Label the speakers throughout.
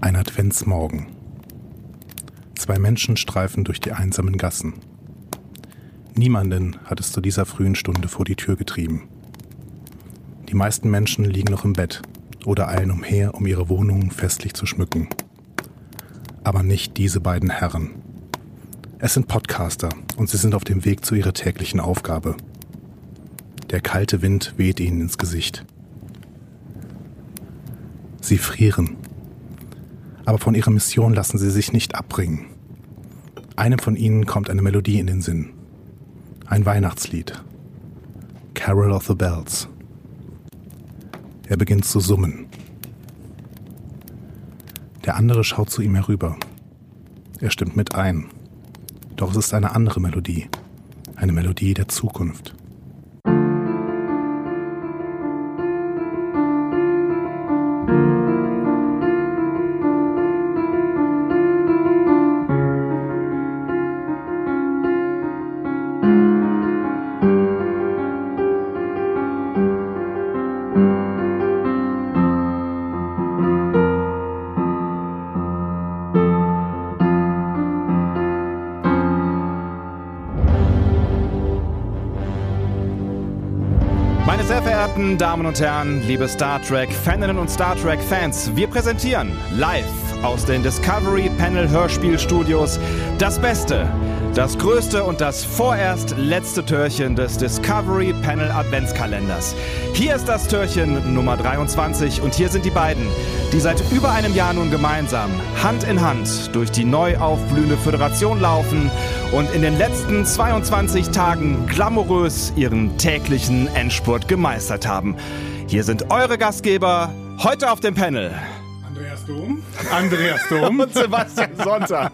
Speaker 1: Ein Adventsmorgen. Zwei Menschen streifen durch die einsamen Gassen. Niemanden hat es zu dieser frühen Stunde vor die Tür getrieben. Die meisten Menschen liegen noch im Bett oder eilen umher, um ihre Wohnungen festlich zu schmücken. Aber nicht diese beiden Herren. Es sind Podcaster und sie sind auf dem Weg zu ihrer täglichen Aufgabe. Der kalte Wind weht ihnen ins Gesicht. Sie frieren. Aber von ihrer Mission lassen sie sich nicht abbringen. Einem von ihnen kommt eine Melodie in den Sinn. Ein Weihnachtslied. Carol of the Bells. Er beginnt zu summen. Der andere schaut zu ihm herüber. Er stimmt mit ein. Doch es ist eine andere Melodie. Eine Melodie der Zukunft.
Speaker 2: Meine sehr verehrten Damen und Herren, liebe Star Trek-Faninnen und Star Trek-Fans, wir präsentieren live aus den Discovery Panel Hörspielstudios das Beste, das Größte und das vorerst letzte Türchen des Discovery Panel Adventskalenders. Hier ist das Türchen Nummer 23 und hier sind die beiden, die seit über einem Jahr nun gemeinsam Hand in Hand durch die neu aufblühende Föderation laufen und in den letzten 22 Tagen glamourös ihren täglichen Endspurt gemeistert haben. Hier sind eure Gastgeber heute auf dem Panel.
Speaker 1: Andreas Dom? Andreas Dom?
Speaker 2: Und Sebastian Sonntag.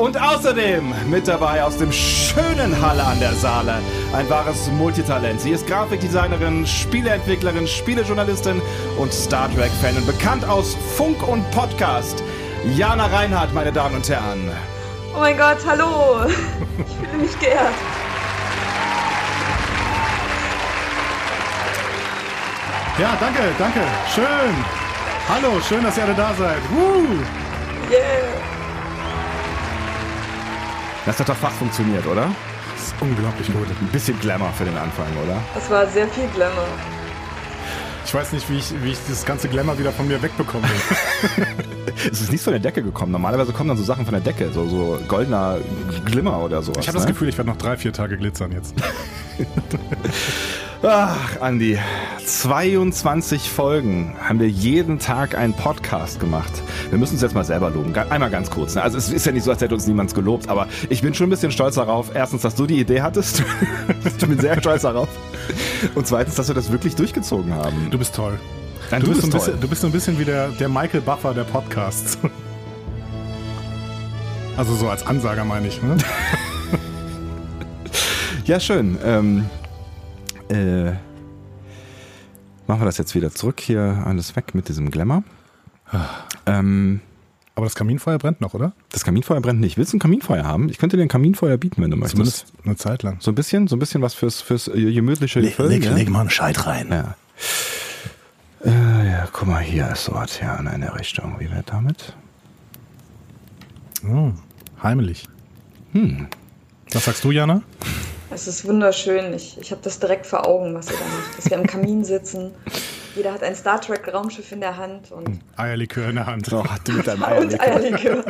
Speaker 2: Und außerdem mit dabei aus dem schönen Halle an der Saale ein wahres Multitalent. Sie ist Grafikdesignerin, Spieleentwicklerin, Spielejournalistin und Star Trek-Fan und bekannt aus Funk und Podcast. Jana Reinhardt, meine Damen und Herren.
Speaker 3: Oh mein Gott, hallo! Ich fühle mich geehrt.
Speaker 1: Ja, danke, danke. Schön. Hallo, schön, dass ihr alle da seid. Woo!
Speaker 3: Yeah.
Speaker 2: Das hat doch fast funktioniert, oder?
Speaker 1: Das ist unglaublich gut.
Speaker 2: Ein bisschen Glamour für den Anfang, oder?
Speaker 3: Das war sehr viel Glamour.
Speaker 1: Ich weiß nicht, wie ich, wie ich das ganze Glamour wieder von mir wegbekomme.
Speaker 2: Es ist nicht von der Decke gekommen. Normalerweise kommen dann so Sachen von der Decke, so, so goldener Glimmer oder sowas.
Speaker 1: Ich habe das
Speaker 2: ne?
Speaker 1: Gefühl, ich werde noch drei, vier Tage glitzern jetzt.
Speaker 2: Ach, Andi, 22 Folgen haben wir jeden Tag einen Podcast gemacht. Wir müssen uns jetzt mal selber loben. Ga- Einmal ganz kurz. Ne? Also es ist ja nicht so, als hätte uns niemand gelobt, aber ich bin schon ein bisschen stolz darauf. Erstens, dass du die Idee hattest. ich bin sehr stolz darauf. Und zweitens, dass wir das wirklich durchgezogen haben.
Speaker 1: Du bist toll.
Speaker 2: Nein,
Speaker 1: Du,
Speaker 2: du
Speaker 1: bist, so ein
Speaker 2: bist toll.
Speaker 1: bisschen, du bist so ein bisschen wie der, der Michael Buffer der Podcasts. Also so als Ansager meine ich. Ne?
Speaker 2: Ja, schön. Ähm, äh, machen wir das jetzt wieder zurück hier, alles weg mit diesem Glamour. Ähm,
Speaker 1: Aber das Kaminfeuer brennt noch, oder?
Speaker 2: das Kaminfeuer brennt nicht. Willst du ein Kaminfeuer haben? Ich könnte dir ein Kaminfeuer bieten, wenn du möchtest.
Speaker 1: Zumindest eine Zeit lang.
Speaker 2: So ein bisschen, so ein bisschen was fürs, fürs äh, gemütliche Gefühl, ja?
Speaker 1: mal einen Scheit rein.
Speaker 2: ne? Ja. Äh, ja, guck mal, hier ist sowas, ja, in einer Richtung. Wie wäre damit?
Speaker 1: Oh, heimelig. Hm. Was sagst du, Jana?
Speaker 3: Es ist wunderschön. Ich, ich habe das direkt vor Augen, was ihr da macht. Dass wir im Kamin sitzen. Jeder hat ein Star Trek-Raumschiff in der Hand und,
Speaker 1: Hm, Eierlikör in der Hand.
Speaker 2: du mit deinem
Speaker 3: und äh, Eierlikör.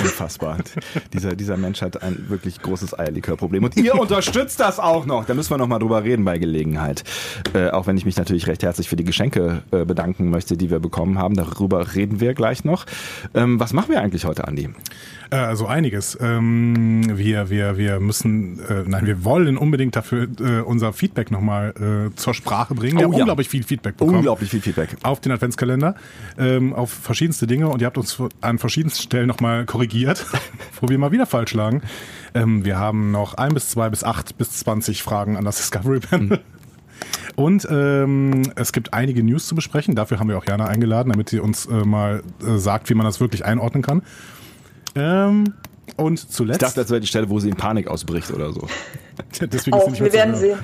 Speaker 2: Unfassbar. Dieser, dieser Mensch hat ein wirklich großes Eierlikörproblem. Und ihr unterstützt das auch noch. Da müssen wir noch mal drüber reden bei Gelegenheit. Äh, auch wenn ich mich natürlich recht herzlich für die Geschenke äh, bedanken möchte, die wir bekommen haben. Darüber reden wir gleich noch. Ähm, was machen wir eigentlich heute, Andi?
Speaker 1: Äh, also einiges. Ähm, wir, wir, wir müssen, äh, nein, wir wollen unbedingt dafür äh, unser Feedback nochmal äh, zur Sprache bringen. Wir
Speaker 2: Oh
Speaker 1: haben
Speaker 2: ja.
Speaker 1: unglaublich viel Feedback bekommen.
Speaker 2: Unglaublich viel Feedback.
Speaker 1: Auf den Adventskalender, ähm, auf verschiedenste Dinge und ihr habt uns an verschiedensten Stellen nochmal korrigiert, wo wir mal wieder falsch lagen. Ähm, wir haben noch ein bis zwei bis acht bis 20 Fragen an das Discovery Panel. Und ähm, es gibt einige News zu besprechen. Dafür haben wir auch Jana eingeladen, damit sie uns äh, mal äh, sagt, wie man das wirklich einordnen kann. Ähm, und
Speaker 2: Ich
Speaker 1: zuletzt.
Speaker 2: dachte, das wäre die Stelle, wo sie in Panik ausbricht oder so.
Speaker 1: Deswegen
Speaker 3: Auch,
Speaker 1: sind
Speaker 3: Oh, wir werden sehen.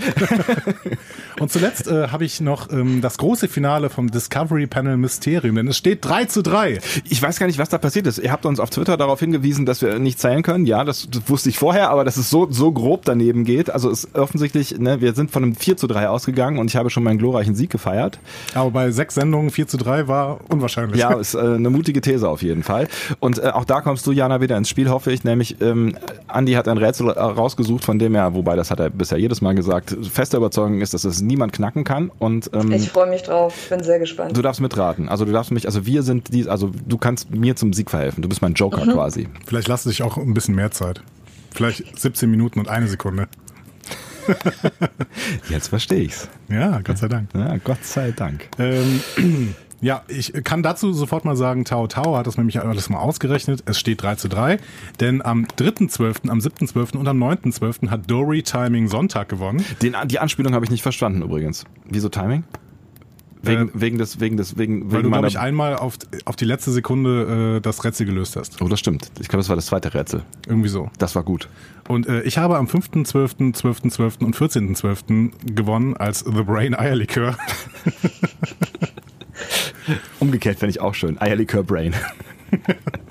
Speaker 1: Und zuletzt äh, habe ich noch ähm, das große Finale vom Discovery Panel Mysterium, denn es steht 3 zu 3.
Speaker 2: Ich weiß gar nicht, was da passiert ist. Ihr habt uns auf Twitter darauf hingewiesen, dass wir nicht zählen können. Ja, das, das wusste ich vorher, aber dass es so, so grob daneben geht. Also es ist offensichtlich, ne, wir sind von einem 4 zu 3 ausgegangen und ich habe schon meinen glorreichen Sieg gefeiert.
Speaker 1: Aber bei sechs Sendungen 4 zu 3 war unwahrscheinlich.
Speaker 2: Ja, ist äh, eine mutige These auf jeden Fall. Und äh, auch da kommst du, Jana, wieder ins Spiel, hoffe ich. Nämlich, ähm, Andi hat ein Rätsel äh, rausgesucht, von dem er, wobei das hat er bisher jedes Mal gesagt, feste Überzeugung ist, dass es niemand knacken kann. Und ähm,
Speaker 1: Hm.
Speaker 3: Ich freue mich drauf, ich bin sehr gespannt.
Speaker 2: Du darfst mitraten. Also du darfst mich, also wir sind die, also du kannst mir zum Sieg verhelfen. Du bist mein Joker quasi.
Speaker 1: Vielleicht lasse ich auch ein bisschen mehr Zeit. Vielleicht 17 Minuten und eine Sekunde.
Speaker 2: Jetzt verstehe ich's.
Speaker 1: Ja, Gott sei Dank.
Speaker 2: Ja, Gott sei Dank.
Speaker 1: Ähm, ja, ich kann dazu sofort mal sagen, Tao Tao hat das nämlich alles mal ausgerechnet. Es steht 3 zu 3. Denn am 3.12., am 7.12. und am 9.12. hat Dory Timing Sonntag gewonnen.
Speaker 2: Den, die Anspielung habe ich nicht verstanden übrigens. Wieso Timing? Wegen,
Speaker 1: Äh,
Speaker 2: wegen des, wegen des, wegen,
Speaker 1: Weil
Speaker 2: wegen
Speaker 1: du, glaube ich, einmal auf, auf die letzte Sekunde äh, das Rätsel gelöst hast.
Speaker 2: Oh, das stimmt. Ich glaube, das war das zweite Rätsel.
Speaker 1: Irgendwie so.
Speaker 2: Das war gut.
Speaker 1: Und äh, ich habe am 5.12., 12.12. und 14.12. gewonnen als The Brain Eierlikör.
Speaker 2: Umgekehrt fände ich auch schön. Eierlikör Brain.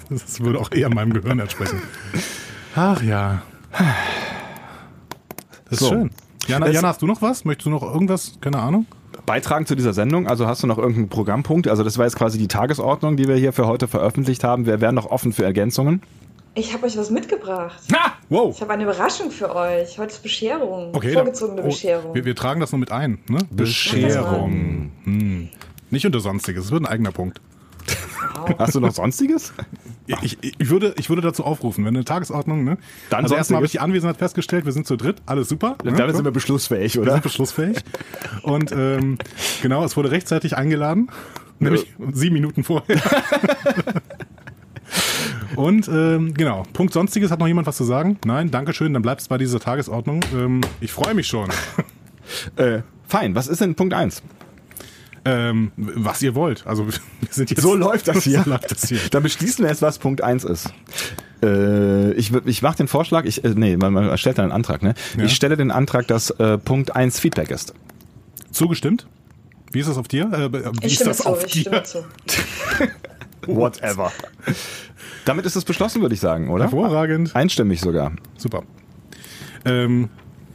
Speaker 1: Das würde auch eher meinem Gehirn entsprechen. Ach ja. Das ist
Speaker 2: So.
Speaker 1: schön. Jana,
Speaker 2: Es-
Speaker 1: Jana, hast du noch was? Möchtest du noch irgendwas? Keine Ahnung.
Speaker 2: Beitragen zu dieser Sendung? Also hast du noch irgendeinen Programmpunkt? Also das war jetzt quasi die Tagesordnung, die wir hier für heute veröffentlicht haben. Wir wären noch offen für Ergänzungen.
Speaker 3: Ich habe euch was mitgebracht.
Speaker 2: Ah! Wow!
Speaker 3: Ich habe eine Überraschung für euch. Heute ist Bescherung.
Speaker 1: Okay, dann-
Speaker 3: Vorgezogene
Speaker 1: oh,
Speaker 3: Bescherung.
Speaker 1: Wir, wir tragen das nur mit ein. Ne? Bescherung. Hm. Nicht unter Sonstiges. Es wird ein eigener Punkt.
Speaker 2: Hast du noch Sonstiges?
Speaker 1: Ich, ich, ich, würde, ich würde dazu aufrufen, wenn eine Tagesordnung. Ne?
Speaker 2: Dann
Speaker 1: also erstmal habe
Speaker 2: Sonstiges.
Speaker 1: ich die Anwesenheit festgestellt. Wir sind zu dritt. Alles super. ne?
Speaker 2: Dann
Speaker 1: So.
Speaker 2: sind wir beschlussfähig,
Speaker 1: Wir
Speaker 2: oder?
Speaker 1: sind beschlussfähig. Und ähm, genau, es wurde rechtzeitig eingeladen, nämlich sieben Minuten vorher. Und ähm, genau, Punkt Sonstiges, hat noch jemand was zu sagen? Nein, Dankeschön, dann bleibst bei dieser Tagesordnung. Ähm, ich freue mich schon,
Speaker 2: Äh, fein, was ist denn Punkt 1?
Speaker 1: ähm, was ihr wollt. Also wir sind jetzt,
Speaker 2: So läuft das hier.
Speaker 1: So läuft das hier.
Speaker 2: Dann beschließen wir jetzt, was Punkt 1 ist. Äh, ich wür- ich mache den Vorschlag, ich, äh, nee, man, man stellt dann einen Antrag, ne? Ich stelle den Antrag, dass äh, Punkt 1 Feedback ist.
Speaker 1: Zugestimmt? Wie ist das auf dir? Äh, wie
Speaker 3: ich
Speaker 1: ist
Speaker 3: stimme
Speaker 1: das
Speaker 3: zu,
Speaker 1: auf
Speaker 3: ich stimme
Speaker 1: dir?
Speaker 3: zu.
Speaker 2: Whatever. Damit ist es beschlossen, würde ich sagen, oder?
Speaker 1: Hervorragend.
Speaker 2: Einstimmig sogar.
Speaker 1: Super. Ähm,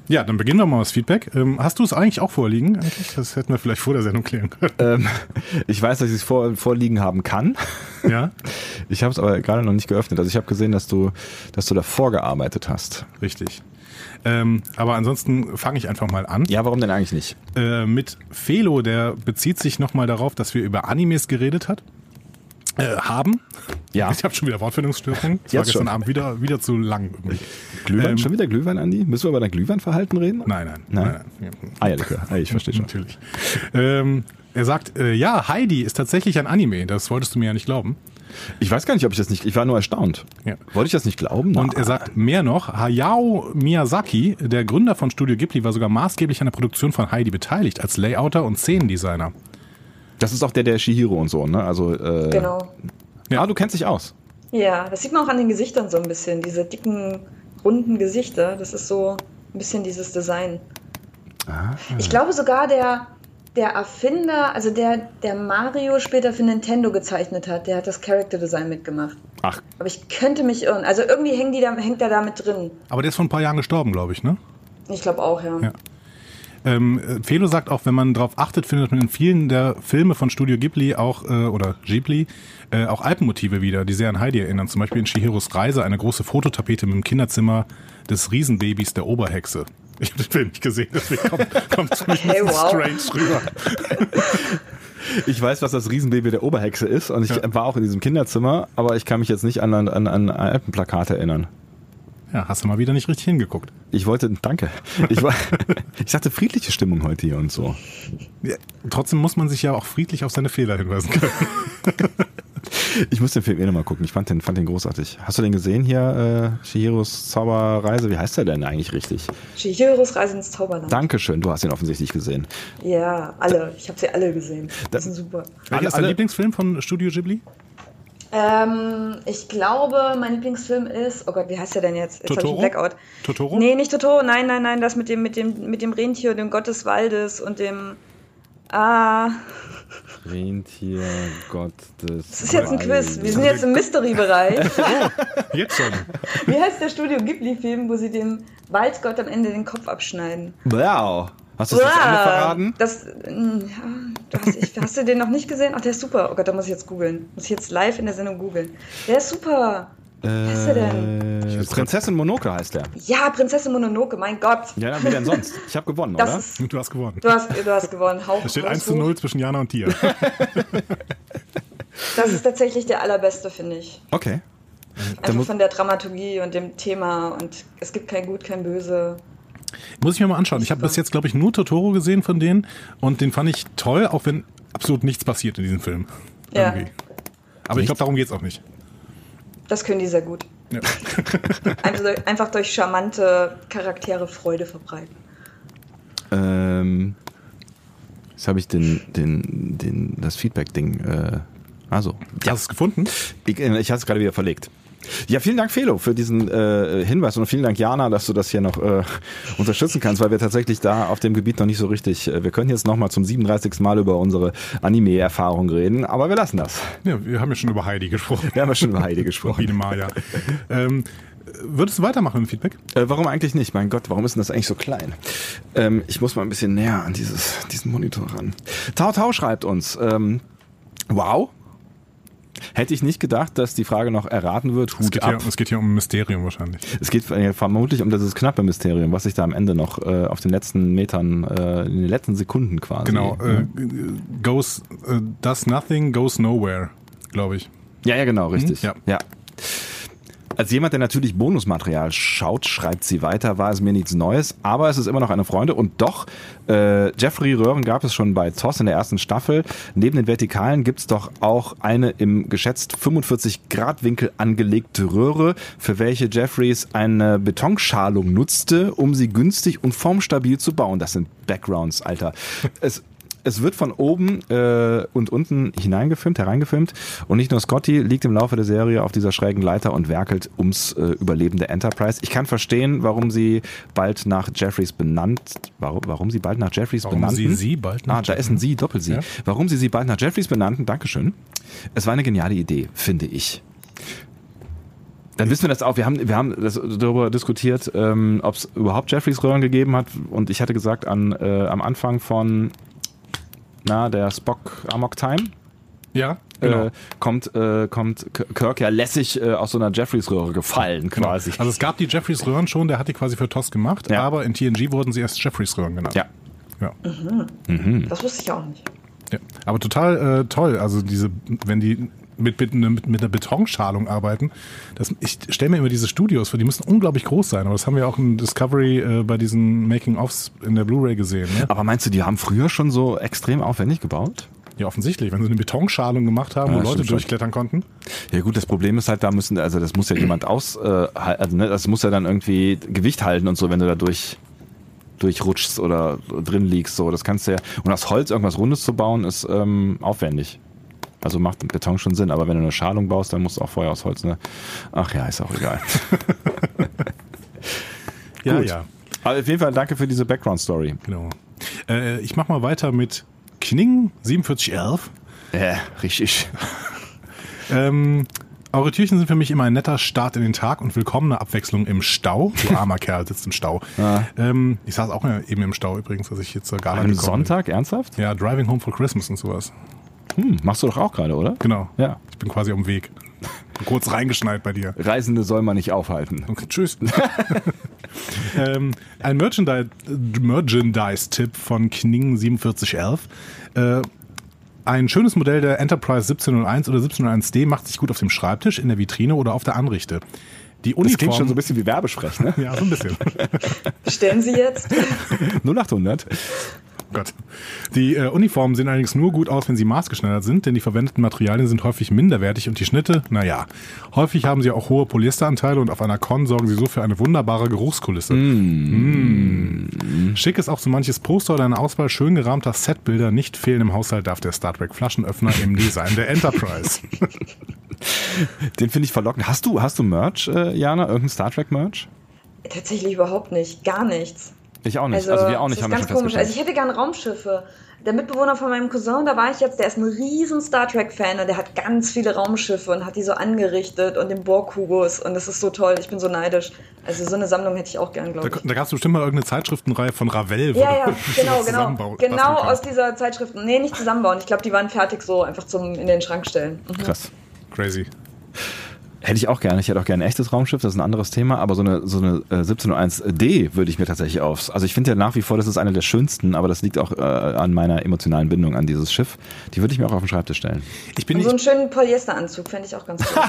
Speaker 1: ja, dann beginnen wir mal das Feedback. Ähm, hast du es eigentlich auch vorliegen? Eigentlich? Das hätten wir vielleicht vor der Sendung klären können.
Speaker 2: Ähm, ich weiß, dass ich es vor, vorliegen haben kann.
Speaker 1: Ja,
Speaker 2: Ich habe es aber gerade noch nicht geöffnet. Also ich habe gesehen, dass du, dass du davor gearbeitet hast.
Speaker 1: richtig. Ähm, aber ansonsten fange ich einfach mal an.
Speaker 2: Ja, warum denn eigentlich nicht?
Speaker 1: Äh, mit Felo, der bezieht sich nochmal darauf, dass wir über Animes geredet hat. Äh, haben.
Speaker 2: Ja.
Speaker 1: Ich habe schon wieder Wortfindungsstörungen. Das war
Speaker 2: Jetzt
Speaker 1: gestern
Speaker 2: schon.
Speaker 1: Abend wieder, wieder zu lang. Irgendwie.
Speaker 2: Glühwein?
Speaker 1: Ähm,
Speaker 2: schon wieder Glühwein, Andi? Müssen wir über dein Glühweinverhalten reden?
Speaker 1: Nein, nein.
Speaker 2: Nein?
Speaker 1: nein, nein.
Speaker 2: Eierlikör. Ah, ich verstehe schon.
Speaker 1: Natürlich. Ähm, er sagt, äh, ja, Heidi ist tatsächlich ein Anime. Das wolltest du mir ja nicht glauben.
Speaker 2: Ich weiß gar nicht, ob ich das nicht. Ich war nur erstaunt.
Speaker 1: Ja.
Speaker 2: Wollte ich das nicht glauben? Ah,
Speaker 1: Und
Speaker 2: Na,
Speaker 1: er sagt mehr noch, Hayao Miyazaki, der Gründer von Studio Ghibli, war sogar maßgeblich an der Produktion von Heidi beteiligt, als Layouter und Szenendesigner.
Speaker 2: das ist auch der, der Shihiro und so, ne? Also, äh,
Speaker 3: Genau.
Speaker 2: Ja, ah, du kennst dich aus.
Speaker 3: Ja, das sieht man auch an den Gesichtern so ein bisschen. Diese dicken, runden Gesichter. Das ist so ein bisschen dieses Design. Ich glaube sogar der, der Erfinder, also der, der Mario später für Nintendo gezeichnet hat, der hat das Character Design mitgemacht.
Speaker 2: Ach,
Speaker 3: Aber ich könnte mich irren. Also irgendwie hängen die da, hängt er da mit drin.
Speaker 1: Aber der ist vor ein paar Jahren gestorben, glaube ich, ne?
Speaker 3: Ich glaube auch, ja.
Speaker 1: Ja. Ähm, äh, Felo sagt auch, wenn man drauf achtet, findet man in vielen der Filme von Studio Ghibli auch, äh, oder Ghibli, äh, auch Alpenmotive wieder, die sehr an Heidi erinnern. Zum Beispiel in Shihiros Reise eine große Fototapete mit dem Kinderzimmer des Riesenbabys der Oberhexe. Ich habe den Film nicht gesehen, deswegen kommt, kommt es für mich ein
Speaker 3: Okay,
Speaker 1: bisschen
Speaker 3: wow.
Speaker 1: strange rüber.
Speaker 2: ich weiß, was das Riesenbaby der Oberhexe ist und ich
Speaker 1: Ja.
Speaker 2: war auch in diesem Kinderzimmer, aber ich kann mich jetzt nicht an, an, an, an Alpenplakate erinnern.
Speaker 1: Ja, hast du mal wieder nicht richtig hingeguckt.
Speaker 2: Ich wollte, danke. Ich, war, ich hatte friedliche Stimmung heute hier und so.
Speaker 1: Ja, trotzdem muss man sich ja auch friedlich auf seine Fehler hinweisen können.
Speaker 2: Ich muss den Film eh nochmal gucken. Ich fand den, fand den großartig. Hast du den gesehen hier? Äh, Shihiros Zauberreise? Wie heißt der denn eigentlich richtig?
Speaker 3: Shihiros Reise ins Zauberland.
Speaker 2: Dankeschön, du hast ihn offensichtlich gesehen.
Speaker 3: Ja, alle. Ich habe sie alle gesehen. Die sind super.
Speaker 1: Welcher ist dein
Speaker 2: alle-
Speaker 1: Lieblingsfilm von Studio Ghibli?
Speaker 3: Ähm, ich glaube, mein Lieblingsfilm ist, oh Gott, wie heißt der denn jetzt? Jetzt hab
Speaker 1: Totoro?
Speaker 3: ich einen Blackout.
Speaker 1: Totoro?
Speaker 3: Nee, nicht Totoro, nein, nein, nein, das mit dem, mit dem, mit dem Rentier, dem Gott des Waldes und dem, ah,
Speaker 2: Rentier, Gott des.
Speaker 3: das ist jetzt ein Quiz, wir sind jetzt im Mystery-Bereich.
Speaker 1: Jetzt schon.
Speaker 3: Wie heißt der Studio Ghibli-Film, wo sie dem Waldgott am Ende den Kopf abschneiden?
Speaker 4: Wow. Hast du das jetzt alle
Speaker 3: Ah,
Speaker 4: verraten?
Speaker 3: Das, mm, ja, du hast, ich, hast du den noch nicht gesehen? Ach, der ist super. Oh Gott, da muss ich jetzt googeln. Muss ich jetzt live in der Sendung googeln. Der ist super. Wer ist er denn?
Speaker 4: Äh, Prinzessin Monoke heißt der.
Speaker 3: Ja, Prinzessin Mononoke, mein Gott.
Speaker 4: Ja, wie denn sonst? Ich habe gewonnen,
Speaker 3: Das
Speaker 4: oder?
Speaker 3: ist,
Speaker 1: Du hast gewonnen.
Speaker 3: du, hast, du hast gewonnen. Hauch,
Speaker 1: Es steht
Speaker 3: Haus
Speaker 1: 1 zu
Speaker 3: hoch.
Speaker 1: 0 zwischen Jana und dir.
Speaker 3: Das ist tatsächlich der allerbeste, finde ich.
Speaker 4: Okay.
Speaker 3: Einfach
Speaker 4: muss-
Speaker 3: von der Dramaturgie und dem Thema. Und es gibt kein Gut, kein Böse.
Speaker 1: Muss ich mir mal anschauen. Ich habe
Speaker 3: Super.
Speaker 1: bis jetzt, glaube ich, nur Totoro gesehen von denen und den fand ich toll, auch wenn absolut nichts passiert in diesem Film.
Speaker 3: Ja,
Speaker 1: Irgendwie. Aber ich glaube, darum geht es auch nicht.
Speaker 3: das können die sehr gut.
Speaker 1: Ja.
Speaker 3: Einfach durch, einfach durch charmante Charaktere Freude verbreiten.
Speaker 2: Ähm, jetzt habe ich den, den, den, das Feedback-Ding. Äh, also,
Speaker 1: Hast du es gefunden?
Speaker 2: ich, äh, ich hatte es gerade wieder verlegt. Ja, vielen Dank, Felo, für diesen äh, Hinweis und vielen Dank, Jana, dass du das hier noch äh, unterstützen kannst, weil wir tatsächlich da auf dem Gebiet noch nicht so richtig. Äh, wir können jetzt nochmal zum 37. Mal über unsere Anime-Erfahrung reden, aber wir lassen das.
Speaker 1: Ja, wir haben ja schon über Heidi gesprochen.
Speaker 2: Wir haben ja schon über Heidi
Speaker 1: Wie
Speaker 2: gesprochen.
Speaker 1: eine Maya. ähm, würdest du weitermachen im Feedback?
Speaker 2: Äh, warum eigentlich nicht? Mein Gott, warum ist denn das eigentlich so klein? Ähm, ich muss mal ein bisschen näher an dieses, diesen Monitor ran. Tau Tau schreibt uns. Ähm, wow. Hätte ich nicht gedacht, dass die Frage noch erraten wird.
Speaker 1: Es
Speaker 2: Hut
Speaker 1: geht,
Speaker 2: ab.
Speaker 1: hier, es geht hier um ein Mysterium wahrscheinlich.
Speaker 2: Es geht äh, vermutlich um dieses knappe Mysterium, was sich da am Ende noch äh, auf den letzten Metern, äh, in den letzten Sekunden quasi.
Speaker 1: Genau. Äh, goes, äh, does nothing, goes nowhere, glaube ich.
Speaker 2: Ja, ja, genau, richtig.
Speaker 1: ja.
Speaker 2: ja. Als jemand, der natürlich Bonusmaterial schaut, schreibt sie weiter, war es mir nichts Neues, aber es ist immer noch eine Freunde und doch, äh, Jeffrey Röhren gab es schon bei TOS in der ersten Staffel. Neben den Vertikalen gibt's doch auch eine im geschätzt 45 Grad Winkel angelegte Röhre, für welche Jeffreys eine Betonschalung nutzte, um sie günstig und formstabil zu bauen. Das sind Backgrounds, Alter. Es es wird von oben äh, und unten hineingefilmt, hereingefilmt. Und nicht nur Scotty liegt im Laufe der Serie auf dieser schrägen Leiter und werkelt ums äh, Überleben der Enterprise. Ich kann verstehen, warum sie bald nach Jeffreys benannt, warum, warum sie bald nach Jeffreys
Speaker 1: Warum
Speaker 2: benannten.
Speaker 1: sie sie bald nach
Speaker 2: Ah, da ist ein Sie, Doppel-Sie.
Speaker 1: Mhm. Ja.
Speaker 2: Warum sie sie bald nach Jeffreys benannten, Dankeschön. Es war eine geniale Idee, finde ich. Dann wissen wir das auch. Wir haben, wir haben das darüber diskutiert, ähm, ob es überhaupt Jeffreys Röhren gegeben hat. Und ich hatte gesagt, an, äh, am Anfang von na, der Spock Amok Time
Speaker 1: Ja, genau.
Speaker 2: äh, kommt, äh, kommt K- Kirk ja lässig äh, aus so einer Jeffreys Röhre gefallen
Speaker 1: Genau.
Speaker 2: quasi.
Speaker 1: Also es gab die Jeffreys Röhren schon, der hat die quasi für TOS gemacht,
Speaker 2: Ja.
Speaker 1: aber in TNG wurden sie erst Jeffreys Röhren genannt.
Speaker 2: Ja.
Speaker 1: Ja.
Speaker 3: Das wusste ich auch nicht.
Speaker 1: ja. Aber total äh, toll, also diese, wenn die mit, mit, mit, mit einer Betonschalung arbeiten, das, ich stelle mir immer diese Studios vor, die müssen unglaublich groß sein, aber das haben wir auch in Discovery äh, bei diesen Making-Offs in der Blu-ray gesehen. Ne?
Speaker 2: Aber meinst du, die haben früher schon so extrem aufwendig gebaut?
Speaker 1: Ja, offensichtlich, wenn sie eine Betonschalung gemacht haben,
Speaker 2: Ja,
Speaker 1: wo Leute
Speaker 2: stimmt schon.
Speaker 1: durchklettern konnten.
Speaker 2: Ja gut, das Problem ist halt, da müssen, also das muss ja jemand aus, äh, hal- also, ne, das muss ja dann irgendwie Gewicht halten und so, wenn du da durch, durchrutschst oder drin liegst, so, das kannst du ja, und aus Holz irgendwas Rundes zu bauen, ist ähm, aufwendig. Also macht Beton schon Sinn, aber wenn du eine Schalung baust, dann musst du auch vorher aus Holz, ne? Ach ja, ist auch egal.
Speaker 1: Ja,
Speaker 2: Gut.
Speaker 1: ja.
Speaker 2: aber auf jeden Fall danke für diese Background-Story.
Speaker 1: Genau. Äh, ich mach mal weiter mit Kning 4711.
Speaker 2: Ja, richtig.
Speaker 1: Ähm, eure Türchen sind für mich immer ein netter Start in den Tag und willkommene Abwechslung im Stau. Du armer Kerl sitzt im Stau. Ähm, ich saß auch eben im Stau übrigens, als ich jetzt zur Gala
Speaker 2: Am
Speaker 1: gekommen
Speaker 2: Sonntag, ernsthaft?
Speaker 1: Bin. Ja, Driving Home for Christmas und sowas.
Speaker 2: Hm, machst du doch auch gerade, oder?
Speaker 1: Genau.
Speaker 2: Ja.
Speaker 1: Ich bin quasi am Weg. Bin kurz reingeschneit bei dir.
Speaker 2: Reisende soll man nicht aufhalten.
Speaker 1: Okay, tschüss. ähm, ein Merchandise- Merchandise-Tipp von Kning4711. Äh, ein schönes Modell der Enterprise 1701 oder 1701D macht sich gut auf dem Schreibtisch, in der Vitrine oder auf der Anrichte. Die Uniform,
Speaker 2: Das klingt schon so ein bisschen wie Werbesprech, ne?
Speaker 1: Ja, so ein bisschen.
Speaker 3: Bestellen Sie jetzt.
Speaker 2: 0800.
Speaker 1: Gott. Die äh, Uniformen sehen allerdings nur gut aus, wenn sie maßgeschneidert sind, denn die verwendeten Materialien sind häufig minderwertig und die Schnitte, naja. Häufig haben sie auch hohe Polyesteranteile und auf einer Con sorgen sie so für eine wunderbare Geruchskulisse. Mm. Schick ist auch so manches Poster oder eine Auswahl schön gerahmter Setbilder nicht fehlen. Im Haushalt darf der Star Trek Flaschenöffner im Nie sein, der Enterprise.
Speaker 2: Den finde ich verlockend. Hast du, hast du Merch, äh, Jana? Irgendein Star Trek Merch?
Speaker 3: Tatsächlich überhaupt nicht. Gar nichts.
Speaker 2: Ich auch nicht. Also, also wir auch nicht,
Speaker 3: das ist ganz komisch. Also ich hätte gern Raumschiffe. Der Mitbewohner von meinem Cousin, da war ich jetzt, der ist ein riesen Star Trek-Fan und der hat ganz viele Raumschiffe und hat die so angerichtet und den Borg-Kubus und das ist so toll. Ich bin so neidisch. Also so eine Sammlung hätte ich auch gern,
Speaker 1: Da,
Speaker 3: glaube ich.
Speaker 1: da gab es bestimmt mal irgendeine Zeitschriftenreihe von Ravel. wo du
Speaker 3: Ja, ja,
Speaker 1: sowas
Speaker 3: genau, genau.
Speaker 1: zusammenbauen- basteln
Speaker 3: Genau aus
Speaker 1: kannst.
Speaker 3: dieser Zeitschrift. Nee, nicht zusammenbauen. Ich glaube, die waren fertig so einfach zum in den Schrank stellen. Mhm.
Speaker 2: Krass.
Speaker 1: Crazy.
Speaker 2: Hätte ich auch gerne. Ich hätte auch gerne ein echtes Raumschiff, das ist ein anderes Thema, aber so eine, so eine äh, 1701D würde ich mir tatsächlich aufs. Also ich finde ja nach wie vor, das ist eine der schönsten, aber das liegt auch äh, an meiner emotionalen Bindung an dieses Schiff. Die würde ich mir auch auf den Schreibtisch stellen.
Speaker 1: Ich bin
Speaker 3: Und so einen
Speaker 1: nicht,
Speaker 3: schönen Polyesteranzug fände ich auch ganz cool.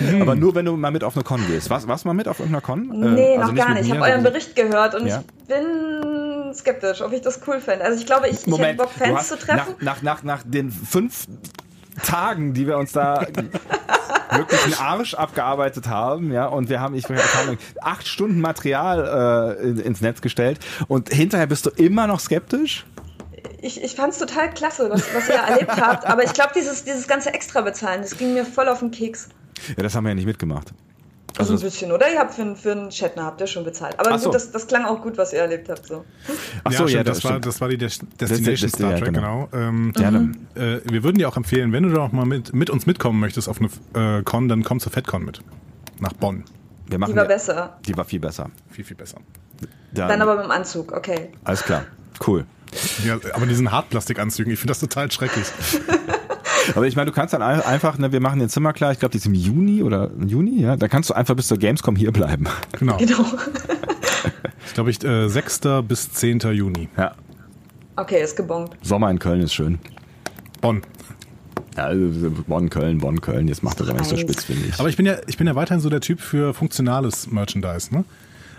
Speaker 2: Äh,
Speaker 3: also,
Speaker 2: Aber nur, wenn du mal mit auf eine Con gehst. Warst, warst du mal mit auf irgendeiner Con? Äh, also
Speaker 3: Nee, noch gar nicht. Ich habe euren
Speaker 2: Bericht.
Speaker 3: Bericht gehört und
Speaker 2: Ja.
Speaker 3: ich bin skeptisch, ob ich das cool fände. Also ich glaube, ich, ich hätte
Speaker 2: Moment,
Speaker 3: Bock,
Speaker 2: du
Speaker 3: Fans
Speaker 2: hast
Speaker 3: zu treffen.
Speaker 2: Nach, nach, nach, nach den fünf Tagen, die wir uns da wirklich einen Arsch abgearbeitet haben, ja, und wir haben, ich keine Ahnung, acht Stunden Material äh, in- ins Netz gestellt und hinterher bist du immer noch skeptisch?
Speaker 3: Ich, ich fand es total klasse, was, was ihr erlebt habt. Aber ich glaube, dieses, dieses ganze Extra bezahlen, das ging mir voll auf den Keks.
Speaker 2: Ja, das haben wir ja nicht mitgemacht.
Speaker 3: Also ein
Speaker 2: Also,
Speaker 3: bisschen, oder? Ihr habt für, einen- für einen Chatner habt ihr schon bezahlt. Aber
Speaker 2: Ach
Speaker 3: gut,
Speaker 2: so.
Speaker 3: das, das klang auch gut, was ihr erlebt habt. So.
Speaker 2: ach so, ja,
Speaker 1: stimmt, das, war,
Speaker 2: stimmt.
Speaker 1: das war die Des-
Speaker 2: Das-
Speaker 1: Destination
Speaker 2: das-
Speaker 1: Star
Speaker 2: ja,
Speaker 1: Trek,
Speaker 2: genau.
Speaker 1: genau. Ähm,
Speaker 2: Ja, dann-
Speaker 1: äh, wir würden dir auch empfehlen, wenn du doch mal mit, mit uns mitkommen möchtest auf eine äh, Con, dann komm zur FedCon mit. Nach Bonn.
Speaker 2: wir machen
Speaker 3: Die war
Speaker 2: ja-
Speaker 3: besser.
Speaker 2: Die war viel besser.
Speaker 1: Viel, viel besser.
Speaker 2: Dann,
Speaker 3: Dann aber mit dem Anzug, okay.
Speaker 2: Alles klar. Cool.
Speaker 1: Ja, aber diesen Hartplastikanzügen, ich finde das total schrecklich.
Speaker 2: Aber ich meine, du kannst dann ein- einfach, ne, wir machen den Zimmer klar, ich glaube, die ist im Juni oder Juni, ja, da kannst du einfach bis zur Gamescom hier bleiben.
Speaker 1: Genau.
Speaker 3: Genau.
Speaker 1: Ich glaube, ich, äh, 6. bis 10. Juni.
Speaker 2: Ja.
Speaker 3: Okay, ist gebongt.
Speaker 2: Sommer in Köln ist schön.
Speaker 1: Bonn.
Speaker 2: Ja, also Bonn, Köln, Bonn, Köln. Jetzt macht er aber nicht so
Speaker 3: Eins.
Speaker 2: spitz, finde ich.
Speaker 1: Aber ich bin ja, ich bin ja weiterhin so der Typ für funktionales Merchandise, ne?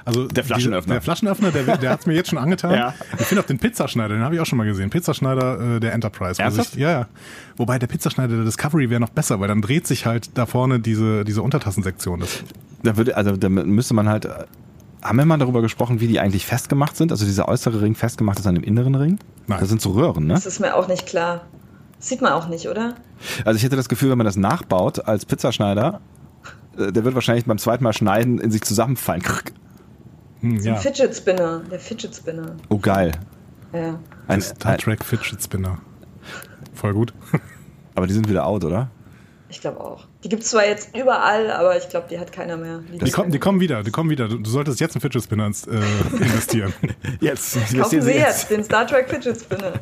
Speaker 1: Also der
Speaker 2: Flaschenöffner.
Speaker 1: der Flaschenöffner, der, der hat es mir jetzt schon angetan.
Speaker 2: Ja.
Speaker 1: Ich finde auch den Pizzaschneider, den habe ich auch schon mal gesehen. Pizzaschneider äh, der Enterprise. wo
Speaker 2: Ernsthaft?
Speaker 1: sich- ja, ja. Wobei der Pizzaschneider der Discovery wäre noch besser, weil dann dreht sich halt da vorne diese, diese Untertassensektion. Das,
Speaker 2: da würde, also da müsste man halt. äh, Haben wir mal darüber gesprochen, wie die eigentlich festgemacht sind? Also dieser äußere Ring festgemacht ist an dem inneren Ring?
Speaker 1: Nein.
Speaker 2: Das sind so Röhren, ne?
Speaker 3: Das ist mir auch nicht klar. Sieht man auch nicht, oder?
Speaker 2: Also ich hätte das Gefühl, wenn man das nachbaut als Pizzaschneider, äh, der wird wahrscheinlich beim zweiten Mal schneiden in sich zusammenfallen. Krrk.
Speaker 1: hm,
Speaker 3: Ein
Speaker 1: ja.
Speaker 3: Fidget Spinner. Der Fidget Spinner.
Speaker 2: Oh geil.
Speaker 3: Ja.
Speaker 2: Ein,
Speaker 1: Star
Speaker 2: ein,
Speaker 1: Trek Fidget Spinner. Voll gut.
Speaker 2: aber die sind wieder out, oder?
Speaker 3: Ich glaube auch. Die gibt es zwar jetzt überall, aber ich glaube, die hat keiner mehr.
Speaker 1: Die kommen, die kommen wieder, die kommen wieder. Du, du solltest jetzt einen Fidget Spinner ins- äh, investieren.
Speaker 2: Jetzt.
Speaker 3: Kaufen Sie jetzt den Star Trek Fidget Spinner.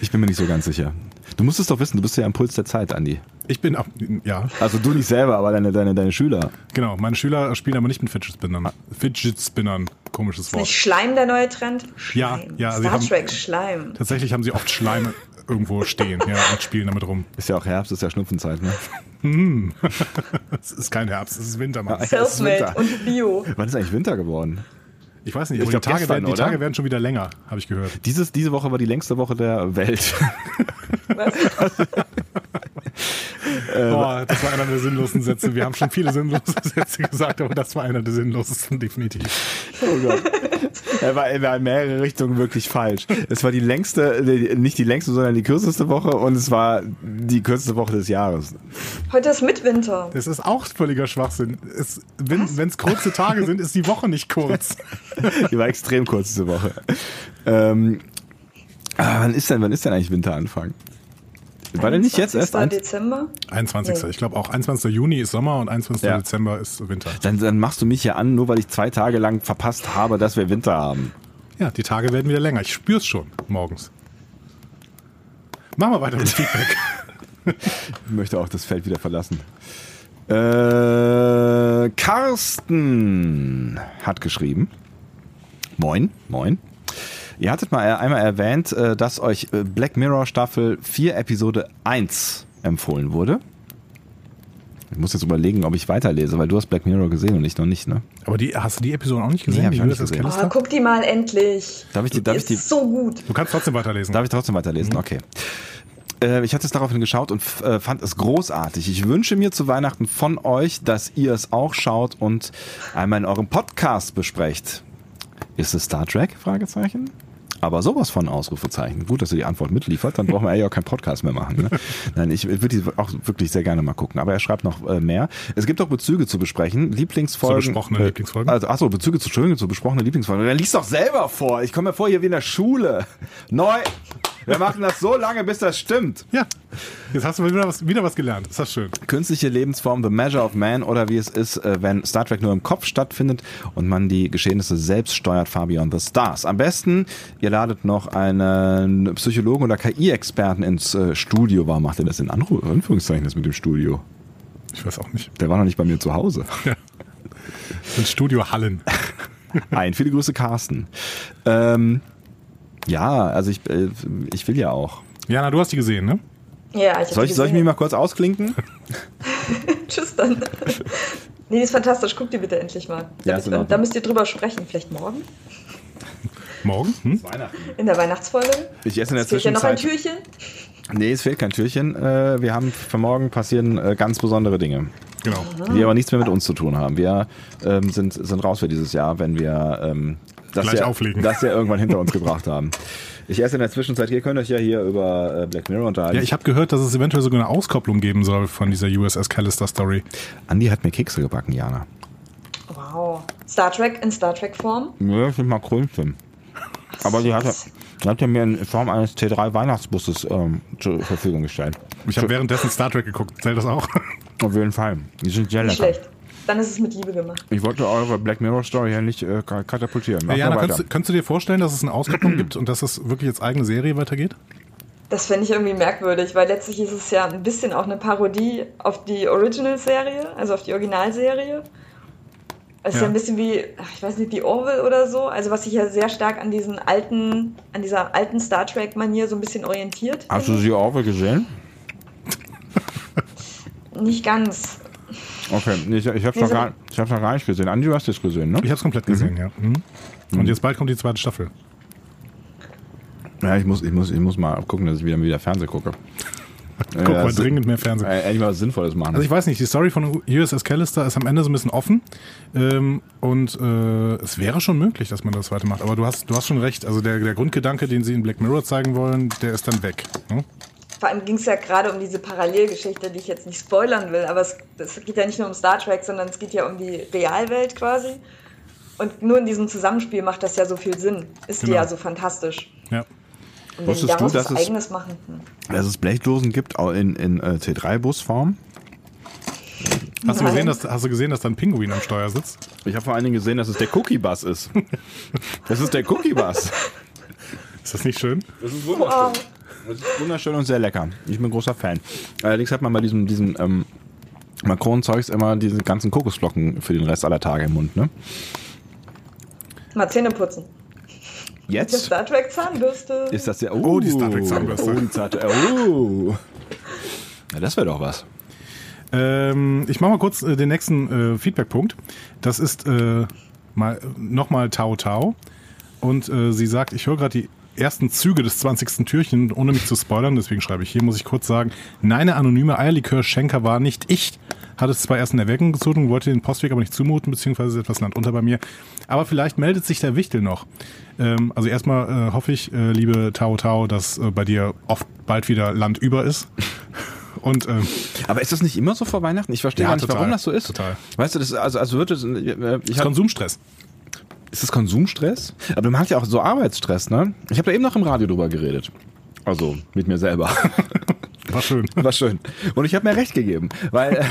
Speaker 2: Ich bin mir nicht so ganz sicher. Du musst es doch wissen, du bist ja am Puls der Zeit, Andi.
Speaker 1: Ich bin ab, ja,
Speaker 2: Also du nicht selber, aber deine, deine, deine Schüler.
Speaker 1: Genau, meine Schüler spielen aber nicht mit Fidget Spinnern. Fidget Spinnern, komisches
Speaker 3: Nicht
Speaker 1: Wort.
Speaker 3: Schleim der neue Trend?
Speaker 1: Ja,
Speaker 3: Schleim.
Speaker 1: ja, sie
Speaker 3: Star
Speaker 1: haben-
Speaker 3: Trek Schleim.
Speaker 1: Tatsächlich haben sie oft Schleime irgendwo stehen ja, und spielen damit rum.
Speaker 2: Ist ja auch Herbst, ist ja Schnupfenzeit, ne?
Speaker 1: Es ist kein Herbst, es ist Winter, Mann.
Speaker 2: Ja, es ist
Speaker 3: Selfmade
Speaker 2: Winter.
Speaker 3: und Bio.
Speaker 2: Wann ist eigentlich Winter geworden?
Speaker 1: Ich weiß nicht, aber
Speaker 2: Ich glaub,
Speaker 1: die, Tage,
Speaker 2: gestern,
Speaker 1: werden, die
Speaker 2: oder?
Speaker 1: Tage werden schon wieder länger, habe ich gehört.
Speaker 2: Dieses, diese Woche war die längste Woche der Welt.
Speaker 3: Was?
Speaker 2: Äh,
Speaker 1: Boah, das war einer der sinnlosen Sätze. Wir haben schon viele sinnlose Sätze gesagt, aber das war einer der sinnlosesten, definitiv.
Speaker 2: Oh Gott. Er war, er war in mehrere Richtungen wirklich falsch. Es war die längste, die- nicht die längste, sondern die kürzeste Woche und es war die kürzeste Woche des Jahres.
Speaker 3: Heute ist Mitwinter.
Speaker 1: Das ist auch völliger Schwachsinn. Es, wenn es kurze Tage sind, ist die Woche nicht kurz.
Speaker 2: Die war extrem kurz diese Woche. Ähm, ah, wann ist denn, wann ist denn eigentlich Winteranfang? War der nicht jetzt erst?
Speaker 3: 20.
Speaker 2: An,
Speaker 3: Dezember?
Speaker 1: 21. Ich glaube auch 21. Juni ist Sommer und 21.
Speaker 2: Ja.
Speaker 1: Dezember ist Winter.
Speaker 2: dann, dann machst du mich ja an, nur weil ich zwei Tage lang verpasst habe, dass wir Winter haben.
Speaker 1: Ja, die Tage werden wieder länger. Ich spür's schon morgens. Machen wir weiter mit Feedback.
Speaker 2: Ich möchte auch das Feld wieder verlassen. Äh, Carsten hat geschrieben. Moin, moin. Ihr hattet mal einmal erwähnt, äh, dass euch äh, Black Mirror Staffel 4 Episode 1 empfohlen wurde. Ich muss jetzt überlegen, ob ich weiterlese, weil du hast Black Mirror gesehen und ich noch nicht, ne?
Speaker 1: Aber die, hast du die Episode auch nicht
Speaker 2: Nee,
Speaker 1: gesehen?
Speaker 2: hab ich
Speaker 1: die
Speaker 2: auch nicht
Speaker 1: USS
Speaker 2: gesehen.
Speaker 3: Oh,
Speaker 1: Callister?
Speaker 3: guck die mal endlich.
Speaker 2: Darf ich die- darf
Speaker 3: die
Speaker 2: ich
Speaker 3: ist
Speaker 2: die-
Speaker 3: so gut.
Speaker 1: Du kannst trotzdem weiterlesen.
Speaker 2: Darf ich trotzdem weiterlesen? Okay. Äh, Ich hatte es daraufhin geschaut und f- äh, fand es großartig. Ich wünsche mir zu Weihnachten von euch, dass ihr es auch schaut und einmal in eurem Podcast besprecht. Ist es Star Trek? Fragezeichen. aber sowas von Ausrufezeichen. Gut, dass du die Antwort mitliefert, dann brauchen wir ja auch keinen Podcast mehr machen. Ne? Nein, ich würde die auch wirklich sehr gerne mal gucken. Aber er schreibt noch äh, mehr. Es gibt auch Bezüge zu besprechen, Lieblingsfolgen.
Speaker 1: Zu besprochene
Speaker 2: äh,
Speaker 1: Lieblingsfolgen?
Speaker 2: Also, achso, Bezüge zu schönen, zu besprochenen Lieblingsfolgen. Dann liest doch selber vor. Ich komme mir vor hier wie in der Schule. Neu. Wir machen das so lange, bis das stimmt.
Speaker 1: Ja, jetzt hast du wieder was, wieder was gelernt. Ist das schön.
Speaker 2: Künstliche Lebensform, The Measure of Man oder wie es ist, äh, wenn Star Trek nur im Kopf stattfindet und man die Geschehnisse selbst steuert, Fabian the Stars. Am besten, ihr ladet noch einen Psychologen oder KI-Experten ins äh, Studio. Warum macht ihr das in Anru Anführungszeichen das mit dem Studio?
Speaker 1: Ich weiß auch nicht.
Speaker 2: Der war noch nicht bei mir zu Hause.
Speaker 1: Das sind Studio Hallen.
Speaker 2: Ein, viele Grüße, Carsten. Ähm, ja, also ich, äh, ich will ja auch.
Speaker 1: Jana, du hast die gesehen, ne?
Speaker 3: Ja, ich hab
Speaker 2: Soll
Speaker 3: die
Speaker 2: ich, soll ich mich
Speaker 3: gesehen.
Speaker 2: mal kurz ausklinken?
Speaker 3: Tschüss dann. nee, die ist fantastisch. Guck die bitte endlich mal.
Speaker 2: Ja,
Speaker 3: Da,
Speaker 2: ist in Ordnung.
Speaker 3: da müsst ihr drüber sprechen. Vielleicht morgen?
Speaker 1: Morgen? Hm?
Speaker 3: In der Weihnachtsfolge?
Speaker 2: Ich esse in der
Speaker 3: Es fehlt ja noch ein
Speaker 2: Zwischenzeit.
Speaker 3: Türchen.
Speaker 2: Nee, es fehlt kein Türchen. Äh, wir haben für morgen passieren äh, ganz besondere Dinge,
Speaker 1: Genau.
Speaker 3: Ne?
Speaker 2: die aber nichts mehr mit uns zu tun haben. Wir ähm, sind, sind raus für dieses Jahr, wenn wir ähm, das,
Speaker 1: Gleich
Speaker 2: ja,
Speaker 1: auflegen.
Speaker 2: das ja irgendwann hinter uns gebracht haben. Ich esse in der Zwischenzeit, ihr könnt euch ja hier über äh, Black Mirror unterhalten.
Speaker 1: Ja, ich habe gehört, dass es eventuell sogar eine Auskopplung geben soll von dieser USS Callister Story.
Speaker 2: Andi hat mir Kekse gebacken, Jana.
Speaker 3: Wow. Star Trek in Star Trek Form?
Speaker 2: Ja, das sind mal Krönchen. Aber sie hatte, sie hatte mir in Form eines T3-Weihnachtsbusses ähm, zur Verfügung gestellt.
Speaker 1: Ich habe währenddessen Star Trek geguckt. Zählt das auch?
Speaker 2: Auf jeden Fall. Die sind sehr
Speaker 3: Nicht
Speaker 2: lecker.
Speaker 3: schlecht. Dann ist es mit Liebe gemacht.
Speaker 2: Ich wollte eure Black Mirror Story ja nicht äh, ka- katapultieren. Mach
Speaker 1: Ja, Jana,
Speaker 2: mal weiter.
Speaker 1: kannst, du- kannst du dir vorstellen, dass es eine Auskopplung gibt und dass es wirklich als eigene Serie weitergeht?
Speaker 3: Das fände ich irgendwie merkwürdig, weil letztlich ist es ja ein bisschen auch eine Parodie auf die Original-Serie, also auf die Originalserie. Es ist ja.
Speaker 1: Ja.
Speaker 3: ein bisschen wie, ach, ich weiß nicht, die Orville oder so. Also was sich ja sehr stark an diesen alten, an dieser alten Star Trek-Manier so ein bisschen orientiert.
Speaker 2: Hast du sie auch gesehen?
Speaker 3: Nicht ganz.
Speaker 2: Okay, nee, ich, ich hab's
Speaker 3: Nee,
Speaker 2: noch
Speaker 3: so-
Speaker 2: gar, ich hab's noch gar nicht gesehen. Andi, du hast es gesehen, ne?
Speaker 1: Ich habe es komplett gesehen, ja. Mhm. Und jetzt bald kommt die zweite Staffel.
Speaker 2: Ja, ich muss, ich muss, ich muss mal gucken, dass ich wieder, wieder Fernsehen gucke.
Speaker 1: Guck mal, dringend mehr Fernsehen.
Speaker 2: Äh, endlich mal was Sinnvolles machen.
Speaker 1: Also ich weiß nicht, die Story von USS Callister ist am Ende so ein bisschen offen ähm, und äh, es wäre schon möglich, dass man das weitermacht. Aber du hast, du hast schon recht. Also der, der Grundgedanke, den sie in Black Mirror zeigen wollen, der ist dann weg. Ne?
Speaker 3: Vor allem ging es ja gerade um diese Parallelgeschichte, die ich jetzt nicht spoilern will, aber es, es geht ja nicht nur um Star Trek, sondern es geht ja um die Realwelt quasi. Und nur in diesem Zusammenspiel macht das ja so viel Sinn. Ist die
Speaker 1: Genau.
Speaker 3: ja so fantastisch.
Speaker 1: Ja.
Speaker 3: Und wenn die
Speaker 2: Wusstest du,
Speaker 3: daraus
Speaker 2: dass
Speaker 3: was
Speaker 2: es-
Speaker 3: eigenes machen. Hm.
Speaker 2: dass es Blechdosen gibt, auch in, in äh, T3-Busform.
Speaker 1: Hast, du
Speaker 3: Nein.
Speaker 1: gesehen, dass, hast du gesehen, dass da ein Pinguin am Steuer sitzt?
Speaker 2: Ich habe vor allen Dingen gesehen, dass es der Cookie-Bus ist. Das ist der Cookie-Bus.
Speaker 1: Ist das nicht schön?
Speaker 2: Das ist wunderschön.
Speaker 3: Oh.
Speaker 2: Das ist wunderschön und sehr lecker. Ich bin großer Fan. Allerdings hat man bei diesem, diesem ähm, Macron-Zeugs immer diese ganzen Kokosflocken für den Rest aller Tage im Mund, ne?
Speaker 3: Mal Zähne putzen. Mit der
Speaker 2: Jetzt
Speaker 3: Star Trek Zahnbürste.
Speaker 2: ist das ja.
Speaker 1: Oh, die Star Trek Zahnbürste.
Speaker 2: Oh, die Star Trek- oh. Ja, das wäre doch was.
Speaker 1: Ähm, ich mache mal kurz äh, den nächsten äh, Feedbackpunkt. Das ist äh, mal, nochmal Tau Tau. Und äh, sie sagt, ich höre gerade die ersten Züge des 20. Türchen, ohne mich zu spoilern, deswegen schreibe ich hier, muss ich kurz sagen, nein, der anonyme Eierlikör-Schenker war nicht ich. Hat es zwar erst in Erwägung gezogen, wollte den Postweg aber nicht zumuten, beziehungsweise ist etwas Land unter bei mir. Aber vielleicht meldet sich der Wichtel noch. Ähm, also erstmal äh, hoffe ich, äh, liebe Tau Tau, dass äh, bei dir oft bald wieder Land über ist. Und ähm,
Speaker 2: Aber ist das nicht immer so vor Weihnachten? Ich verstehe
Speaker 1: Ja,
Speaker 2: gar nicht,
Speaker 1: total.
Speaker 2: warum das so ist.
Speaker 1: Total.
Speaker 2: Weißt du, das ist also, also wird es. äh, Ich hab,
Speaker 1: Konsumstress.
Speaker 2: ist das Konsumstress? Aber man hat ja auch so Arbeitsstress, ne? Ich habe da eben noch im Radio drüber geredet. Also mit mir selber.
Speaker 1: War schön.
Speaker 2: War schön. Und ich habe mir recht gegeben, weil äh,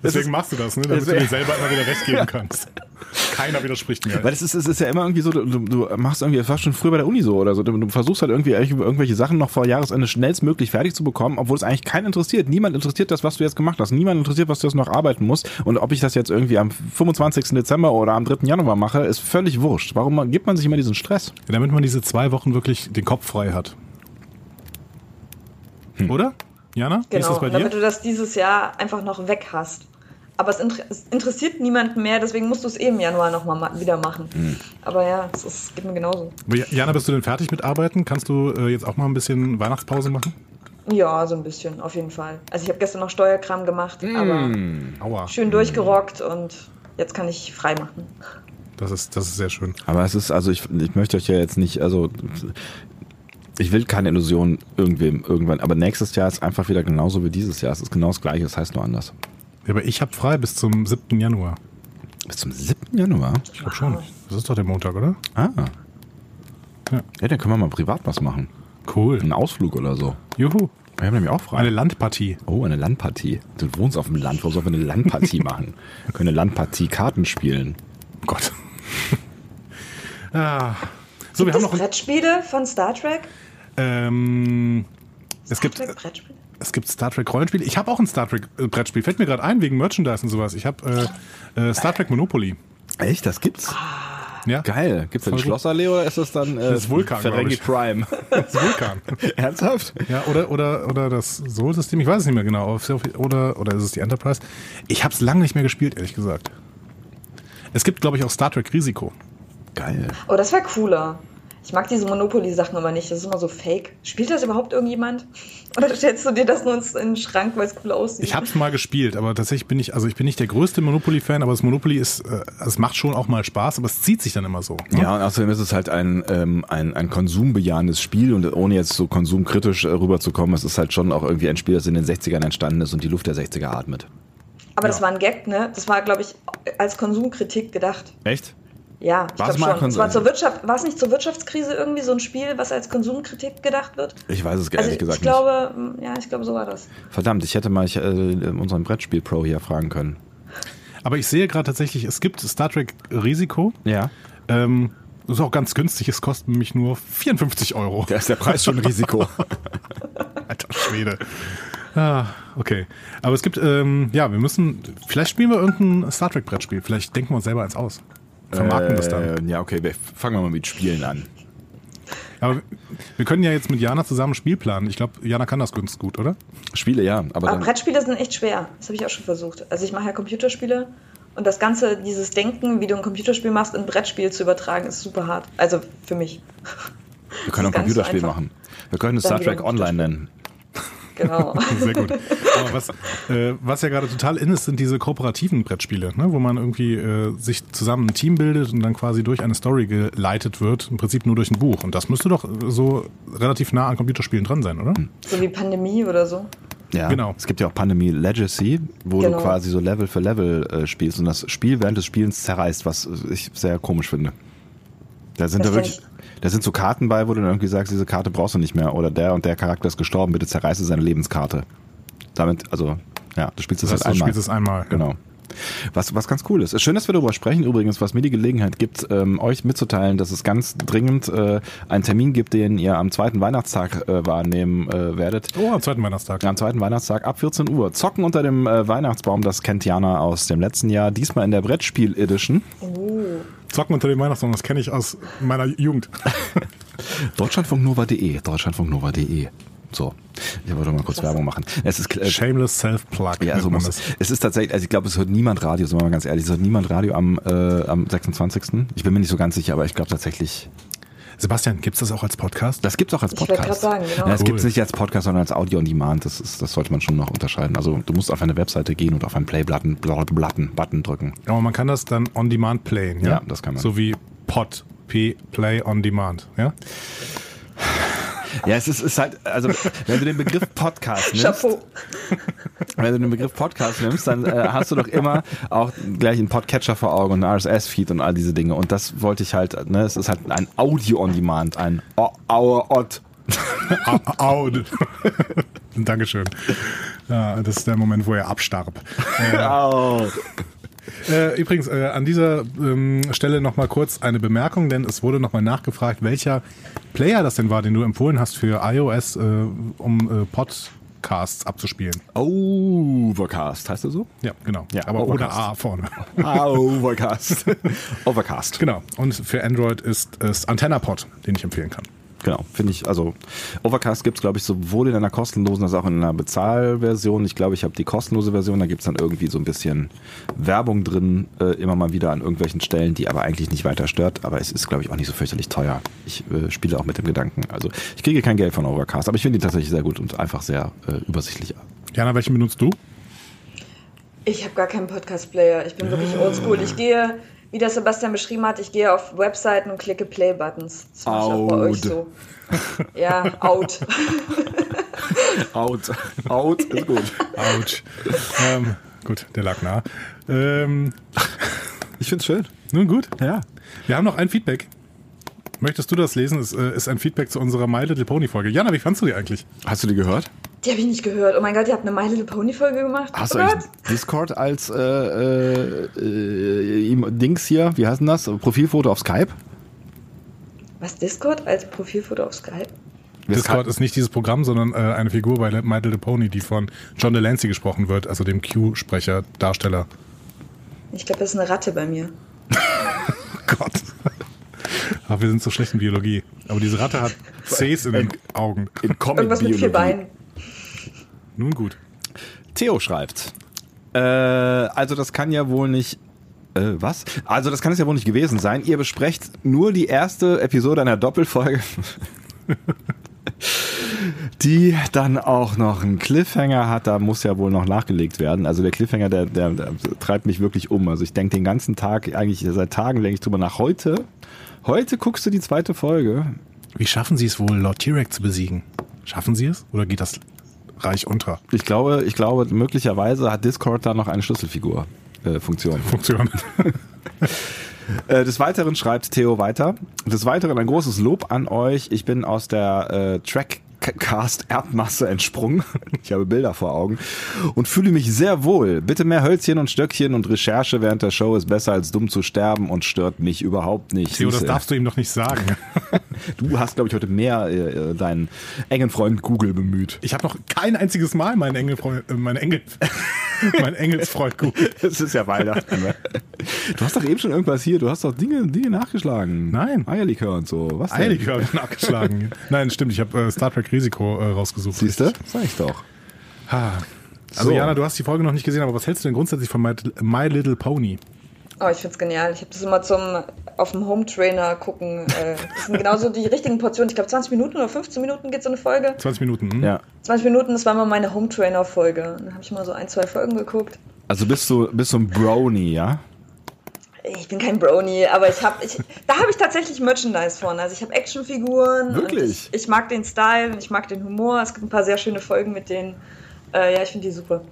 Speaker 1: Deswegen machst du das, ne? damit du
Speaker 2: Deswegen-
Speaker 1: dir selber immer wieder recht geben kannst. Keiner widerspricht mir.
Speaker 2: Weil es ist, es ist ja immer irgendwie so, du, du- du machst irgendwie, das war schon früher bei der Uni so oder so, du, du versuchst halt irgendwie irgendw- irgendwelche Sachen noch vor Jahresende schnellstmöglich fertig zu bekommen, obwohl es eigentlich keinen interessiert. Niemand interessiert das, was du jetzt gemacht hast. Niemand interessiert, was du jetzt noch arbeiten musst. Und ob ich das jetzt irgendwie am 25. Dezember oder am 3. Januar mache, ist völlig wurscht. Warum man- gibt man sich immer diesen Stress?
Speaker 1: Ja, damit man diese zwei Wochen wirklich den Kopf frei hat. Oder? Jana, wie ist
Speaker 3: genau.
Speaker 1: das bei
Speaker 3: Damit du
Speaker 1: dir?
Speaker 3: das dieses Jahr einfach noch weg hast. Aber es, inter es interessiert niemanden mehr, deswegen musst du es eh im Januar nochmal ma wieder machen. Aber ja, es ist, geht mir genauso.
Speaker 1: Aber Ja- Jana, bist du denn fertig mit Arbeiten? Kannst du äh, jetzt auch mal ein bisschen Weihnachtspause machen?
Speaker 3: Ja, so ein bisschen, auf jeden Fall. Also ich habe gestern noch Steuerkram gemacht, aber
Speaker 1: Aua.
Speaker 3: schön durchgerockt und jetzt kann ich frei machen.
Speaker 1: Das ist, das ist sehr schön.
Speaker 2: Aber es ist, also ich, ich möchte euch ja jetzt nicht, also ich will keine Illusion irgendwem irgendwann, aber nächstes Jahr ist einfach wieder genauso wie dieses Jahr. Es ist genau das gleiche, es heißt nur anders.
Speaker 1: Ja, aber ich habe frei bis zum 7. Januar.
Speaker 2: Bis zum 7. Januar?
Speaker 1: Ich glaube schon. Das ist doch der Montag, oder?
Speaker 2: Ah. Ja. ja, dann können wir mal privat was machen.
Speaker 1: Cool.
Speaker 2: Einen Ausflug oder so.
Speaker 1: Juhu.
Speaker 2: Wir haben nämlich auch frei.
Speaker 1: Eine Landpartie.
Speaker 2: Oh, eine Landpartie. Du wohnst auf dem Land, warum sollen wir eine Landpartie machen? Wir können eine Landpartie Karten spielen.
Speaker 1: Oh Gott. ah.
Speaker 3: So, gibt wir haben noch Brettspiele von Star Trek?
Speaker 1: Ähm,
Speaker 3: Star
Speaker 1: es gibt
Speaker 3: Trek Brettspiele?
Speaker 1: es gibt Star Trek Rollenspiele. Ich habe auch ein Star Trek äh, Brettspiel. Fällt mir gerade ein wegen Merchandise und sowas. Ich habe äh, äh, Star Trek Monopoly.
Speaker 2: Echt? Das gibt's?
Speaker 1: Ja.
Speaker 2: Ah, Geil. Gibt's da die
Speaker 1: Voll gut.
Speaker 2: Schlossallee oder ist das dann äh,
Speaker 1: Das ist Vulkan, glaub
Speaker 2: Ferengi
Speaker 1: ich.
Speaker 2: Prime?
Speaker 1: Das Vulkan.
Speaker 2: Ernsthaft?
Speaker 1: Ja, oder, oder, oder das Soul-System, ich weiß es nicht mehr genau. Auf- auf- Oder, oder ist es die Enterprise? Ich habe es lange nicht mehr gespielt, ehrlich gesagt. Es gibt, glaube ich, auch Star Trek Risiko.
Speaker 2: Geil.
Speaker 3: Oh, das wäre cooler. Ich mag diese Monopoly-Sachen immer nicht. Das ist immer so fake. Spielt das überhaupt irgendjemand? Oder stellst du dir das nur ins- in den Schrank, weil es cool aussieht?
Speaker 1: Ich habe es mal gespielt, aber tatsächlich bin ich, also ich bin nicht der größte Monopoly-Fan, aber das Monopoly ist, äh, es macht schon auch mal Spaß, aber es zieht sich dann immer so. ne?
Speaker 2: Ja, und außerdem ist es halt ein, ähm, ein, ein konsumbejahendes Spiel und ohne jetzt so konsumkritisch äh, rüberzukommen, es ist halt schon auch irgendwie ein Spiel, das in den 60ern entstanden ist und die Luft der 60er atmet.
Speaker 3: Aber das war ein Gag, ne? Das war, glaube ich, als Konsumkritik gedacht.
Speaker 2: Echt?
Speaker 3: Ja, ich
Speaker 2: War's
Speaker 3: glaube
Speaker 2: mal
Speaker 3: schon. Es
Speaker 2: Konsum-
Speaker 3: war zur Wirtschaft, war es nicht zur Wirtschaftskrise irgendwie so ein Spiel, was als Konsumkritik gedacht wird?
Speaker 2: Ich weiß es ehrlich
Speaker 3: Also ich,
Speaker 2: gesagt Also
Speaker 3: ich glaube, mm, ja, ich glaube, so war das.
Speaker 2: nicht. Verdammt, ich hätte mal ich, äh, unseren Brettspiel-Pro hier fragen können.
Speaker 1: Aber ich sehe gerade tatsächlich, es gibt Star Trek Risiko.
Speaker 2: Ja.
Speaker 1: Ähm, das ist auch ganz günstig, es kostet nämlich nur 54 Euro.
Speaker 2: Da ist der Preis schon ein Risiko.
Speaker 1: Alter Schwede. Ah, okay. Aber es gibt, ähm, ja, wir müssen, vielleicht spielen wir irgendein Star Trek Brettspiel. Vielleicht denken wir uns selber eins aus. Vermarkten das dann.
Speaker 2: Äh, ja, okay, wir fangen wir mal mit Spielen an.
Speaker 1: Aber wir können ja jetzt mit Jana zusammen ein Spiel planen. Ich glaube, Jana kann das ganz gut, oder?
Speaker 2: Spiele, ja, aber
Speaker 3: Aber
Speaker 2: dann,
Speaker 3: Brettspiele sind echt schwer. Das habe ich auch schon versucht. Also ich mache ja Computerspiele und das ganze, dieses Denken, wie du ein Computerspiel machst, in ein Brettspiel zu übertragen, ist super hart. Also für mich.
Speaker 2: wir können ein
Speaker 3: ist gar nicht so
Speaker 2: Computerspiel
Speaker 3: einfach.
Speaker 2: machen. Wir können es
Speaker 3: Dann
Speaker 2: Star
Speaker 3: wieder
Speaker 2: Trek
Speaker 3: ein
Speaker 2: Online nennen.
Speaker 3: Genau.
Speaker 1: Sehr gut. Aber was, äh, was ja gerade total in ist, sind diese kooperativen Brettspiele, ne? wo man irgendwie äh, sich zusammen ein Team bildet und dann quasi durch eine Story geleitet wird. Im Prinzip nur durch ein Buch. Und das müsste doch äh, so relativ nah an Computerspielen dran sein, oder?
Speaker 2: Hm,
Speaker 3: so wie Pandemie oder so.
Speaker 2: Ja,
Speaker 1: Genau.
Speaker 2: Es gibt ja auch Pandemie Legacy, wo
Speaker 3: Genau.
Speaker 2: du quasi so Level für Level äh, spielst und das Spiel während des Spielens zerreißt, was ich sehr komisch finde. Da sind
Speaker 3: Das
Speaker 2: da wirklich, da sind so Karten bei, wo du dann irgendwie sagst, diese Karte brauchst du nicht mehr oder der und der Charakter ist gestorben, bitte zerreiße seine Lebenskarte. Damit, also, ja, du spielst das,
Speaker 1: Das heißt,
Speaker 2: halt
Speaker 1: du
Speaker 2: einmal.
Speaker 1: spielst es einmal.
Speaker 2: Genau. Was, was ganz cool ist. Ist Schön, dass wir darüber sprechen übrigens, was mir die Gelegenheit gibt, ähm, euch mitzuteilen, dass es ganz dringend äh, einen Termin gibt, den ihr am zweiten Weihnachtstag äh, wahrnehmen äh, werdet.
Speaker 1: Oh, am zweiten Weihnachtstag.
Speaker 2: Am zweiten Weihnachtstag ab 14 Uhr. Zocken unter dem äh, Weihnachtsbaum, das kennt Jana aus dem letzten Jahr. Diesmal in der Brettspiel-Edition.
Speaker 3: Uh,
Speaker 1: Zocken unter dem Weihnachtsbaum, das kenne ich aus meiner Jugend.
Speaker 2: Deutschlandfunknova.de. Deutschlandfunknova.de. So, ich wollte mal kurz Werbung machen. Es ist äh,
Speaker 1: Shameless Self-Plug.
Speaker 2: Ja, so
Speaker 1: nennt man
Speaker 2: muss es. Es ist tatsächlich, also ich glaube, es hört niemand Radio, sind wir mal ganz ehrlich, es hört niemand Radio am, äh, am 26. Ich bin mir nicht so ganz sicher, aber ich glaube tatsächlich,
Speaker 1: Sebastian, gibt's das auch als Podcast?
Speaker 2: das gibt's auch als
Speaker 3: Ich wollte
Speaker 2: Podcast.
Speaker 3: gerade sagen, genau.
Speaker 2: ja, es
Speaker 1: Cool.
Speaker 2: gibt's nicht als Podcast, sondern als Audio on Demand. Das, ist, das sollte man schon noch unterscheiden. Also du musst auf eine Webseite gehen und auf einen Play-Button Button, Button drücken.
Speaker 1: Aber man kann das dann on demand playen, ja?
Speaker 2: Ja, das kann man.
Speaker 1: So wie Pod, P, Play on demand, ja?
Speaker 2: Ja, es ist, ist halt, also wenn du den Begriff Podcast nimmst,
Speaker 3: Chapeau.
Speaker 2: wenn du den Begriff Podcast nimmst, dann äh, hast du doch immer auch gleich einen Podcatcher vor Augen und einen RSS-Feed und all diese Dinge. Und das wollte ich halt, ne, es ist halt ein Audio on Demand, ein O- Our Odd.
Speaker 1: Au- Au. Dankeschön. Ja, das ist der Moment, wo er abstarb.
Speaker 2: Oh.
Speaker 1: Äh, übrigens, äh, an dieser ähm, Stelle nochmal kurz eine Bemerkung, denn es wurde nochmal nachgefragt, welcher Player das denn war, den du empfohlen hast für iOS, äh, um äh, Podcasts abzuspielen.
Speaker 2: Overcast, heißt er so?
Speaker 1: Ja, genau.
Speaker 2: Ja,
Speaker 1: Aber ohne
Speaker 2: Overcast.
Speaker 1: A vorne.
Speaker 2: Overcast. Overcast.
Speaker 1: Genau. Und für Android ist es AntennaPod, den ich empfehlen kann.
Speaker 2: Genau, finde ich, also Overcast gibt es, glaube ich, sowohl in einer kostenlosen als auch in einer Bezahlversion. Ich glaube, ich habe die kostenlose Version, da gibt es dann irgendwie so ein bisschen Werbung drin, äh, immer mal wieder an irgendwelchen Stellen, die aber eigentlich nicht weiter stört. Aber es ist, glaube ich, auch nicht so fürchterlich teuer. Ich äh, spiele auch mit dem Gedanken. Also ich kriege kein Geld von Overcast, aber ich finde die tatsächlich sehr gut und einfach sehr äh, übersichtlich.
Speaker 1: Jana, welchen benutzt du?
Speaker 3: Ich habe gar keinen Podcast-Player. Ich bin wirklich oldschool. Ich gehe wie das Sebastian beschrieben hat, ich gehe auf Webseiten und klicke Play-Buttons. Das mache ich auch bei euch so. Ja, out.
Speaker 2: Out. Out ist gut.
Speaker 1: Autsch. ähm, gut, der lag nah. Ähm,
Speaker 2: Ich find's schön.
Speaker 1: nun gut.
Speaker 2: Ja.
Speaker 1: Wir haben noch ein Feedback. Möchtest du das lesen? Es äh, ist ein Feedback zu unserer My Little Pony Folge. Jana, wie fandst du die eigentlich?
Speaker 2: Hast du die gehört?
Speaker 3: Die habe ich nicht gehört. Oh mein Gott, ihr habt eine My Little Pony Folge gemacht.
Speaker 2: Hast
Speaker 3: oh
Speaker 2: du
Speaker 3: Gott.
Speaker 2: eigentlich Discord als äh, äh, äh, im- Dings hier, wie heißt denn das? Profilfoto auf Skype?
Speaker 3: Was, Discord als Profilfoto auf Skype?
Speaker 2: Wer
Speaker 1: Discord
Speaker 2: Skype-
Speaker 1: ist nicht dieses Programm, sondern äh, eine Figur bei My Little Pony, die von John Delancey gesprochen wird, also dem Q-Sprecher, Darsteller.
Speaker 3: Ich glaube, das ist eine Ratte bei mir.
Speaker 1: Gott. Aber wir sind so schlecht in Biologie. Aber diese Ratte hat Cs in den Augen.
Speaker 2: in Comic
Speaker 3: Irgendwas mit vier Beinen.
Speaker 1: Nun gut.
Speaker 2: Theo schreibt. Äh, also das kann ja wohl nicht. Äh, was? Also das kann es ja wohl nicht gewesen sein. Ihr besprecht nur die erste Episode einer Doppelfolge. Die dann auch noch einen Cliffhanger hat, da muss ja wohl noch nachgelegt werden. Also der Cliffhanger, der, der, der treibt mich wirklich um. Also ich denke den ganzen Tag, eigentlich seit Tagen denke ich drüber nach. Heute, heute guckst du die zweite Folge.
Speaker 1: Wie schaffen sie es wohl, Lord T-Rex zu besiegen? Schaffen sie es? Oder geht das Reich unter?
Speaker 2: Ich glaube, ich glaube, möglicherweise hat Discord da noch eine Schlüsselfigur. Äh, Funktion.
Speaker 1: Funktion.
Speaker 2: Äh, des Weiteren schreibt Theo weiter. Des Weiteren ein großes Lob an euch. Ich bin aus der äh, Trackcast Erdmasse entsprungen. Ich habe Bilder vor Augen und fühle mich sehr wohl. Bitte mehr Hölzchen und Stöckchen und Recherche während der Show ist besser als dumm zu sterben und stört mich überhaupt nicht.
Speaker 1: Theo, das
Speaker 2: Siehste.
Speaker 1: darfst du ihm doch nicht sagen.
Speaker 2: du hast glaube ich heute mehr äh, äh, deinen engen Freund Google bemüht.
Speaker 1: Ich habe noch kein einziges Mal meinen Engelfreund, äh, meinen Engel, meinen Engelsfreund gut.
Speaker 2: Es ist ja Weihnachten. Ne? Du hast doch eben schon irgendwas hier. Du hast doch Dinge, Dinge nachgeschlagen.
Speaker 1: Nein.
Speaker 2: Eierlikör und so. Was denn?
Speaker 1: Eilig habe ich nachgeschlagen. Nein, stimmt, ich habe äh, Star Trek Risiko äh, rausgesucht.
Speaker 2: Siehst du? Sag ich doch.
Speaker 1: Ha. Also
Speaker 2: So.
Speaker 1: Jana, du hast die Folge noch nicht gesehen, aber was hältst du denn grundsätzlich von My, My Little Pony?
Speaker 3: Oh, ich find's genial. Ich habe das immer zum auf dem Home Trainer gucken. äh, Das sind genauso die richtigen Portionen. Ich glaube, 20 Minuten oder 15 Minuten geht so eine Folge.
Speaker 1: 20 Minuten. Hm?
Speaker 2: Ja.
Speaker 3: 20 Minuten, das war mal meine Home Trainer Folge. Dann habe ich mal so ein, zwei Folgen geguckt.
Speaker 2: Also bist du, bist du ein Brownie, ja?
Speaker 3: Ich bin kein Brony, aber ich habe, ich, da habe ich tatsächlich Merchandise von. Also ich habe Actionfiguren.
Speaker 2: Wirklich?
Speaker 3: Und ich, ich mag den Style und ich mag den Humor. Es gibt ein paar sehr schöne Folgen mit denen. Äh, ja, ich finde die super.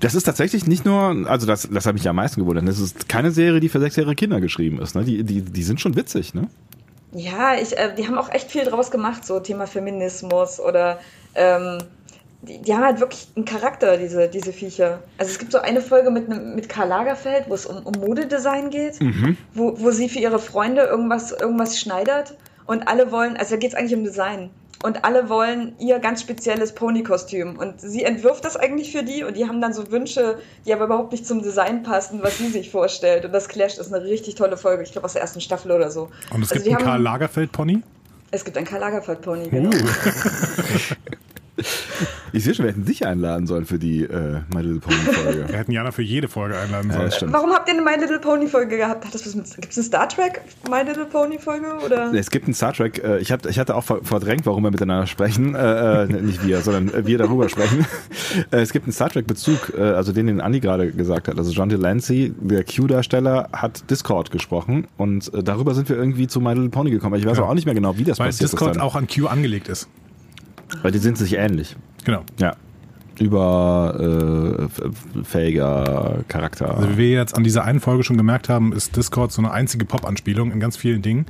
Speaker 2: Das ist tatsächlich nicht nur, also das, das hat mich am meisten gewundert. Das ist keine Serie, die für sechsjährige Kinder geschrieben ist. Ne? Die, die, die sind schon witzig, ne?
Speaker 3: Ja, ich, äh, die haben auch echt viel draus gemacht, so Thema Feminismus oder ähm, die, die haben halt wirklich einen Charakter, diese, diese Viecher. Also es gibt so eine Folge mit, einem- mit Karl Lagerfeld, wo es um, um Modedesign geht,
Speaker 1: Mhm.
Speaker 3: wo, wo sie für ihre Freunde irgendwas, irgendwas schneidert und alle wollen, also da geht's eigentlich um Design. Und alle wollen ihr ganz spezielles Pony-Kostüm. Und sie entwirft das eigentlich für die und die haben dann so Wünsche, die aber überhaupt nicht zum Design passen, was sie sich vorstellt. Und das Clash ist eine richtig tolle Folge, ich glaube aus der ersten Staffel oder so.
Speaker 1: Und es
Speaker 3: Also
Speaker 1: gibt
Speaker 3: die
Speaker 1: einen Karl
Speaker 3: haben-
Speaker 1: Lagerfeld-Pony?
Speaker 3: es gibt einen Karl Lagerfeld-Pony, genau.
Speaker 2: Ich sehe schon, wir hätten dich einladen sollen für die äh, My Little Pony Folge.
Speaker 1: Wir hätten Jana für jede Folge einladen sollen.
Speaker 2: stimmt.
Speaker 3: Warum habt ihr eine My Little Pony-Folge gehabt? Hat das was mit. Gibt es eine Star Trek My Little Pony-Folge? Oder?
Speaker 2: Es gibt einen Star Trek, äh, ich, hab, ich hatte auch ver- verdrängt, warum wir miteinander sprechen. Äh, äh, nicht wir, sondern äh, wir darüber sprechen. Äh, es gibt einen Star Trek-Bezug, äh, also den, den Andi gerade gesagt hat. Also John Delancey, der Q-Darsteller, hat Discord gesprochen und äh, darüber sind wir irgendwie zu My Little Pony gekommen. Ich weiß
Speaker 1: Ja.
Speaker 2: aber auch nicht mehr genau, wie das
Speaker 1: Weil
Speaker 2: passiert ist.
Speaker 1: Discord
Speaker 2: dann.
Speaker 1: auch an Q angelegt ist.
Speaker 2: Weil die sind sich ähnlich.
Speaker 1: Genau.
Speaker 2: Ja. Über äh, f- fähiger Charakter.
Speaker 1: Also wie wir jetzt an dieser einen Folge schon gemerkt haben, ist Discord so eine einzige Pop-Anspielung in ganz vielen Dingen.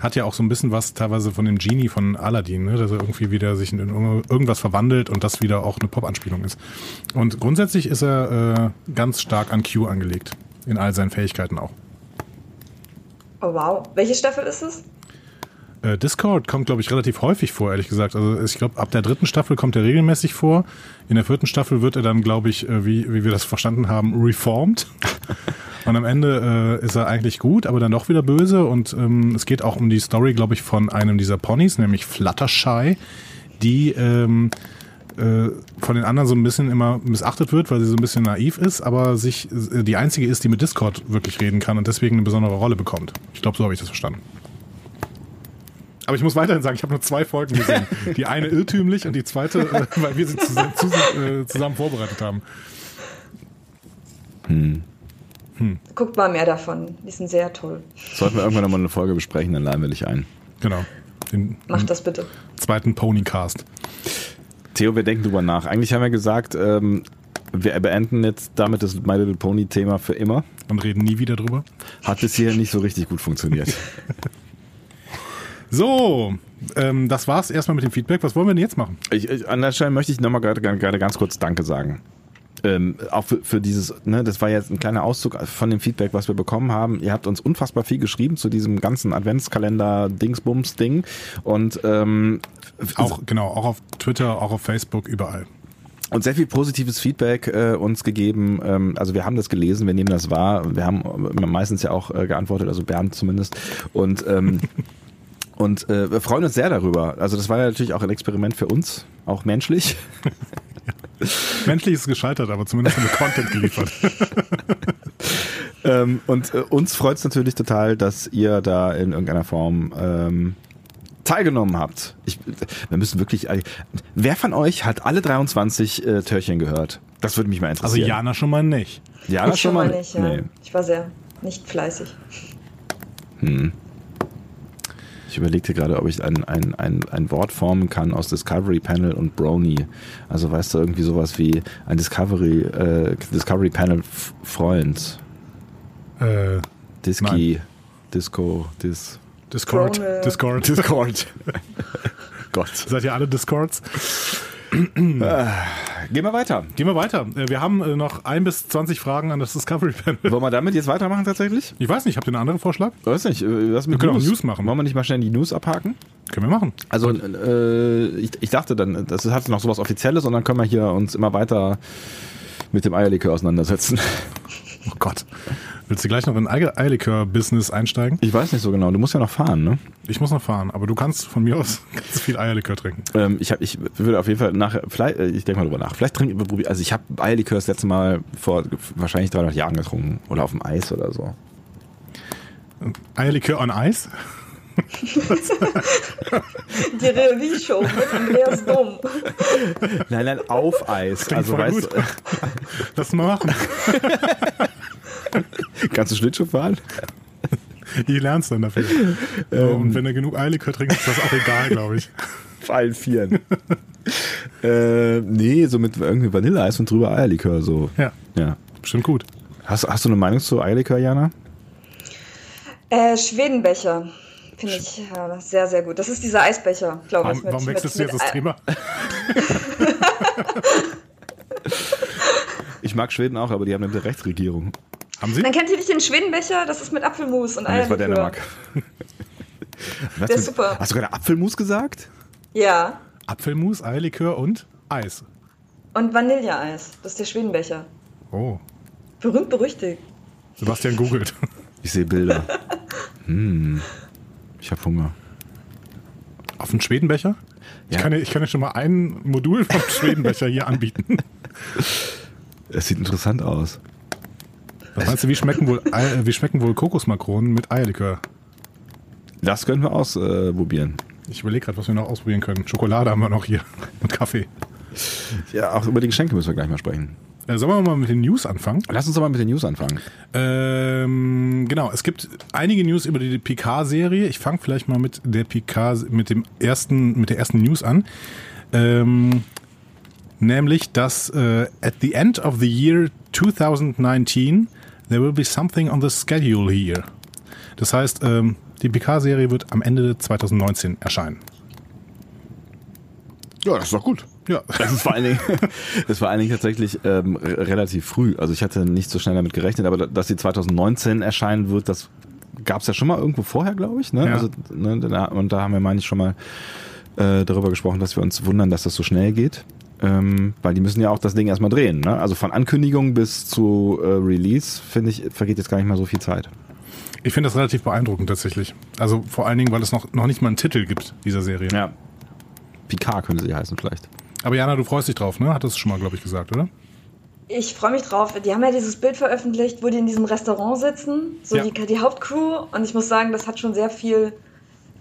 Speaker 1: Hat ja auch so ein bisschen was teilweise von dem Genie von Aladdin, ne? dass er irgendwie wieder sich in irgend- irgendwas verwandelt und das wieder auch eine Pop-Anspielung ist. Und grundsätzlich ist er äh, ganz stark an Q angelegt. In all seinen Fähigkeiten auch.
Speaker 3: Oh wow. Welche Staffel ist es?
Speaker 1: Äh, Discord kommt, glaube ich, relativ häufig vor, ehrlich gesagt. Also ich glaube, ab der dritten Staffel kommt er regelmäßig vor. In der vierten Staffel wird er dann, glaube ich, äh, wie, wie wir das verstanden haben, reformed. Und am Ende äh, ist er eigentlich gut, aber dann doch wieder böse. Und ähm, es geht auch um die Story, glaube ich, von einem dieser Ponys, nämlich Fluttershy, die ähm, äh, von den anderen so ein bisschen immer missachtet wird, weil sie so ein bisschen naiv ist, aber sich äh, die einzige ist, die mit Discord wirklich reden kann und deswegen eine besondere Rolle bekommt. Ich glaube, so habe ich das verstanden. Aber ich muss weiterhin sagen, ich habe nur zwei Folgen gesehen. Die eine irrtümlich und die zweite, äh, weil wir sie zusammen, zu, äh, zusammen vorbereitet haben.
Speaker 3: Hm. Guckt mal mehr davon. Die sind sehr toll.
Speaker 2: Sollten wir irgendwann nochmal eine Folge besprechen, dann laden wir dich ein.
Speaker 1: Genau. Den,
Speaker 3: Macht das bitte.
Speaker 1: Zweiten Ponycast.
Speaker 2: Theo, wir denken drüber nach. Eigentlich haben wir gesagt, ähm, wir beenden jetzt damit das My Little Pony Thema für immer.
Speaker 1: Und reden nie wieder drüber.
Speaker 2: Hat bisher nicht so richtig gut funktioniert.
Speaker 1: So, ähm, das war's erstmal mit dem Feedback. Was wollen wir denn jetzt machen?
Speaker 2: Ich, ich, an der Stelle möchte ich nochmal gerade, gerade ganz kurz Danke sagen. Ähm, auch für, für dieses, ne, das war jetzt ein kleiner Auszug von dem Feedback, was wir bekommen haben. Ihr habt uns unfassbar viel geschrieben zu diesem ganzen Adventskalender-Dingsbums-Ding. Und ähm,
Speaker 1: auch, genau, auch auf Twitter, auch auf Facebook, überall
Speaker 2: und sehr viel positives Feedback äh, uns gegeben. Ähm, also wir haben das gelesen, wir nehmen das wahr. Wir haben meistens ja auch äh, geantwortet, also Bernd zumindest. Und ähm, und äh, wir freuen uns sehr darüber. Also das war ja natürlich auch ein Experiment für uns, auch menschlich.
Speaker 1: menschlich ist gescheitert, aber zumindest haben wir Content geliefert.
Speaker 2: ähm, und uns freut es natürlich total, dass ihr da in irgendeiner Form ähm, teilgenommen habt. Ich, wir müssen wirklich. äh, Wer von euch hat alle 23 äh, Törchen gehört? Das würde mich mal interessieren.
Speaker 1: Also Jana schon mal nicht.
Speaker 2: Jana
Speaker 3: ich
Speaker 2: schon mal
Speaker 3: nicht. Ja. Nee. Ich war sehr nicht fleißig.
Speaker 2: Hm. Ich überlegte gerade, ob ich ein, ein, ein, ein Wort formen kann aus Discovery Panel und Brony. Also weißt du, irgendwie sowas wie ein Discovery, äh, Discovery Panel Freund.
Speaker 1: Äh,
Speaker 2: Disky, nein. Disco, Dis.
Speaker 1: Discord.
Speaker 3: Krone.
Speaker 1: Discord.
Speaker 2: Discord.
Speaker 1: Gott. Seid ihr alle Discords?
Speaker 2: Gehen wir weiter.
Speaker 1: Gehen wir weiter. Äh, Wir haben noch ein bis 20 Fragen an das Discovery Panel.
Speaker 2: Wollen wir damit jetzt weitermachen tatsächlich?
Speaker 1: Ich weiß nicht, habt ihr einen anderen Vorschlag?
Speaker 2: Weiß nicht. äh, Lass mit
Speaker 1: wir können auch News machen.
Speaker 2: Wollen wir nicht mal schnell die News abhaken?
Speaker 1: Können wir machen.
Speaker 2: Also äh, ich, ich dachte dann, das hat noch sowas Offizielles und dann können wir hier uns immer weiter mit dem Eierlikör auseinandersetzen.
Speaker 1: Oh Gott. Willst du gleich noch in Eierlikör-Business einsteigen?
Speaker 2: Ich weiß nicht so genau. Du musst ja noch fahren, ne?
Speaker 1: Ich muss noch fahren, aber du kannst von mir aus ganz viel Eierlikör trinken.
Speaker 2: Ähm, ich, hab, ich würde auf jeden Fall nachher, vielleicht, äh, ich denke mal drüber nach. Vielleicht trinken wir, also ich habe Eierlikör das letzte Mal vor wahrscheinlich 300 Jahren getrunken oder auf dem Eis oder so.
Speaker 1: Eierlikör on Eis?
Speaker 3: Die Revue-Show mit Andreas Dumm.
Speaker 2: Nein, nein, auf Eis.
Speaker 1: Klingt
Speaker 2: also
Speaker 1: voll
Speaker 2: weißt
Speaker 1: gut. Lass mal machen.
Speaker 2: Kannst du Schlittschuh fahren?
Speaker 1: Ich lern's dann dafür. Oh,
Speaker 2: Ähm.
Speaker 1: Und wenn er genug Eilikör trinkt, ist das auch egal, glaube ich.
Speaker 2: Auf allen Vieren. äh, nee, so mit irgendwie Vanilleeis und drüber Eierlikör so.
Speaker 1: Ja.
Speaker 2: Ja.
Speaker 1: Bestimmt gut.
Speaker 2: Hast, hast du eine Meinung zu Eierlikör, Jana?
Speaker 3: Äh, Schwedenbecher. Finde ich ja, sehr, sehr gut. Das ist dieser Eisbecher, glaube ich.
Speaker 1: Warum, warum wechselst du jetzt das
Speaker 3: Ei-
Speaker 1: Thema?
Speaker 2: Ich mag Schweden auch, aber die haben eine Rechtsregierung.
Speaker 1: Haben Sie?
Speaker 3: Dann kennt ihr nicht den Schwedenbecher? Das ist mit Apfelmus und
Speaker 2: Nee, das war
Speaker 3: Eierlikör.
Speaker 2: Dänemark. Was
Speaker 3: Der
Speaker 2: mit-
Speaker 3: ist super.
Speaker 2: Hast du gerade Apfelmus gesagt?
Speaker 3: Ja.
Speaker 1: Apfelmus, Eilikör und Eis.
Speaker 3: Und Vanilleeis. Das ist der Schwedenbecher.
Speaker 1: Oh.
Speaker 3: Berühmt berüchtigt.
Speaker 1: Sebastian googelt.
Speaker 2: Ich sehe Bilder. hm. Ich habe Hunger.
Speaker 1: Auf den Schwedenbecher? Ich,
Speaker 2: Ja.
Speaker 1: kann dir, ich kann dir schon mal ein Modul vom Schwedenbecher hier anbieten.
Speaker 2: Es sieht interessant aus.
Speaker 1: Was meinst du, wie schmecken wohl, Ei- äh, wie schmecken wohl Kokosmakronen mit Eierlikör?
Speaker 2: Das können wir ausprobieren.
Speaker 1: Ich überlege gerade, was wir noch ausprobieren können. Schokolade haben wir noch hier und Kaffee.
Speaker 2: Ja, auch über die Geschenke müssen wir gleich mal sprechen.
Speaker 1: Äh, sollen wir mal mit den News anfangen?
Speaker 2: Lass uns doch mal mit den News anfangen.
Speaker 1: Ähm, genau, es gibt einige News über die Picard-Serie. Ich fange vielleicht mal mit der Picard, mit dem ersten, mit der ersten News an. Ähm, nämlich, dass äh, at the end of the year 2019 there will be something on the schedule here. Das heißt, ähm, die Picard-Serie wird am Ende 2019 erscheinen.
Speaker 2: Ja, das ist doch gut.
Speaker 1: Ja,
Speaker 2: Das ist vor allen Dingen, das war eigentlich tatsächlich ähm, re- relativ früh. Also ich hatte nicht so schnell damit gerechnet, aber da- dass die 2019 erscheinen wird, das gab es ja schon mal irgendwo vorher, glaube ich. Ne?
Speaker 1: Ja.
Speaker 2: Also, ne, da, und da haben wir, meine ich, schon mal äh, darüber gesprochen, dass wir uns wundern, dass das so schnell geht. Ähm, weil die müssen ja auch das Ding erstmal drehen. Ne? Also von Ankündigung bis zu äh, Release, finde ich, vergeht jetzt gar nicht mal so viel Zeit.
Speaker 1: ich finde das relativ beeindruckend tatsächlich. Also vor allen Dingen, weil es noch, noch nicht mal einen Titel gibt dieser Serie.
Speaker 2: Ja. Picard könnte sie heißen vielleicht.
Speaker 1: Aber Jana, du freust dich drauf, ne? Hattest du schon mal, glaube ich, gesagt, oder?
Speaker 3: Ich freue mich drauf. Die haben ja dieses Bild veröffentlicht, wo die in diesem Restaurant sitzen, so
Speaker 1: Ja.
Speaker 3: die, die Hauptcrew. Und ich muss sagen, das hat schon sehr viel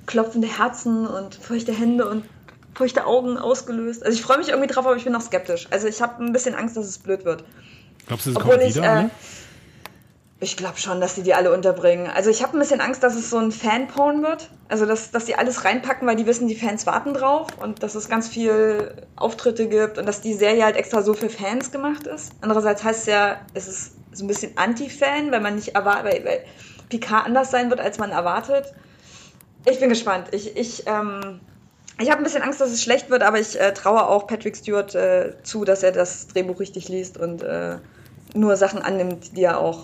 Speaker 3: klopfende Herzen und feuchte Hände und feuchte Augen ausgelöst. Also ich freue mich irgendwie drauf, aber ich bin noch skeptisch. Also ich habe ein bisschen Angst, dass es blöd wird.
Speaker 1: Glaubst du, sie
Speaker 3: Obwohl
Speaker 1: kommt ne?
Speaker 3: ich,
Speaker 1: wieder?
Speaker 3: äh,
Speaker 1: ne?
Speaker 3: Ich glaube schon, dass sie die alle unterbringen. Also ich habe ein bisschen Angst, dass es so ein Fan-Porn wird. Also dass, dass die alles reinpacken, weil die wissen, die Fans warten drauf und dass es ganz viel Auftritte gibt und dass die Serie halt extra so für Fans gemacht ist. Andererseits heißt es ja, es ist so ein bisschen Anti-Fan, weil man nicht erwartet, weil, Picard anders sein wird, als man erwartet. Ich bin gespannt. Ich, ich, ähm, ich habe ein bisschen Angst, dass es schlecht wird, aber ich äh, traue auch Patrick Stewart äh, zu, dass er das Drehbuch richtig liest und äh, nur Sachen annimmt, die er auch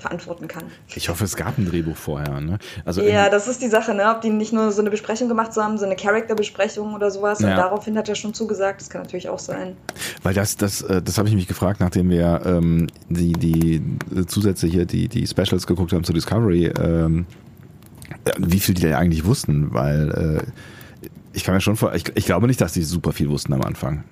Speaker 3: verantworten kann.
Speaker 2: Ich hoffe, es gab ein Drehbuch vorher. Ne?
Speaker 3: Also ja, das ist die Sache, ne? ob die nicht nur so eine Besprechung gemacht haben, so eine Charakterbesprechung oder sowas. Ja. Und daraufhin hat er schon zugesagt, das kann natürlich auch sein.
Speaker 2: Weil das, das, äh, das habe ich mich gefragt, nachdem wir ähm, die, die Zusätze hier, die, die Specials geguckt haben zu Discovery, ähm, wie viel die da eigentlich wussten, weil äh, ich kann mir schon vor, ich, ich glaube nicht, dass die super viel wussten am Anfang.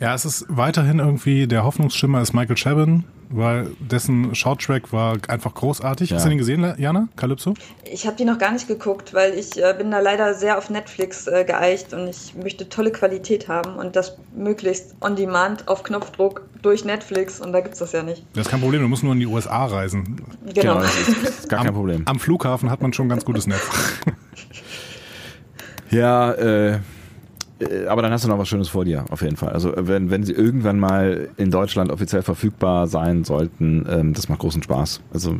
Speaker 1: Ja, es ist weiterhin irgendwie der Hoffnungsschimmer ist Michael Chabon, weil dessen Shorttrack war einfach großartig. Ja. Hast du den gesehen, Jana? Calypso?
Speaker 3: Ich habe die noch gar nicht geguckt, weil ich äh, bin da leider sehr auf Netflix äh, geeicht und ich möchte tolle Qualität haben und das möglichst on demand auf Knopfdruck durch Netflix und da gibt's das ja nicht.
Speaker 1: Das ist kein Problem, du musst nur in die USA reisen.
Speaker 3: Genau. genau
Speaker 1: gar kein Problem. Am, am Flughafen hat man schon ein ganz gutes Netz.
Speaker 2: ja, äh aber dann hast du noch was Schönes vor dir, auf jeden Fall. Also wenn, wenn sie irgendwann mal in Deutschland offiziell verfügbar sein sollten, ähm, das macht großen Spaß. Also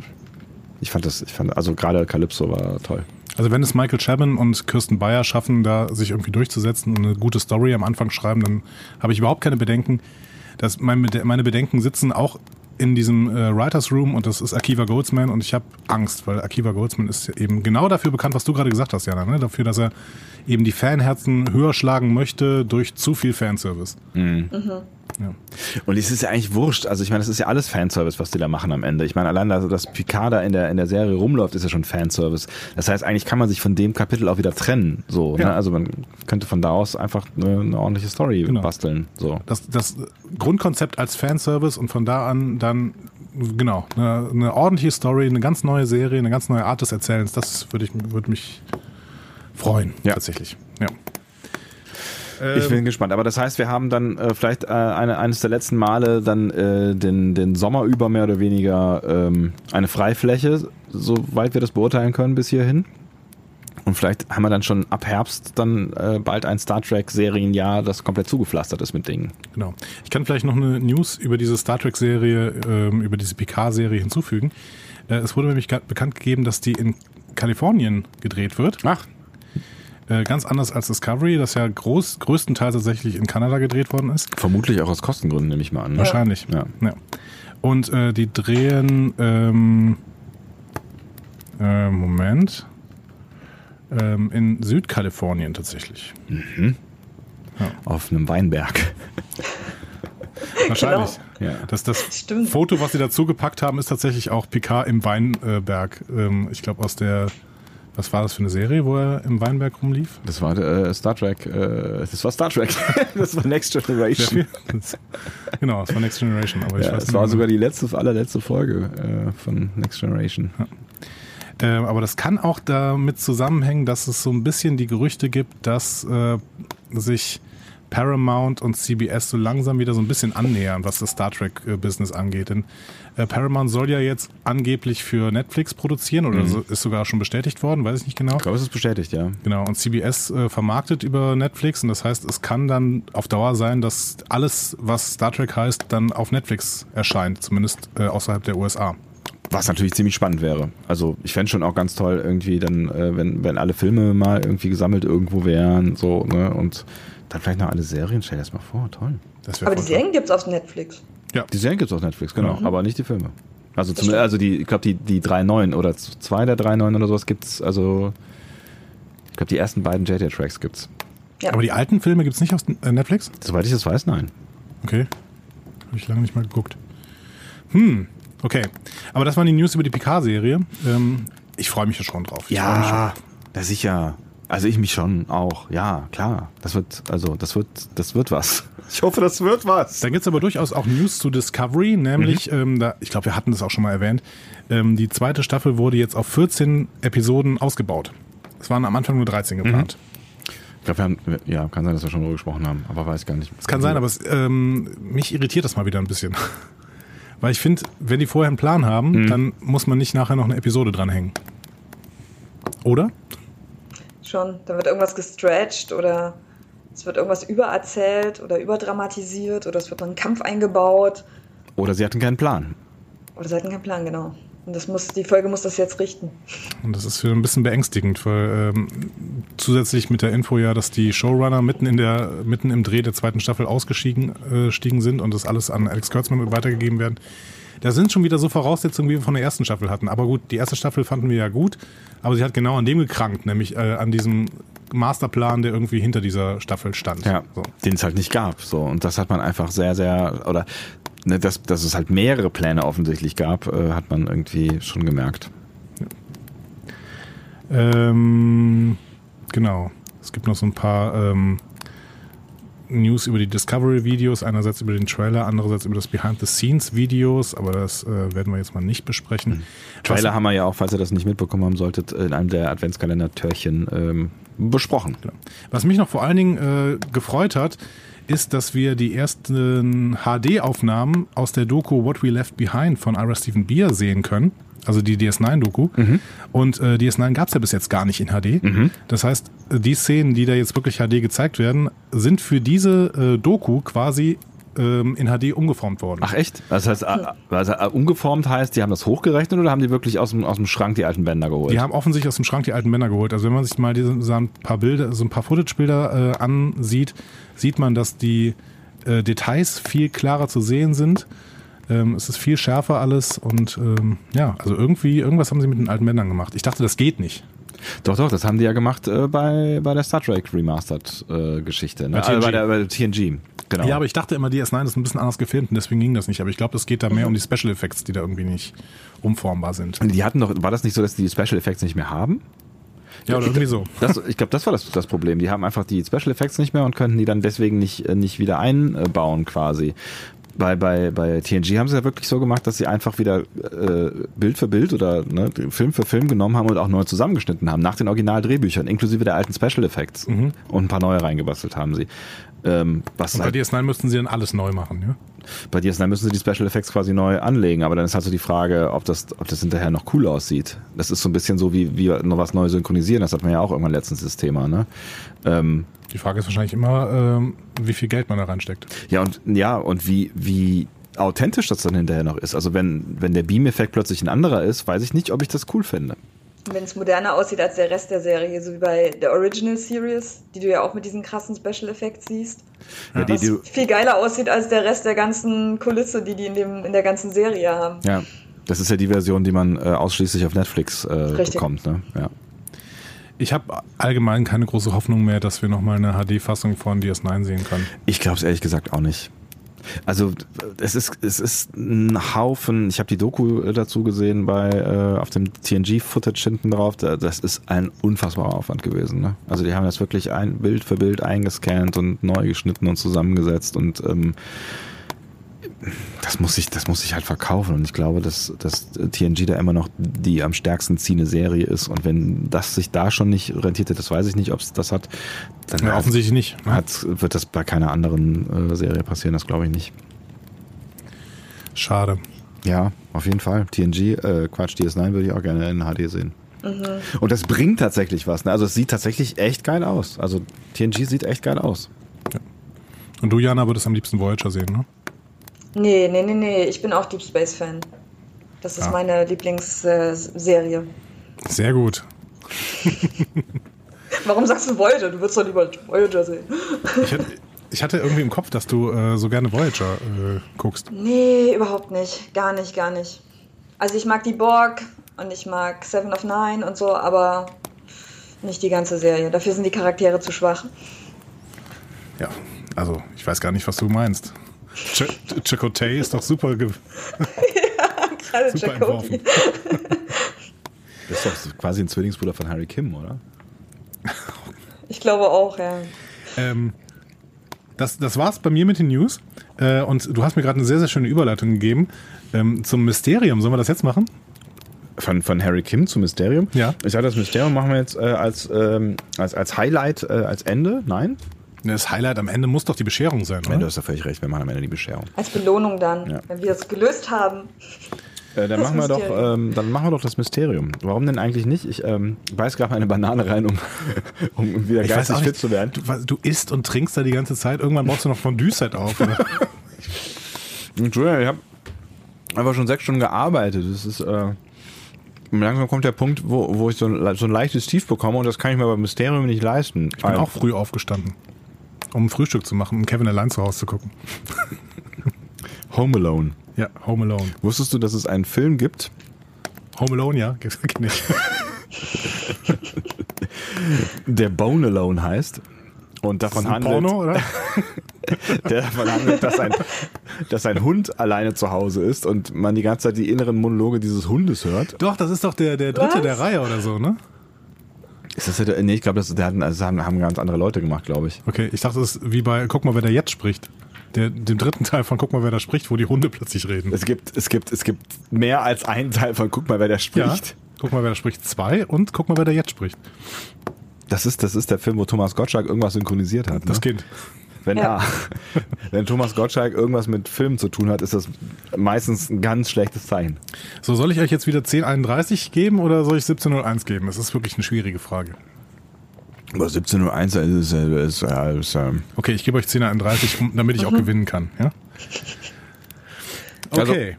Speaker 2: ich fand das, ich fand, also gerade Calypso war toll.
Speaker 1: Also wenn es Michael Chabon und Kirsten Bayer schaffen, da sich irgendwie durchzusetzen und eine gute Story am Anfang schreiben, dann habe ich überhaupt keine Bedenken. Dass mein, meine Bedenken sitzen auch in diesem äh, Writers Room und das ist Akiva Goldsman und ich habe Angst, weil Akiva Goldsman ist eben genau dafür bekannt, was du gerade gesagt hast, Jana, ne? dafür, dass er eben die Fanherzen höher schlagen möchte durch zu viel Fanservice. Mhm. Mhm.
Speaker 2: Ja. Und es ist ja eigentlich wurscht. Also ich meine, das ist ja alles Fanservice, was die da machen am Ende. Ich meine, allein, also, dass Picard da in der, in der Serie rumläuft, ist ja schon Fanservice. Das heißt, eigentlich kann man sich von dem Kapitel auch wieder trennen. So, ja. ne? Also man könnte von da aus einfach eine, eine ordentliche Story genau. basteln. So.
Speaker 1: Das, das Grundkonzept als Fanservice und von da an dann, genau, eine, eine ordentliche Story, eine ganz neue Serie, eine ganz neue Art des Erzählens, das würde ich würde mich freuen, ja. tatsächlich. Ja. Ähm,
Speaker 2: Ich bin gespannt. Aber das heißt, wir haben dann äh, vielleicht äh, eine, eines der letzten Male dann äh, den, den Sommer über mehr oder weniger ähm, eine Freifläche, soweit wir das beurteilen können bis hierhin. Und vielleicht haben wir dann schon ab Herbst dann äh, bald ein Star Trek-Serienjahr, das komplett zugepflastert ist mit Dingen.
Speaker 1: Genau. Ich kann vielleicht noch eine News über diese Star Trek-Serie, ähm, über diese PK-Serie hinzufügen. Äh, es wurde nämlich bekannt gegeben, dass die in Kalifornien gedreht wird. Äh,
Speaker 2: Ach
Speaker 1: ganz anders als Discovery, das ja groß, größtenteils tatsächlich in Kanada gedreht worden ist.
Speaker 2: Vermutlich auch aus Kostengründen, nehme ich mal an. Ne?
Speaker 1: Wahrscheinlich. Ja. ja. Und äh, die drehen, ähm, äh, Moment, ähm, in Südkalifornien tatsächlich.
Speaker 2: Mhm. Ja. Auf einem Weinberg.
Speaker 1: Wahrscheinlich. Genau. Ja. Das, das Stimmt. Foto, was sie dazu gepackt haben, ist tatsächlich auch Picard im Weinberg. Ähm, ich glaube aus der was war das für eine Serie, wo er im Weinberg rumlief?
Speaker 2: Das war äh, Star Trek. Äh, das war Star Trek. das war Next Generation.
Speaker 1: genau, das war Next Generation.
Speaker 2: Aber ich ja, weiß das war sogar die letzte, allerletzte Folge äh, von Next Generation.
Speaker 1: Ja. Ähm, aber das kann auch damit zusammenhängen, dass es so ein bisschen die Gerüchte gibt, dass äh, sich Paramount und CBS so langsam wieder so ein bisschen annähern, was das Star Trek-Business angeht. Denn äh, Paramount soll ja jetzt angeblich für Netflix produzieren oder mhm. so, ist sogar schon bestätigt worden, weiß ich nicht genau.
Speaker 2: Ich glaube, es ist bestätigt, ja.
Speaker 1: Genau, und CBS äh, vermarktet über Netflix und das heißt, es kann dann auf Dauer sein, dass alles, was Star Trek heißt, dann auf Netflix erscheint, zumindest äh, außerhalb der USA.
Speaker 2: Was natürlich ziemlich spannend wäre. Also ich fände schon auch ganz toll, irgendwie dann, äh, wenn, wenn alle Filme mal irgendwie gesammelt irgendwo wären, so, ne? Und dann vielleicht noch alle Serien, stell dir das mal vor, toll.
Speaker 3: aber die Serien gibt es auf Netflix.
Speaker 2: Ja, die Serien gibt es auf Netflix, genau, mhm. aber nicht die Filme. Also, zum, also die, ich glaube, die, die drei neuen oder zwei der drei neuen oder sowas gibt es, also ich glaube, die ersten beiden JJ-Tracks gibt's.
Speaker 1: Ja. Aber die alten Filme gibt es nicht auf äh, Netflix?
Speaker 2: Soweit ich das weiß, nein.
Speaker 1: Okay. Habe ich lange nicht mal geguckt. Hm, okay. Aber das waren die News über die PK-Serie. Ähm, ich freue mich ja schon drauf. Ich
Speaker 2: ja, da sicher. Also ich mich schon auch, ja, klar. Das wird, also das wird, das wird was. Ich hoffe, das wird was.
Speaker 1: Dann gibt es aber durchaus auch News zu Discovery, nämlich, mhm. ähm, da, ich glaube, wir hatten das auch schon mal erwähnt, ähm, die zweite Staffel wurde jetzt auf 14 Episoden ausgebaut. Es waren am Anfang nur 13 geplant. Mhm.
Speaker 2: Ich glaube, wir haben, ja, kann sein, dass wir schon darüber gesprochen haben, aber weiß gar nicht.
Speaker 1: Es kann sein, aber es, ähm, mich irritiert das mal wieder ein bisschen. Weil ich finde, wenn die vorher einen Plan haben,
Speaker 2: Mhm.
Speaker 1: dann muss man nicht nachher noch eine Episode dranhängen. Oder?
Speaker 3: Schon. Da wird irgendwas gestretched oder es wird irgendwas übererzählt oder überdramatisiert oder es wird noch ein Kampf eingebaut.
Speaker 2: Oder sie hatten keinen Plan.
Speaker 3: Oder sie hatten keinen Plan, genau. Und das muss, die Folge muss das jetzt richten.
Speaker 1: Und das ist für ein bisschen beängstigend, weil ähm, zusätzlich mit der Info ja, dass die Showrunner mitten in der mitten im Dreh der zweiten Staffel ausgestiegen äh, stiegen sind und das alles an Alex Kurtzman weitergegeben werden. Da sind schon wieder so Voraussetzungen, wie wir von der ersten Staffel hatten. Aber gut, die erste Staffel fanden wir ja gut, aber sie hat genau an dem gekrankt, nämlich äh, an diesem Masterplan, der irgendwie hinter dieser Staffel stand.
Speaker 2: Ja,
Speaker 1: So.
Speaker 2: den es halt nicht gab. So. Und das hat man einfach sehr, sehr, oder ne, dass, dass es halt mehrere Pläne offensichtlich gab, äh, hat man irgendwie schon gemerkt.
Speaker 1: Ähm, genau. Es gibt noch so ein paar ähm, News über die Discovery-Videos, einerseits über den Trailer, andererseits über das Behind-the-Scenes-Videos, aber das äh, werden wir jetzt mal nicht besprechen.
Speaker 2: Trailer haben wir ja auch, falls ihr das nicht mitbekommen haben solltet, in einem der Adventskalender-Törchen ähm, besprochen.
Speaker 1: Genau. Was mich noch vor allen Dingen äh, gefreut hat, ist, dass wir die ersten HD-Aufnahmen aus der Doku What We Left Behind von Ira Stephen Beer sehen können. Also die DS9-Doku. Und äh, DS9 gab es ja bis jetzt gar nicht in HD. Das heißt, äh, die Szenen, die da jetzt wirklich HD gezeigt werden, sind für diese äh, Doku quasi ähm, in HD umgeformt worden.
Speaker 2: Ach echt? Das heißt, äh, also, äh, umgeformt heißt, die haben das hochgerechnet oder haben die wirklich aus dem, aus dem Schrank die alten Bänder geholt?
Speaker 1: Die haben offensichtlich aus dem Schrank die alten Männer geholt. Also wenn man sich mal diese, so ein paar Bilder, so ein paar Footage-Bilder äh, ansieht, sieht man, dass die äh, Details viel klarer zu sehen sind. Ähm, es ist viel schärfer alles und ähm, ja, also irgendwie, irgendwas haben sie mit den alten Männern gemacht. Ich dachte, das geht nicht.
Speaker 2: Doch, doch, das haben die ja gemacht äh, bei, bei der Star Trek Remastered-Geschichte. ne?
Speaker 1: Bei TNG.
Speaker 2: Also bei, der, bei der TNG. Genau.
Speaker 1: Ja, aber ich dachte immer, DS9 ist ein bisschen anders gefilmt und deswegen ging das nicht. Aber ich glaube, es geht da mehr um die Special Effects, die da irgendwie nicht umformbar sind.
Speaker 2: die hatten doch, war das nicht so, dass die Special Effects nicht mehr haben?
Speaker 1: Ja, oder irgendwie so.
Speaker 2: Das, ich glaube, das war das, das Problem. Die haben einfach die Special Effects nicht mehr und könnten die dann deswegen nicht, äh, nicht wieder einbauen quasi. Bei, bei, bei TNG haben sie ja wirklich so gemacht, dass sie einfach wieder äh, Bild für Bild oder ne, Film für Film genommen haben und auch neu zusammengeschnitten haben, nach den Originaldrehbüchern, inklusive der alten Special Effects. Und ein paar neue reingebastelt haben sie. Ähm, was
Speaker 1: Mhm. Und bei
Speaker 2: halt-
Speaker 1: DS9 müssten sie dann alles neu machen, ja?
Speaker 2: bei dir ist, dann müssen sie die Special Effects quasi neu anlegen, aber dann ist halt so die Frage, ob das, ob das hinterher noch cool aussieht. Das ist so ein bisschen so, wie wir noch was neu synchronisieren. Das hatten wir ja auch irgendwann letztens das Thema, ne? Ähm,
Speaker 1: Die Frage ist wahrscheinlich immer, ähm, wie viel Geld man da reinsteckt.
Speaker 2: ja, und ja, und wie, wie authentisch das dann hinterher noch ist. Also wenn, wenn der Beam-Effekt plötzlich ein anderer ist, weiß ich nicht, ob ich das cool finde.
Speaker 3: Wenn es moderner aussieht als der Rest der Serie, so wie bei der Original Series, die du ja auch mit diesen krassen Special Effects siehst.
Speaker 2: Ja, die,
Speaker 3: was
Speaker 2: die,
Speaker 3: viel geiler aussieht als der Rest der ganzen Kulisse, die die in, dem, in der ganzen Serie haben.
Speaker 2: ja, das ist ja die Version, die man äh, ausschließlich auf Netflix äh,
Speaker 3: Richtig.
Speaker 2: bekommt, ne? Ja.
Speaker 1: Ich habe allgemein keine große Hoffnung mehr, dass wir nochmal eine HD-Fassung von DS9 sehen können.
Speaker 2: Ich glaube es ehrlich gesagt auch nicht. Also es ist es ist ein Haufen. Ich habe die Doku äh, dazu gesehen bei äh, auf dem TNG Footage hinten drauf. Da- Das ist ein unfassbarer Aufwand gewesen. Ne? Also die haben das wirklich ein Bild für Bild eingescannt und neu geschnitten und zusammengesetzt und ähm, das muss ich das muss ich halt verkaufen und ich glaube, dass dass TNG da immer noch die am stärksten ziehende Serie ist und wenn das sich da schon nicht rentierte, das weiß ich nicht, ob es das hat. Dann halt-
Speaker 1: Ja, offensichtlich nicht. ne?
Speaker 2: hat, wird das bei keiner anderen äh, Serie passieren, das glaube ich nicht.
Speaker 1: Schade.
Speaker 2: Ja, auf jeden Fall. TNG, äh, Quatsch, DS9 würde ich auch gerne in HD sehen. Und das bringt tatsächlich was. Ne? Also es sieht tatsächlich echt geil aus. Also TNG sieht echt geil aus.
Speaker 1: Und du, Jana, würdest am liebsten Voyager sehen, ne?
Speaker 3: Nee, nee, nee, nee. Ich bin auch Deep Space Fan. Das ist
Speaker 1: Ah.
Speaker 3: meine Lieblingsserie.
Speaker 1: Sehr gut.
Speaker 3: Warum sagst du Voyager? Du würdest doch lieber Voyager sehen.
Speaker 1: Ich hatte, ich hatte irgendwie im Kopf, dass du äh, so gerne Voyager äh, guckst.
Speaker 3: Nee, überhaupt nicht. Gar nicht, gar nicht. Also ich mag die Borg und ich mag Seven of Nine und so, aber nicht die ganze Serie. Dafür sind die Charaktere zu schwach.
Speaker 1: Ja, also ich weiß gar nicht, was du meinst. Ch Chakotay ist doch super, ge
Speaker 3: Gerade
Speaker 1: super
Speaker 3: Jacobi.
Speaker 1: entworfen.
Speaker 2: Das ist doch quasi ein Zwillingsbruder von Harry Kim, oder?
Speaker 3: Ich glaube auch, ja.
Speaker 1: Ähm, das, das war's bei mir mit den News. Äh, und du hast mir gerade eine sehr, sehr schöne Überleitung gegeben ähm, zum Mysterium. Sollen wir das jetzt machen?
Speaker 2: Von, von Harry Kim zu Mysterium?
Speaker 1: Ja.
Speaker 2: Ich sage, das Mysterium machen wir jetzt äh, als, ähm, als, als Highlight, äh, als Ende. Nein?
Speaker 1: Das Highlight am Ende muss doch die Bescherung sein,
Speaker 2: Ja, du
Speaker 1: oder?
Speaker 2: hast ja völlig recht, wir machen am Ende die Bescherung.
Speaker 3: Als Belohnung dann,
Speaker 2: Ja.
Speaker 3: wenn wir es gelöst haben.
Speaker 2: Äh, dann,
Speaker 3: Das
Speaker 2: machen wir doch,
Speaker 3: Mysterium.
Speaker 2: ähm, dann machen wir doch das Mysterium. Warum denn eigentlich nicht? Ich ähm, beiß gerade meine Banane rein, um, um wieder geistig fit zu werden.
Speaker 1: Du, was- du isst und trinkst da die ganze Zeit. Irgendwann brauchst du noch Fondue-Set auf. Oder?
Speaker 2: Entschuldigung, ich habe einfach schon sechs Stunden gearbeitet. Das ist, äh, langsam kommt der Punkt, wo, wo ich so ein, so ein leichtes Tief bekomme und das kann ich mir beim Mysterium nicht leisten.
Speaker 1: Ich bin auch früh aufgestanden, um ein Frühstück zu machen, um Kevin allein zu Hause zu gucken.
Speaker 2: Home Alone.
Speaker 1: Ja, Home Alone.
Speaker 2: Wusstest du, dass es einen Film gibt?
Speaker 1: Home Alone, ja, gibt's wirklich nicht.
Speaker 2: der Bone Alone heißt. Und davon
Speaker 1: Ein
Speaker 2: handelt,
Speaker 1: Porno, oder?
Speaker 2: der davon handelt dass, ein, dass ein Hund alleine zu Hause ist und man die ganze Zeit die inneren Monologe dieses Hundes hört.
Speaker 1: Doch, das ist doch der, der dritte
Speaker 3: Was?
Speaker 1: der Reihe oder so, ne?
Speaker 2: Ist das der, nee, ich glaube, das, der hatten- also das haben, haben ganz andere Leute gemacht, glaube ich.
Speaker 1: Okay, ich dachte, es ist wie bei Guck mal, wer da jetzt spricht. Der, dem dritten Teil von Guck mal, wer da spricht, wo die Hunde plötzlich reden.
Speaker 2: Es gibt, es gibt, es gibt mehr als einen Teil von Guck mal, wer der
Speaker 1: ja.
Speaker 2: spricht.
Speaker 1: Guck mal, wer da spricht zwei und Guck mal, wer da jetzt spricht.
Speaker 2: Das ist, das ist der Film, wo Thomas Gottschalk irgendwas synchronisiert hat.
Speaker 1: Das
Speaker 2: ne?
Speaker 1: Kind.
Speaker 2: Wenn,
Speaker 3: Ja.
Speaker 2: ja, wenn Thomas Gottschalk irgendwas mit Filmen zu tun hat, ist das meistens ein ganz schlechtes Zeichen.
Speaker 1: So, soll ich euch jetzt wieder 1031 geben oder soll ich 1701 geben? Das ist wirklich eine schwierige Frage.
Speaker 2: Aber 17.01 äh, ist, ist, ist, ist, ähm,
Speaker 1: Okay, ich gebe euch 1031, um- damit ich auch gewinnen kann. Ja?
Speaker 2: Also-
Speaker 1: Okay.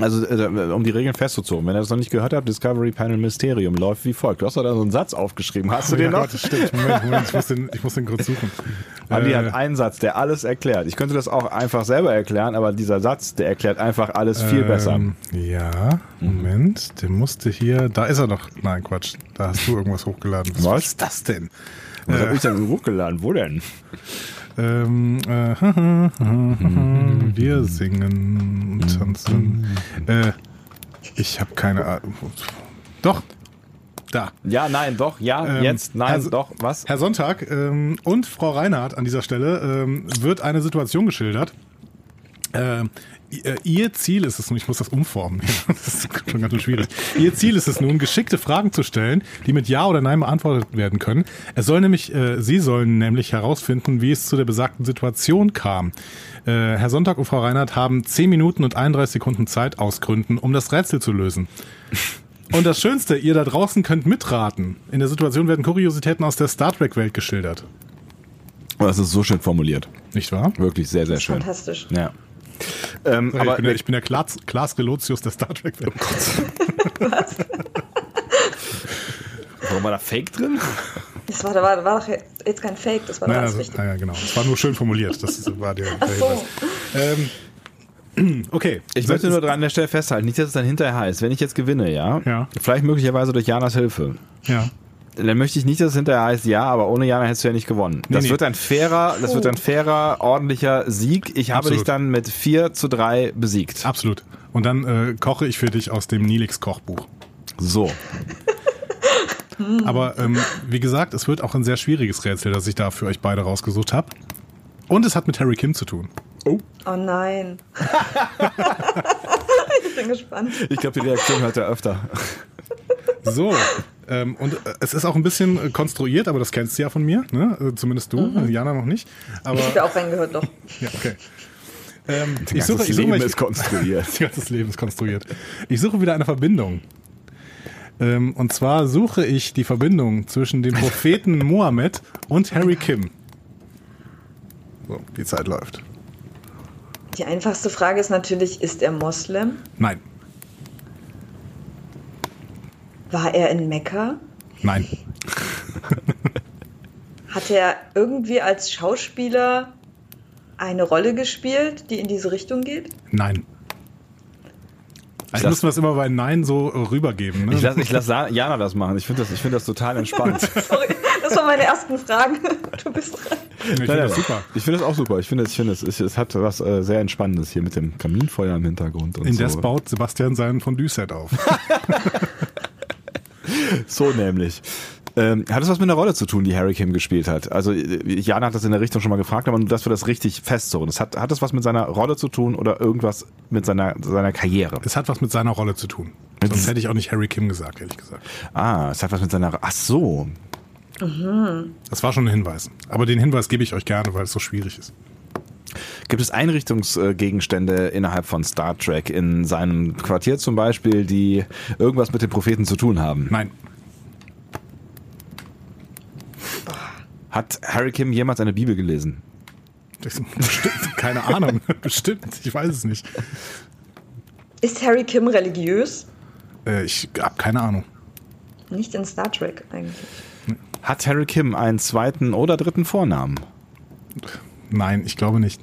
Speaker 2: Also, äh, um die Regeln festzuzogen, wenn ihr das noch nicht gehört habt, Discovery Panel Mysterium läuft wie folgt. Du hast doch da so einen Satz aufgeschrieben. Hast du
Speaker 1: Oh
Speaker 2: den
Speaker 1: ja,
Speaker 2: noch?
Speaker 1: Gott, das stimmt. Moment, Moment, ich muss den, ich muss den kurz suchen.
Speaker 2: Andi
Speaker 1: Äh,
Speaker 2: hat einen Satz, der alles erklärt. Ich könnte das auch einfach selber erklären, aber dieser Satz, der erklärt einfach alles viel besser. Mhm.
Speaker 1: Ähm, ja, Moment, der musste hier. Da ist er doch. Nein, Quatsch. Da hast du irgendwas hochgeladen. Was,
Speaker 2: Was?
Speaker 1: ist das denn?
Speaker 2: Was habe ich denn hochgeladen? Wo denn?
Speaker 1: Ähm, äh, wir singen und tanzen.
Speaker 2: Mhm.
Speaker 1: Äh, ich habe keine Ahnung. Doch. Da.
Speaker 2: Ja, nein, doch, ja,
Speaker 1: Ähm,
Speaker 2: jetzt, nein,
Speaker 1: also-
Speaker 2: doch, was?
Speaker 1: Herr Sonntag ähm, und Frau Reinhardt an dieser Stelle ähm, wird eine Situation geschildert. Ähm, i- äh, ihr Ziel ist es nun, ich muss das umformen, das ist schon ganz schön schwierig. Ihr Ziel ist es nun, geschickte Fragen zu stellen, die mit Ja oder Nein beantwortet werden können. Es soll nämlich, äh, Sie sollen nämlich herausfinden, wie es zu der besagten Situation kam. Äh, Herr Sonntag und Frau Reinhardt haben 10 Minuten und 31 Sekunden Zeit aus Gründen, um das Rätsel zu lösen. Und das Schönste, ihr da draußen könnt mitraten. In der Situation werden Kuriositäten aus der Star Trek-Welt geschildert.
Speaker 2: Das ist so schön formuliert.
Speaker 1: Nicht wahr?
Speaker 2: Wirklich sehr, sehr schön.
Speaker 3: Fantastisch.
Speaker 2: Ja. Ähm,
Speaker 1: ich,
Speaker 2: aber
Speaker 1: bin der, ich bin der Klaas, Klaas Relotius der Star Trek-Welt.
Speaker 2: warum war da Fake drin?
Speaker 3: Das war, da war, war doch jetzt kein Fake, das war doch
Speaker 1: Naja,
Speaker 3: alles
Speaker 1: also,
Speaker 3: richtig.
Speaker 1: naja, genau. Es war nur schön formuliert. Das ist- war der, der
Speaker 3: Ach so.
Speaker 1: Hinweis. Ähm, okay.
Speaker 2: Ich möchte nur an der Stelle festhalten, nicht, dass es dann hinterher heißt, wenn ich jetzt gewinne, ja,
Speaker 1: Ja.
Speaker 2: vielleicht möglicherweise durch Janas Hilfe,
Speaker 1: Ja.
Speaker 2: dann möchte ich nicht, dass es hinterher heißt, ja, aber ohne Jana hättest du ja nicht gewonnen. das
Speaker 1: nee.
Speaker 2: wird ein fairer, das wird ein fairer, ordentlicher Sieg. Ich habe
Speaker 1: Absolut.
Speaker 2: dich dann mit 4 zu 3 besiegt.
Speaker 1: Absolut. Und dann äh, koche ich für dich aus dem Nilix-Kochbuch.
Speaker 2: So.
Speaker 1: Aber ähm, wie gesagt, es wird auch ein sehr schwieriges Rätsel, das ich da für euch beide rausgesucht habe. Und es hat mit Harry Kim zu tun.
Speaker 3: Oh nein. ich bin gespannt.
Speaker 2: Ich glaube, die Reaktion hört er öfter.
Speaker 1: So. Ähm, und äh, es ist auch ein bisschen äh, konstruiert, aber das kennst du ja von mir, ne? Äh, Zumindest du, Jana noch nicht. Aber
Speaker 3: Mhm. Ich habe ja auch reingehört, doch.
Speaker 1: ja, okay. Ähm, ich
Speaker 2: Das
Speaker 1: suche, ich suche,
Speaker 2: Leben
Speaker 1: mal-
Speaker 2: ist konstruiert.
Speaker 1: das ganze Leben ist konstruiert. Ich suche wieder eine Verbindung. Ähm, und zwar suche ich die Verbindung zwischen dem Propheten Mohammed und Harry Kim. So, die Zeit läuft.
Speaker 3: Die einfachste Frage ist natürlich, ist er Moslem?
Speaker 1: Nein,
Speaker 3: War er in Mekka?
Speaker 1: nein,
Speaker 3: Hat er irgendwie als Schauspieler eine Rolle gespielt, die in diese Richtung geht?
Speaker 1: nein.
Speaker 2: Ich
Speaker 1: Eigentlich
Speaker 2: lass-
Speaker 1: müssen wir es immer bei Nein so äh, rübergeben. Ne?
Speaker 2: Ich lasse ich lass Jana das machen. Ich finde das, ich find das total entspannt.
Speaker 3: Sorry, das waren meine ersten Fragen. Du bist dran.
Speaker 1: ich finde das super.
Speaker 2: Ich finde das auch super. Ich finde, das- ich finde, es, es- es hat was äh, sehr Entspannendes hier mit dem Kaminfeuer im Hintergrund und
Speaker 1: Indes
Speaker 2: so.
Speaker 1: baut Sebastian seinen Fondue-Set auf.
Speaker 2: So nämlich. Ähm, hat es was mit einer Rolle zu tun, die Harry Kim gespielt hat? Also äh, Jana hat das in der Richtung schon mal gefragt, aber nur, dass wir das richtig festzogen. Das hat, hat das was mit seiner Rolle zu tun oder irgendwas mit seiner, seiner Karriere?
Speaker 1: Es hat was mit seiner Rolle zu tun. Sonst hätte ich auch nicht Harry Kim gesagt, ehrlich gesagt.
Speaker 2: Ah, es hat was mit seiner... Ach so.
Speaker 1: Das war schon ein Hinweis. Aber den Hinweis gebe ich euch gerne, weil es so schwierig ist.
Speaker 2: Gibt es Einrichtungsgegenstände innerhalb von Star Trek in seinem Quartier zum Beispiel, die irgendwas mit den Propheten zu tun haben?
Speaker 1: Nein,
Speaker 2: Hat Harry Kim jemals eine Bibel gelesen?
Speaker 1: das, bestimmt, keine Ahnung. bestimmt, ich weiß es nicht.
Speaker 3: Ist Harry Kim religiös?
Speaker 1: Äh, ich habe keine Ahnung.
Speaker 3: Nicht in Star Trek eigentlich.
Speaker 2: Hat Harry Kim einen zweiten oder dritten Vornamen?
Speaker 1: Nein, ich glaube nicht.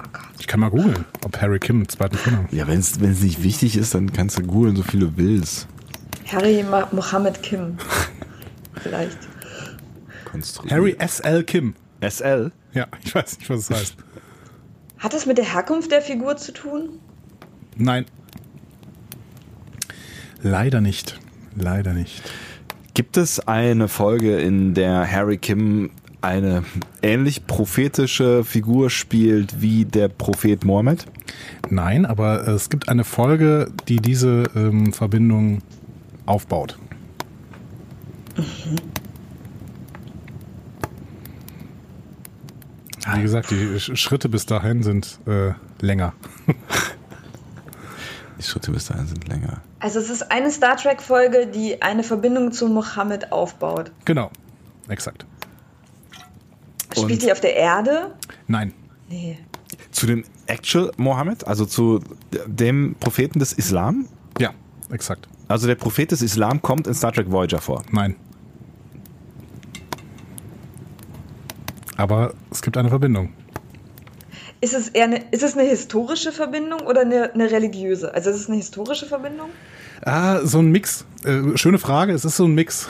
Speaker 3: Oh Gott.
Speaker 1: Ich kann mal googeln, ob Harry Kim einen zweiten Vornamen hat.
Speaker 2: Ja, wenn es nicht wichtig ist, dann kannst du googeln, so viel du willst.
Speaker 3: Harry Ma- Mohammed Kim. Vielleicht.
Speaker 2: Konstruieren.
Speaker 1: Harry S.L. Kim.
Speaker 2: SL?
Speaker 1: Ja, ich weiß nicht, was es heißt.
Speaker 3: Hat das mit der Herkunft der Figur zu tun?
Speaker 1: Nein. Leider nicht. Leider nicht.
Speaker 2: Gibt es eine Folge, in der Harry Kim eine ähnlich prophetische Figur spielt wie der Prophet Mohammed?
Speaker 1: Nein, aber es gibt eine Folge, die diese ähm, Verbindung aufbaut. Wie gesagt, die Sch- Schritte bis dahin sind äh, länger.
Speaker 2: Die Schritte bis dahin sind länger.
Speaker 3: Also es ist eine Star Trek-Folge, die eine Verbindung zu Mohammed aufbaut.
Speaker 1: Genau, exakt.
Speaker 3: Spielt
Speaker 2: Und-
Speaker 3: die auf der Erde?
Speaker 1: Nein,
Speaker 3: Nee.
Speaker 2: Zu dem Actual Mohammed, also zu dem Propheten des Islam?
Speaker 1: ja, exakt.
Speaker 2: Also der Prophet des Islam kommt in Star Trek Voyager vor.
Speaker 1: Nein. Aber es gibt eine Verbindung.
Speaker 3: Ist es, eher eine, ist es eine historische Verbindung oder eine, eine religiöse? Also ist es eine historische Verbindung?
Speaker 1: Ah, so ein Mix. Äh, schöne Frage. Es ist so ein Mix.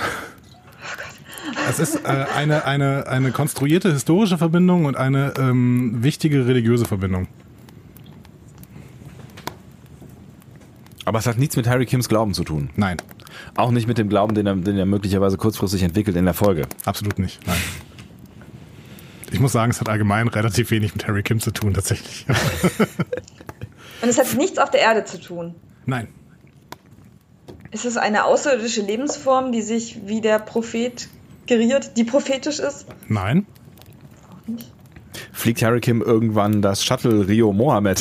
Speaker 1: Es ist äh, eine, eine, eine konstruierte historische Verbindung und eine ähm, wichtige religiöse Verbindung.
Speaker 2: Aber es hat nichts mit Harry Kims Glauben zu tun.
Speaker 1: Nein,
Speaker 2: Auch nicht mit dem Glauben, den er, den er möglicherweise kurzfristig entwickelt in der Folge.
Speaker 1: absolut nicht. Nein. Ich muss sagen, es hat allgemein relativ wenig mit Harry Kim zu tun, tatsächlich.
Speaker 3: Und es hat nichts auf der Erde zu tun.
Speaker 1: Nein,
Speaker 3: Ist es eine außerirdische Lebensform, die sich wie der Prophet geriert, die prophetisch ist?
Speaker 1: nein,
Speaker 3: Auch nicht.
Speaker 2: Fliegt Harry Kim irgendwann das Shuttle Rio Mohammed?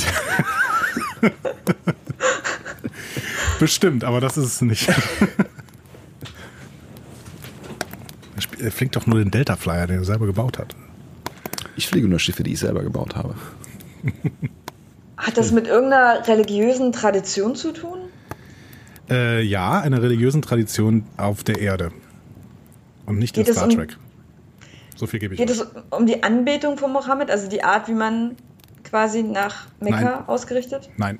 Speaker 1: bestimmt, aber das ist es nicht. Er sp- Er fliegt doch nur den Delta Flyer, den er selber gebaut hat.
Speaker 2: Ich fliege nur Schiffe, die ich selber gebaut habe.
Speaker 3: Hat das mit irgendeiner religiösen Tradition zu tun?
Speaker 1: Äh, ja, einer religiösen Tradition auf der Erde. Und nicht in
Speaker 3: Geht es
Speaker 1: Star
Speaker 3: um-
Speaker 1: Trek. So viel gebe ich.
Speaker 3: Geht
Speaker 1: euch.
Speaker 3: es um die Anbetung von Mohammed, also die Art, wie man quasi nach Mekka
Speaker 1: Nein.
Speaker 3: ausgerichtet? Hm.
Speaker 1: Nein.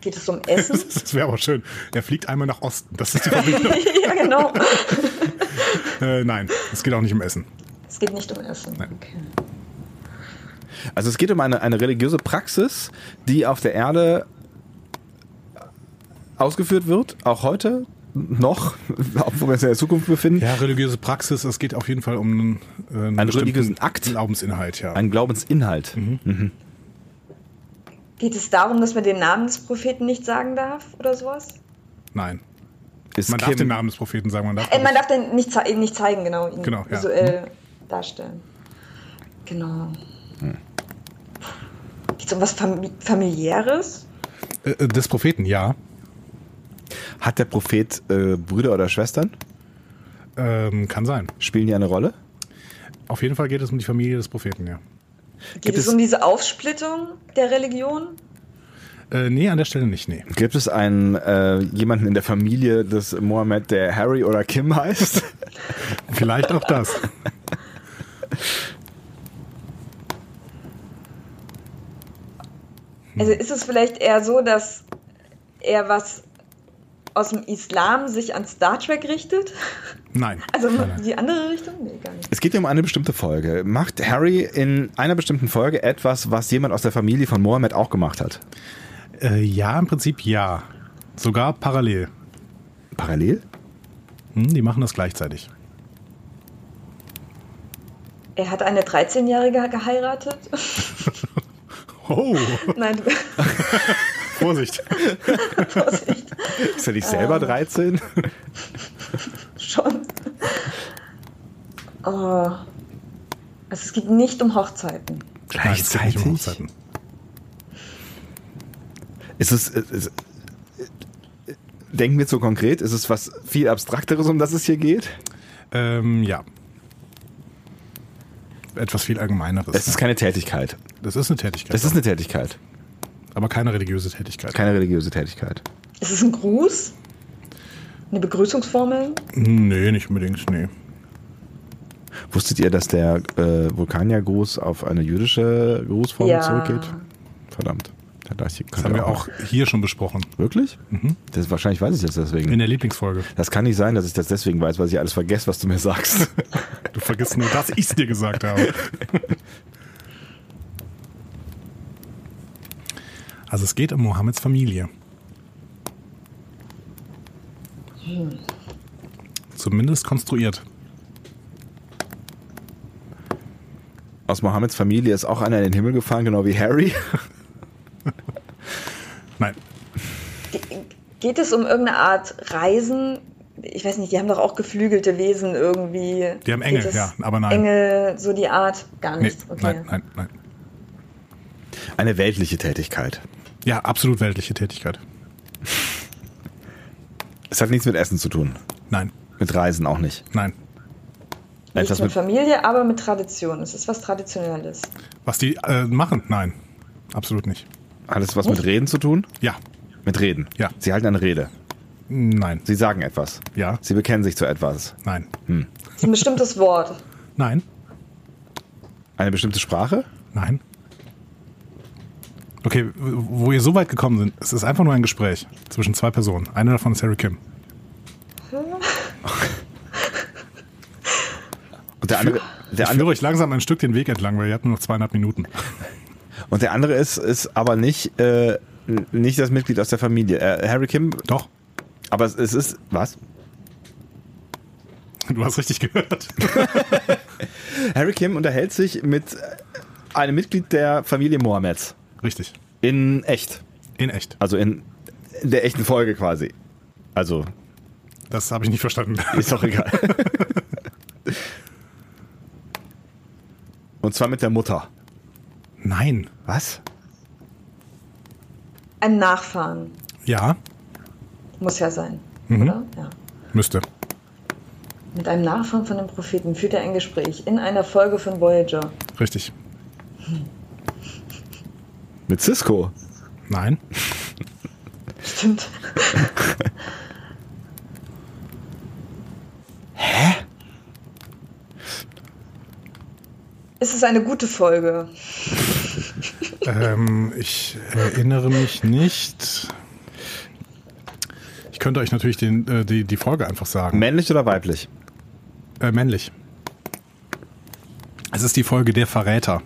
Speaker 3: Geht es um Essen?
Speaker 1: Das wäre aber schön. Er fliegt einmal nach Osten. Das ist die Verbindung.
Speaker 3: ja, genau.
Speaker 1: äh, nein, es geht auch nicht um Essen.
Speaker 3: Es geht nicht um Essen.
Speaker 1: Nein.
Speaker 3: Okay.
Speaker 2: Also es geht um eine, eine religiöse Praxis, die auf der Erde ausgeführt wird, auch heute noch, obwohl wir uns ja in der Zukunft befinden.
Speaker 1: Ja, religiöse Praxis, es geht auf jeden Fall um äh, einen,
Speaker 2: Einen
Speaker 1: bestimmten
Speaker 2: religiösen Akt.
Speaker 1: Glaubensinhalt, ja.
Speaker 2: Ein Glaubensinhalt.
Speaker 3: Geht es darum, dass man den Namen des Propheten nicht sagen darf oder sowas?
Speaker 1: nein.
Speaker 2: Ist
Speaker 1: Man darf
Speaker 2: Kim-
Speaker 1: den Namen des Propheten sagen, man darf.
Speaker 3: Äh, man darf den nicht, zei- ihn nicht zeigen, genau. Ihn
Speaker 1: Genau, ja.
Speaker 3: visuell darstellen. Genau.
Speaker 1: Hm.
Speaker 3: Geht es um was Fam familiäres?
Speaker 1: äh, des Propheten, ja.
Speaker 2: Hat der Prophet äh, Brüder oder Schwestern?
Speaker 1: Ähm, kann sein.
Speaker 2: Spielen die eine Rolle?
Speaker 1: Auf jeden Fall geht es um die Familie des Propheten, ja.
Speaker 3: Geht
Speaker 2: Gibt
Speaker 3: es
Speaker 2: es-
Speaker 3: um diese Aufsplittung der Religion?
Speaker 1: Äh, nee, an der Stelle nicht, nee.
Speaker 2: Gibt es einen äh, jemanden in der Familie des Mohammed, der Harry oder Kim heißt?
Speaker 1: Vielleicht auch das. Hm.
Speaker 3: Also ist es vielleicht eher so, dass er was aus dem Islam sich an Star Trek richtet?
Speaker 1: Nein.
Speaker 3: Also
Speaker 1: nein, nein.
Speaker 3: die andere Richtung? Nee, gar nicht.
Speaker 2: Es geht ja um eine bestimmte Folge. Macht Harry in einer bestimmten Folge etwas, was jemand aus der Familie von Mohammed auch gemacht hat?
Speaker 1: Äh, ja, im Prinzip ja. Sogar parallel.
Speaker 2: Parallel?
Speaker 1: Hm, die machen das gleichzeitig.
Speaker 3: Er hat eine 13-Jährige geheiratet.
Speaker 1: Oh,
Speaker 3: Nein,
Speaker 1: Vorsicht.
Speaker 3: Vorsicht.
Speaker 2: Ist er nicht selber 13?
Speaker 3: Schon. Oh. Also es geht nicht um Hochzeiten.
Speaker 1: Nein, es geht nicht um Hochzeiten.
Speaker 2: Ist es. Ist, ist, denken wir zu konkret? Ist es was viel Abstrakteres, um das es hier geht?
Speaker 1: Ähm, ja. Etwas viel Allgemeineres.
Speaker 2: Es ist keine Tätigkeit.
Speaker 1: das ist eine Tätigkeit,
Speaker 2: Es ist eine Tätigkeit.
Speaker 1: aber keine religiöse Tätigkeit.
Speaker 2: Keine religiöse Tätigkeit.
Speaker 3: Ist es ein Gruß? Eine Begrüßungsformel?
Speaker 1: Hm, nee, nicht unbedingt, nee.
Speaker 2: Wusstet ihr, dass der äh, Vulkanier-Gruß auf eine jüdische Grußform
Speaker 3: Ja.
Speaker 2: zurückgeht? Verdammt. Da dachte ich,
Speaker 1: Das haben wir auch hier schon besprochen.
Speaker 2: Wirklich? Das, wahrscheinlich weiß ich das
Speaker 1: In
Speaker 2: deswegen.
Speaker 1: der Lieblingsfolge.
Speaker 2: Das kann nicht sein, dass ich das deswegen weiß, weil ich alles vergesse, was du mir sagst.
Speaker 1: Du vergisst nur, dass ich es dir gesagt habe. Also es geht um Mohammeds Familie. Zumindest konstruiert.
Speaker 2: Aus Mohammeds Familie ist auch einer in den Himmel gefahren, genau wie Harry.
Speaker 1: Nein,
Speaker 3: Geht es um irgendeine Art Reisen? Ich weiß nicht, die haben doch auch geflügelte Wesen irgendwie.
Speaker 1: Die haben
Speaker 3: Geht
Speaker 1: Engel,
Speaker 3: es-
Speaker 1: ja, aber nein.
Speaker 3: Engel, so die Art, gar
Speaker 1: nee,
Speaker 3: nichts. okay.
Speaker 1: nein, nein, nein.
Speaker 2: Eine weltliche Tätigkeit.
Speaker 1: Ja, absolut weltliche Tätigkeit.
Speaker 2: Es hat nichts mit Essen zu tun.
Speaker 1: Nein,
Speaker 2: Mit Reisen auch nicht.
Speaker 1: nein.
Speaker 3: Nichts
Speaker 2: Etwas
Speaker 3: mit
Speaker 2: mit,
Speaker 3: Familie, aber mit Tradition. Es ist was Traditionelles.
Speaker 1: Was die äh, machen? Nein, absolut nicht.
Speaker 2: hat es was mit Reden zu tun?
Speaker 1: Ja,
Speaker 2: Mit Reden.
Speaker 1: Ja.
Speaker 2: Sie halten eine Rede.
Speaker 1: nein,
Speaker 2: Sie sagen etwas.
Speaker 1: ja,
Speaker 2: Sie bekennen sich zu etwas.
Speaker 1: nein,
Speaker 3: Es ist ein bestimmtes Wort.
Speaker 1: nein,
Speaker 2: Eine bestimmte Sprache?
Speaker 1: nein. Okay, wo ihr so weit gekommen sind, es ist einfach nur ein Gespräch zwischen zwei Personen. Eine davon ist Harry Kim.
Speaker 2: Und der andere, der
Speaker 1: Ich
Speaker 2: andere,
Speaker 1: führe euch langsam ein Stück den Weg entlang, weil ihr habt nur noch zweieinhalb Minuten.
Speaker 2: und der andere ist, ist aber nicht, äh, nicht das Mitglied aus der Familie. Äh, Harry Kim,
Speaker 1: Doch,
Speaker 2: aber es, es ist. Was?
Speaker 1: du hast richtig gehört.
Speaker 2: Harry Kim unterhält sich mit äh, einem Mitglied der Familie Mohammeds.
Speaker 1: Richtig,
Speaker 2: In echt.
Speaker 1: in echt.
Speaker 2: Also in der echten Folge quasi. Also,
Speaker 1: Das habe ich nicht verstanden.
Speaker 2: ist doch egal. und zwar mit der Mutter.
Speaker 1: Nein,
Speaker 2: Was?
Speaker 3: Ein Nachfahren.
Speaker 1: ja,
Speaker 3: Muss ja sein.
Speaker 1: Mhm.
Speaker 3: Oder? Ja.
Speaker 1: müsste.
Speaker 3: Mit einem Nachfahren von dem Propheten führt er ein Gespräch in einer Folge von Voyager.
Speaker 1: Richtig,
Speaker 2: Mit Cisco.
Speaker 1: nein,
Speaker 3: Stimmt.
Speaker 2: Hä?
Speaker 3: Es ist eine gute Folge.
Speaker 1: Ähm, ich erinnere mich nicht. Ich könnte euch natürlich den, äh, die, die Folge einfach sagen.
Speaker 2: Männlich oder weiblich?
Speaker 1: Äh, männlich. Es ist die Folge Der Verräter.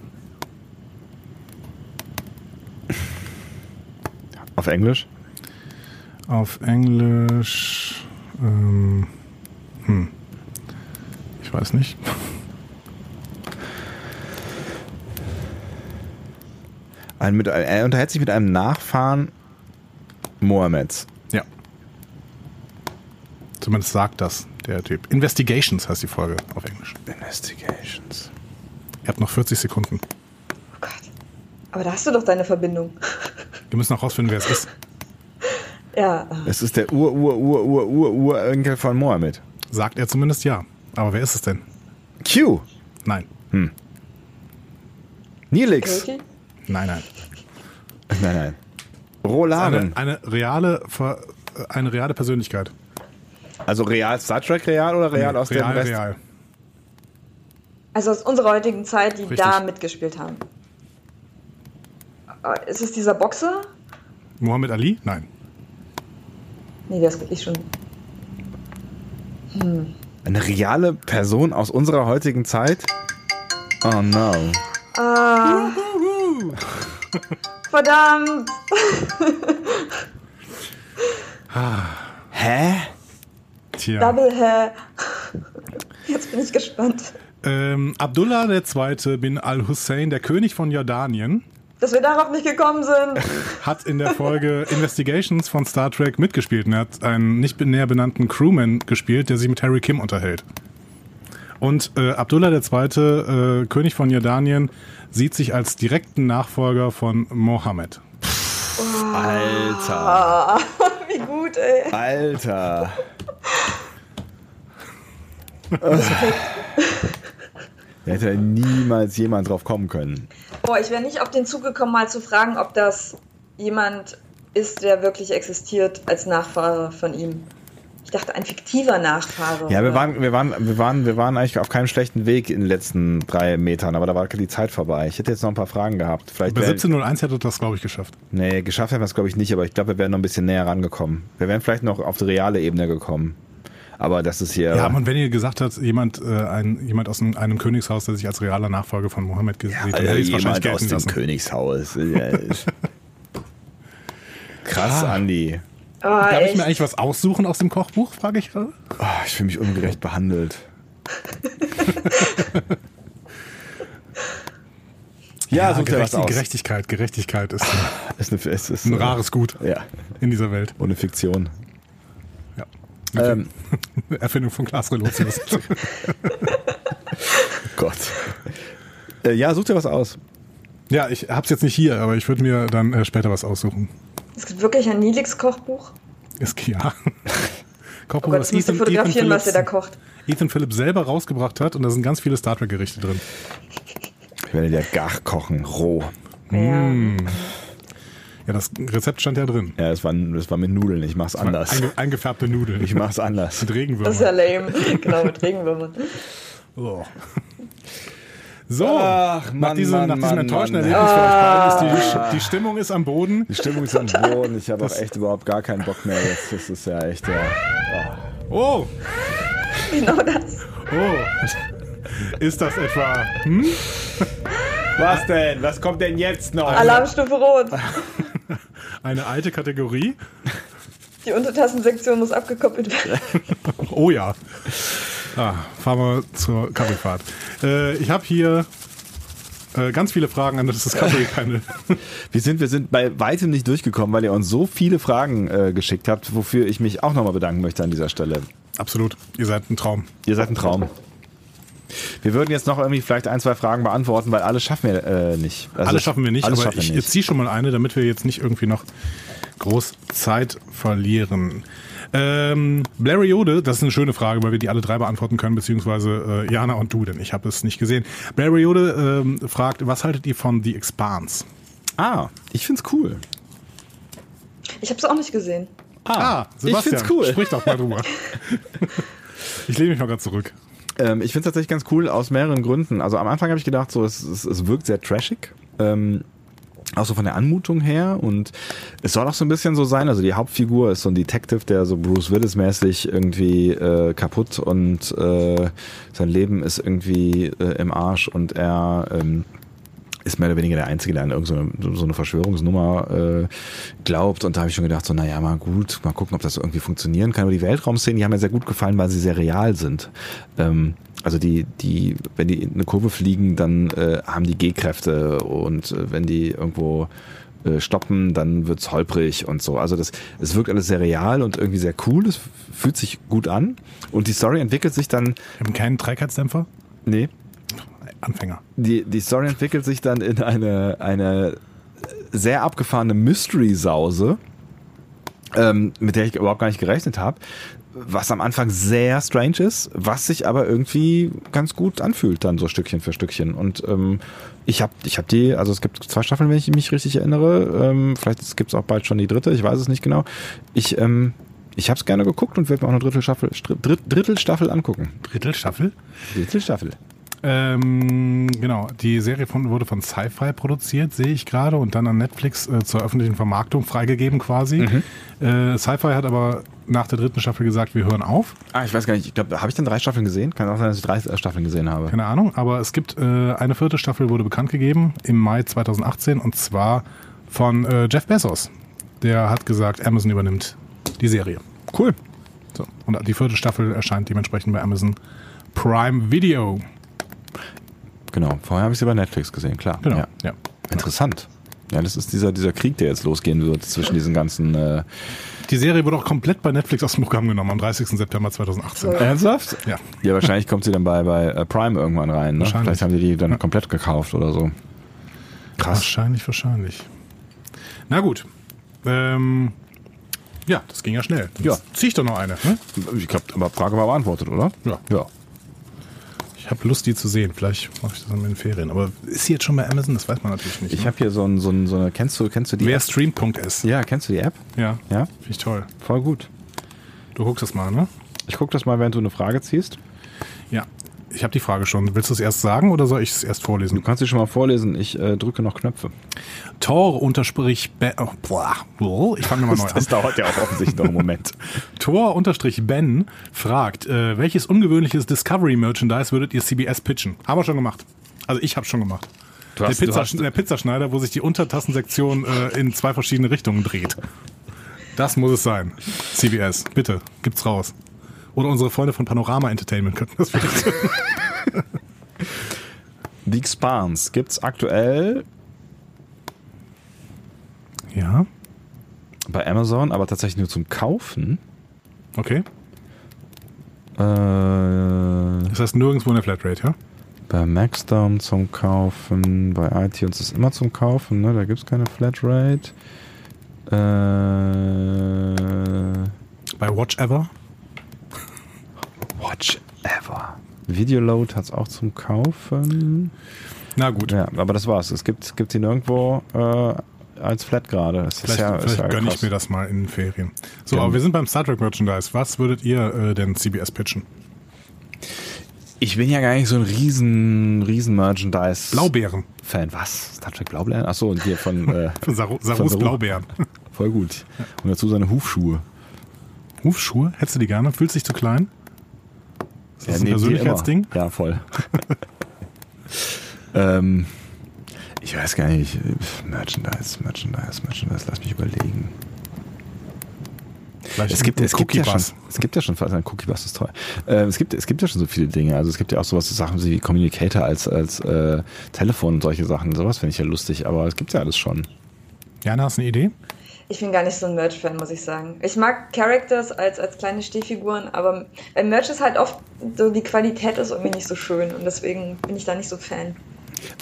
Speaker 2: Auf Englisch?
Speaker 1: Auf Englisch. Ähm, hm. Ich weiß nicht.
Speaker 2: Ein, mit, er unterhält sich mit einem Nachfahren Mohammeds.
Speaker 1: Ja. Zumindest sagt das der Typ. Investigations heißt die Folge auf Englisch.
Speaker 2: Investigations.
Speaker 1: Ihr habt noch 40 Sekunden.
Speaker 3: Oh Gott. Aber da hast du doch deine Verbindung.
Speaker 1: Wir müssen noch rausfinden, wer es ist.
Speaker 3: Ja.
Speaker 2: Es ist der Ur, Ur, Ur, Ur, Ur, Urenkel von Mohammed.
Speaker 1: Sagt er zumindest ja. Aber wer ist es denn?
Speaker 2: Q.
Speaker 1: Nein.
Speaker 3: äh,
Speaker 2: Nilix.
Speaker 3: Katie?
Speaker 1: Nein, nein.
Speaker 2: Nein, nein.
Speaker 1: Eine,
Speaker 2: Rolaren.
Speaker 1: eine reale Ver, äh, eine reale Persönlichkeit.
Speaker 2: Also real Star Trek real oder real aus
Speaker 1: real,
Speaker 2: dem Rest?
Speaker 1: real.
Speaker 3: Also aus unserer heutigen Zeit, die
Speaker 1: Richtig.
Speaker 3: da mitgespielt haben. Aber Ist es dieser Boxer?
Speaker 1: Mohammed Ali? Nein.
Speaker 3: Nee, der ist wirklich schon.
Speaker 2: Eine reale Person aus unserer heutigen Zeit? Oh no.
Speaker 3: Ah. Verdammt!
Speaker 2: Hä?
Speaker 1: Tja.
Speaker 3: Double Hair. Jetzt bin ich gespannt.
Speaker 1: Ähm, Abdullah II. bin al-Hussein, der König von Jordanien,
Speaker 3: dass wir darauf nicht gekommen sind.
Speaker 1: Hat in der Folge Investigations von Star Trek mitgespielt und er hat einen nicht näher benannten Crewman gespielt, der sich mit Harry Kim unterhält. Und äh, Abdullah II., äh, König von Jordanien, sieht sich als direkten Nachfolger von Mohammed.
Speaker 2: Alter.
Speaker 3: Ah, wie gut, ey.
Speaker 2: Alter. da hätte niemals jemand drauf kommen können.
Speaker 3: Boah, ich wäre nicht auf den Zug gekommen, mal zu fragen, ob das jemand ist, der wirklich existiert als Nachfahre von ihm. Ich dachte, ein fiktiver Nachfahre.
Speaker 2: Ja, wir
Speaker 3: oder?
Speaker 2: waren, wir waren, wir waren, wir waren eigentlich auf keinem schlechten Weg in den letzten drei Metern, aber da war die Zeit vorbei. Ich hätte jetzt noch ein paar Fragen gehabt. Vielleicht
Speaker 1: Bei
Speaker 2: wär-
Speaker 1: 1701 hätte er das, glaube ich, geschafft.
Speaker 2: Nee, geschafft hätten wir es, glaube ich, nicht, aber ich glaube, wir wären noch ein bisschen näher rangekommen. Wir wären vielleicht noch auf die reale Ebene gekommen. Aber das ist hier.
Speaker 1: Ja, und wenn ihr gesagt habt, jemand, äh, ein, jemand aus einem, einem Königshaus, der sich als realer Nachfolger von Mohammed gesehen hat,
Speaker 2: also
Speaker 1: hätte ich es wahrscheinlich
Speaker 2: jemand aus
Speaker 1: gelten
Speaker 2: dem
Speaker 1: lassen.
Speaker 2: Königshaus. Ja, ist- Krass, Andi.
Speaker 3: Ah,
Speaker 1: Darf ich
Speaker 3: echt?
Speaker 1: mir eigentlich was aussuchen aus dem Kochbuch, frage ich gerade?
Speaker 2: Oh, ich fühle mich ungerecht behandelt. ja, such dir was
Speaker 1: Gerechti-
Speaker 2: aus.
Speaker 1: Gerechtigkeit, Gerechtigkeit ist ein,
Speaker 2: Ist eine, ist, ist, äh,
Speaker 1: ein rares Gut
Speaker 2: Ja,
Speaker 1: in dieser Welt.
Speaker 2: ohne Fiktion.
Speaker 1: Ja.
Speaker 2: Ähm,
Speaker 1: Erfindung von Klaas Relotius.
Speaker 2: oh Gott. Äh, ja, such dir was aus.
Speaker 1: ja, ich hab's jetzt nicht hier, aber ich würde mir dann äh, später was aussuchen.
Speaker 3: Es gibt wirklich ein Nilix-Kochbuch.
Speaker 1: Ist ja.
Speaker 3: Oh
Speaker 1: Kochbuch,
Speaker 3: Gott, ich müsste fotografieren, was ihr da kocht.
Speaker 1: Ethan Phillips selber rausgebracht hat und da sind ganz viele Star Trek Gerichte drin.
Speaker 2: Ich werde dir gar kochen, roh.
Speaker 1: Mm.
Speaker 3: Ja.
Speaker 1: Ja, das Rezept stand ja drin.
Speaker 2: Ja, das waren, das waren mit Nudeln. Ich mach's anders.
Speaker 1: Einge eingefärbte Nudeln.
Speaker 2: Ich mach's anders.
Speaker 1: mit Regenwürmern.
Speaker 3: Das ist ja lame. genau, mit Regenwürmern.
Speaker 1: Oh. So,
Speaker 2: Oh, Ach,
Speaker 1: nach
Speaker 2: Mann,
Speaker 1: diesem,
Speaker 2: Mann,
Speaker 1: nach diesem
Speaker 2: Mann,
Speaker 1: enttäuschenden
Speaker 2: Mann.
Speaker 1: Erlebnis
Speaker 3: Ah.
Speaker 1: für euch beiden ist die, die Stimmung ist am Boden.
Speaker 2: Die Stimmung ist am Boden. Ich habe auch echt überhaupt gar keinen Bock mehr jetzt. Das ist ja echt. Ja.
Speaker 1: Oh,
Speaker 3: Genau das.
Speaker 1: oh. Ist das etwa? Hm?
Speaker 2: Was denn? Was kommt denn jetzt noch?
Speaker 3: Alarmstufe Rot.
Speaker 1: Eine alte Kategorie?
Speaker 3: Die Untertassensektion muss abgekoppelt werden.
Speaker 1: Oh ja. Ah, fahren wir zur Kaffeefahrt. Äh, ich habe hier äh, ganz viele Fragen an das Discovery-Panel.
Speaker 2: Wir sind, wir sind bei weitem nicht durchgekommen, weil ihr uns so viele Fragen äh, geschickt habt, wofür ich mich auch nochmal bedanken möchte an dieser Stelle.
Speaker 1: Absolut, ihr seid ein Traum.
Speaker 2: Ihr seid ein Traum. Wir würden jetzt noch irgendwie vielleicht ein, zwei Fragen beantworten, weil alle schaffen wir äh, nicht. Also,
Speaker 1: Alle schaffen wir nicht,
Speaker 2: alles
Speaker 1: aber
Speaker 2: schaffen wir
Speaker 1: ich,
Speaker 2: nicht.
Speaker 1: ich ziehe schon mal eine, damit wir jetzt nicht irgendwie noch groß Zeit verlieren. Ähm, Blariode, das ist eine schöne Frage, weil wir die alle drei beantworten können, beziehungsweise äh, Jana und du, denn ich habe es nicht gesehen. Blariode ähm, fragt, was haltet ihr von The Expanse?
Speaker 2: Ah, ich find's cool.
Speaker 3: Ich habe es auch nicht gesehen.
Speaker 1: Ah, Sebastian,
Speaker 2: ich find's cool.
Speaker 1: sprich doch mal drüber. ich lehne mich mal gerade zurück.
Speaker 2: Ähm, ich finde es tatsächlich ganz cool aus mehreren Gründen. Also am Anfang habe ich gedacht, so es, es, es wirkt sehr trashig. Ähm, auch so von der Anmutung her und es soll auch so ein bisschen so sein, also die Hauptfigur ist so ein Detective, der so Bruce Willis mäßig irgendwie äh, kaputt und äh, sein Leben ist irgendwie äh, im Arsch und er ähm, ist mehr oder weniger der Einzige, der an irgendeine so eine Verschwörungsnummer äh, glaubt. Und da habe ich schon gedacht, so, naja, mal gut, mal gucken, ob das irgendwie funktionieren kann. Aber die Weltraumszenen, die haben mir sehr gut gefallen, weil sie sehr real sind. Ähm, also die, die, wenn die in eine Kurve fliegen, dann äh, haben die G-Kräfte und äh, wenn die irgendwo äh, stoppen, dann wird's holprig und so. Also das, es wirkt alles sehr real und irgendwie sehr cool. Es fühlt sich gut an. Und die Story entwickelt sich dann,
Speaker 1: Wir haben keinen Trägheitsdämpfer?
Speaker 2: nee,
Speaker 1: Anfänger.
Speaker 2: die, die Story entwickelt sich dann in eine, eine sehr abgefahrene Mystery-Sause, ähm, mit der ich überhaupt gar nicht gerechnet habe, was am Anfang sehr strange ist, was sich aber irgendwie ganz gut anfühlt, dann so Stückchen für Stückchen. Und ähm, ich habe ich hab die, also es gibt zwei Staffeln, wenn ich mich richtig erinnere, ähm, vielleicht gibt's auch bald schon die dritte, ich weiß es nicht genau. Ich, ähm, ich habe es gerne geguckt und werde mir auch eine Drittelstaffel, Dritt, Drittelstaffel angucken.
Speaker 1: Drittelstaffel?
Speaker 2: Drittelstaffel?
Speaker 1: Ähm, genau, die Serie von, wurde von Sci-Fi produziert, sehe ich gerade, und dann an Netflix äh, zur öffentlichen Vermarktung freigegeben quasi.
Speaker 2: Mhm.
Speaker 1: Äh, Sci-Fi hat aber nach der dritten Staffel gesagt, wir hören auf,
Speaker 2: Ah, ich weiß gar nicht. Ich glaube, habe ich dann drei Staffeln gesehen? Kann auch sein, dass ich drei äh, Staffeln gesehen habe.
Speaker 1: keine Ahnung, aber es gibt äh, eine vierte Staffel, wurde bekannt gegeben im Mai 2018 und zwar von äh, Jeff Bezos. Der hat gesagt, Amazon übernimmt die Serie.
Speaker 2: Cool.
Speaker 1: So. Und die vierte Staffel erscheint dementsprechend bei Amazon Prime Video.
Speaker 2: Genau. Vorher habe ich sie bei Netflix gesehen, klar.
Speaker 1: Genau.
Speaker 2: Ja.
Speaker 1: Ja.
Speaker 2: Interessant. Ja, das ist dieser, dieser Krieg, der jetzt losgehen wird zwischen diesen ganzen. Äh
Speaker 1: Die Serie wurde auch komplett bei Netflix aus dem Programm genommen am 30. September 2018.
Speaker 3: Toll.
Speaker 2: Ernsthaft?
Speaker 1: Ja.
Speaker 2: Ja, wahrscheinlich kommt sie dann bei, bei äh, Prime irgendwann rein. Ne?
Speaker 1: Wahrscheinlich.
Speaker 2: Vielleicht haben die die dann komplett gekauft oder so.
Speaker 1: Wahrscheinlich, wahrscheinlich. Na gut. Ähm, ja, das ging ja schnell. Jetzt
Speaker 2: Ja.
Speaker 1: Zieh ich doch noch eine. Ne?
Speaker 2: Ich glaube, aber Frage war beantwortet, oder?
Speaker 1: Ja.
Speaker 2: Ja.
Speaker 1: Ich habe Lust, die zu sehen. Vielleicht mache ich das in den Ferien. Aber ist sie jetzt schon bei Amazon? Das weiß man natürlich nicht.
Speaker 2: Ich
Speaker 1: ne?
Speaker 2: habe hier so, ein, so, ein, so eine. Kennst du, kennst du die
Speaker 1: Wer
Speaker 2: App?
Speaker 1: stream.s.
Speaker 2: Ja, kennst du die App?
Speaker 1: Ja.
Speaker 2: Ja.
Speaker 1: Finde ich toll.
Speaker 2: Voll gut.
Speaker 1: Du guckst das mal, ne?
Speaker 2: Ich gucke das mal, während du eine Frage ziehst.
Speaker 1: Ja. Ich habe die Frage schon. Willst du es erst sagen oder soll ich es erst
Speaker 2: Du
Speaker 1: vorlesen?
Speaker 2: kannst sie schon mal vorlesen. Ich äh, drücke noch Knöpfe.
Speaker 1: Tor unterstrich Ben. Oh, boah. Oh, ich fange nochmal neu an.
Speaker 2: dauert ja auch offensichtlich noch einen Moment.
Speaker 1: Tor unterstrich Ben fragt, äh, welches ungewöhnliches Discovery-Merchandise würdet ihr CBS pitchen? Haben wir schon gemacht. Also ich habe schon gemacht.
Speaker 2: Du hast-
Speaker 1: der,
Speaker 2: du
Speaker 1: Pizza,
Speaker 2: hast-
Speaker 1: der Pizzaschneider, wo sich die Untertassensektion äh, in zwei verschiedene Richtungen dreht. Das muss es sein. CBS, bitte, gibt's raus. Oder unsere Freunde von Panorama Entertainment könnten das vielleicht.
Speaker 2: The Expanse gibt's aktuell
Speaker 1: ja,
Speaker 2: bei Amazon, aber tatsächlich nur zum Kaufen.
Speaker 1: okay.
Speaker 2: Äh, bei
Speaker 1: Das heißt nirgendwo in der Flatrate, ja?
Speaker 2: Maxdom zum Kaufen, bei iTunes ist immer zum Kaufen, ne? Da gibt's keine Flatrate. Äh,
Speaker 1: Bei Watch Ever?
Speaker 2: Watch Ever. Videoload hat's auch zum Kaufen.
Speaker 1: Na gut.
Speaker 2: Ja, aber das war's. Es gibt, gibt ihn irgendwo äh, als Flat gerade. Das ist
Speaker 1: Vielleicht,
Speaker 2: ja, ist
Speaker 1: vielleicht
Speaker 2: ja
Speaker 1: gönne
Speaker 2: krass.
Speaker 1: ich mir das mal in den Ferien. So,
Speaker 2: Gönn.
Speaker 1: aber wir sind beim Star Trek Merchandise. Was würdet ihr äh, denn CBS pitchen?
Speaker 2: Ich bin ja gar nicht so ein riesen, riesen Merchandise.
Speaker 1: Blaubeeren.
Speaker 2: Fan. Was? Star Trek Blaubeeren? Achso, und hier von. Äh,
Speaker 1: Saru,
Speaker 2: von
Speaker 1: Sarus
Speaker 2: Saru.
Speaker 1: Blaubeeren.
Speaker 2: Voll gut. Und dazu seine Hufschuhe.
Speaker 1: Hufschuhe? Hättest du die gerne? Fühlst du dich zu klein? Ist das ein
Speaker 2: neben dir
Speaker 1: Persönlichkeitsding?
Speaker 2: immer. Ja, voll. ähm, ich weiß gar nicht. Merchandise, Merchandise, Merchandise. Lass mich überlegen.
Speaker 1: Vielleicht
Speaker 2: Es gibt,
Speaker 1: ein
Speaker 2: es, gibt ja schon,
Speaker 1: Cookie-Bus.
Speaker 2: es gibt ja schon, also ein Cookie Bus ist toll. Äh, es, gibt, es gibt ja schon so viele Dinge. Also es gibt ja auch sowas, so Sachen wie Communicator als, als äh, Telefon und solche Sachen. Sowas finde ich ja lustig, aber es gibt ja alles schon.
Speaker 1: Jana, hast du eine Idee?
Speaker 3: Ich bin gar nicht so ein Merch-Fan, muss ich sagen. Ich mag Characters als, als kleine Stehfiguren, aber beim Merch ist halt oft so, die Qualität ist irgendwie nicht so schön und deswegen bin ich da nicht so Fan.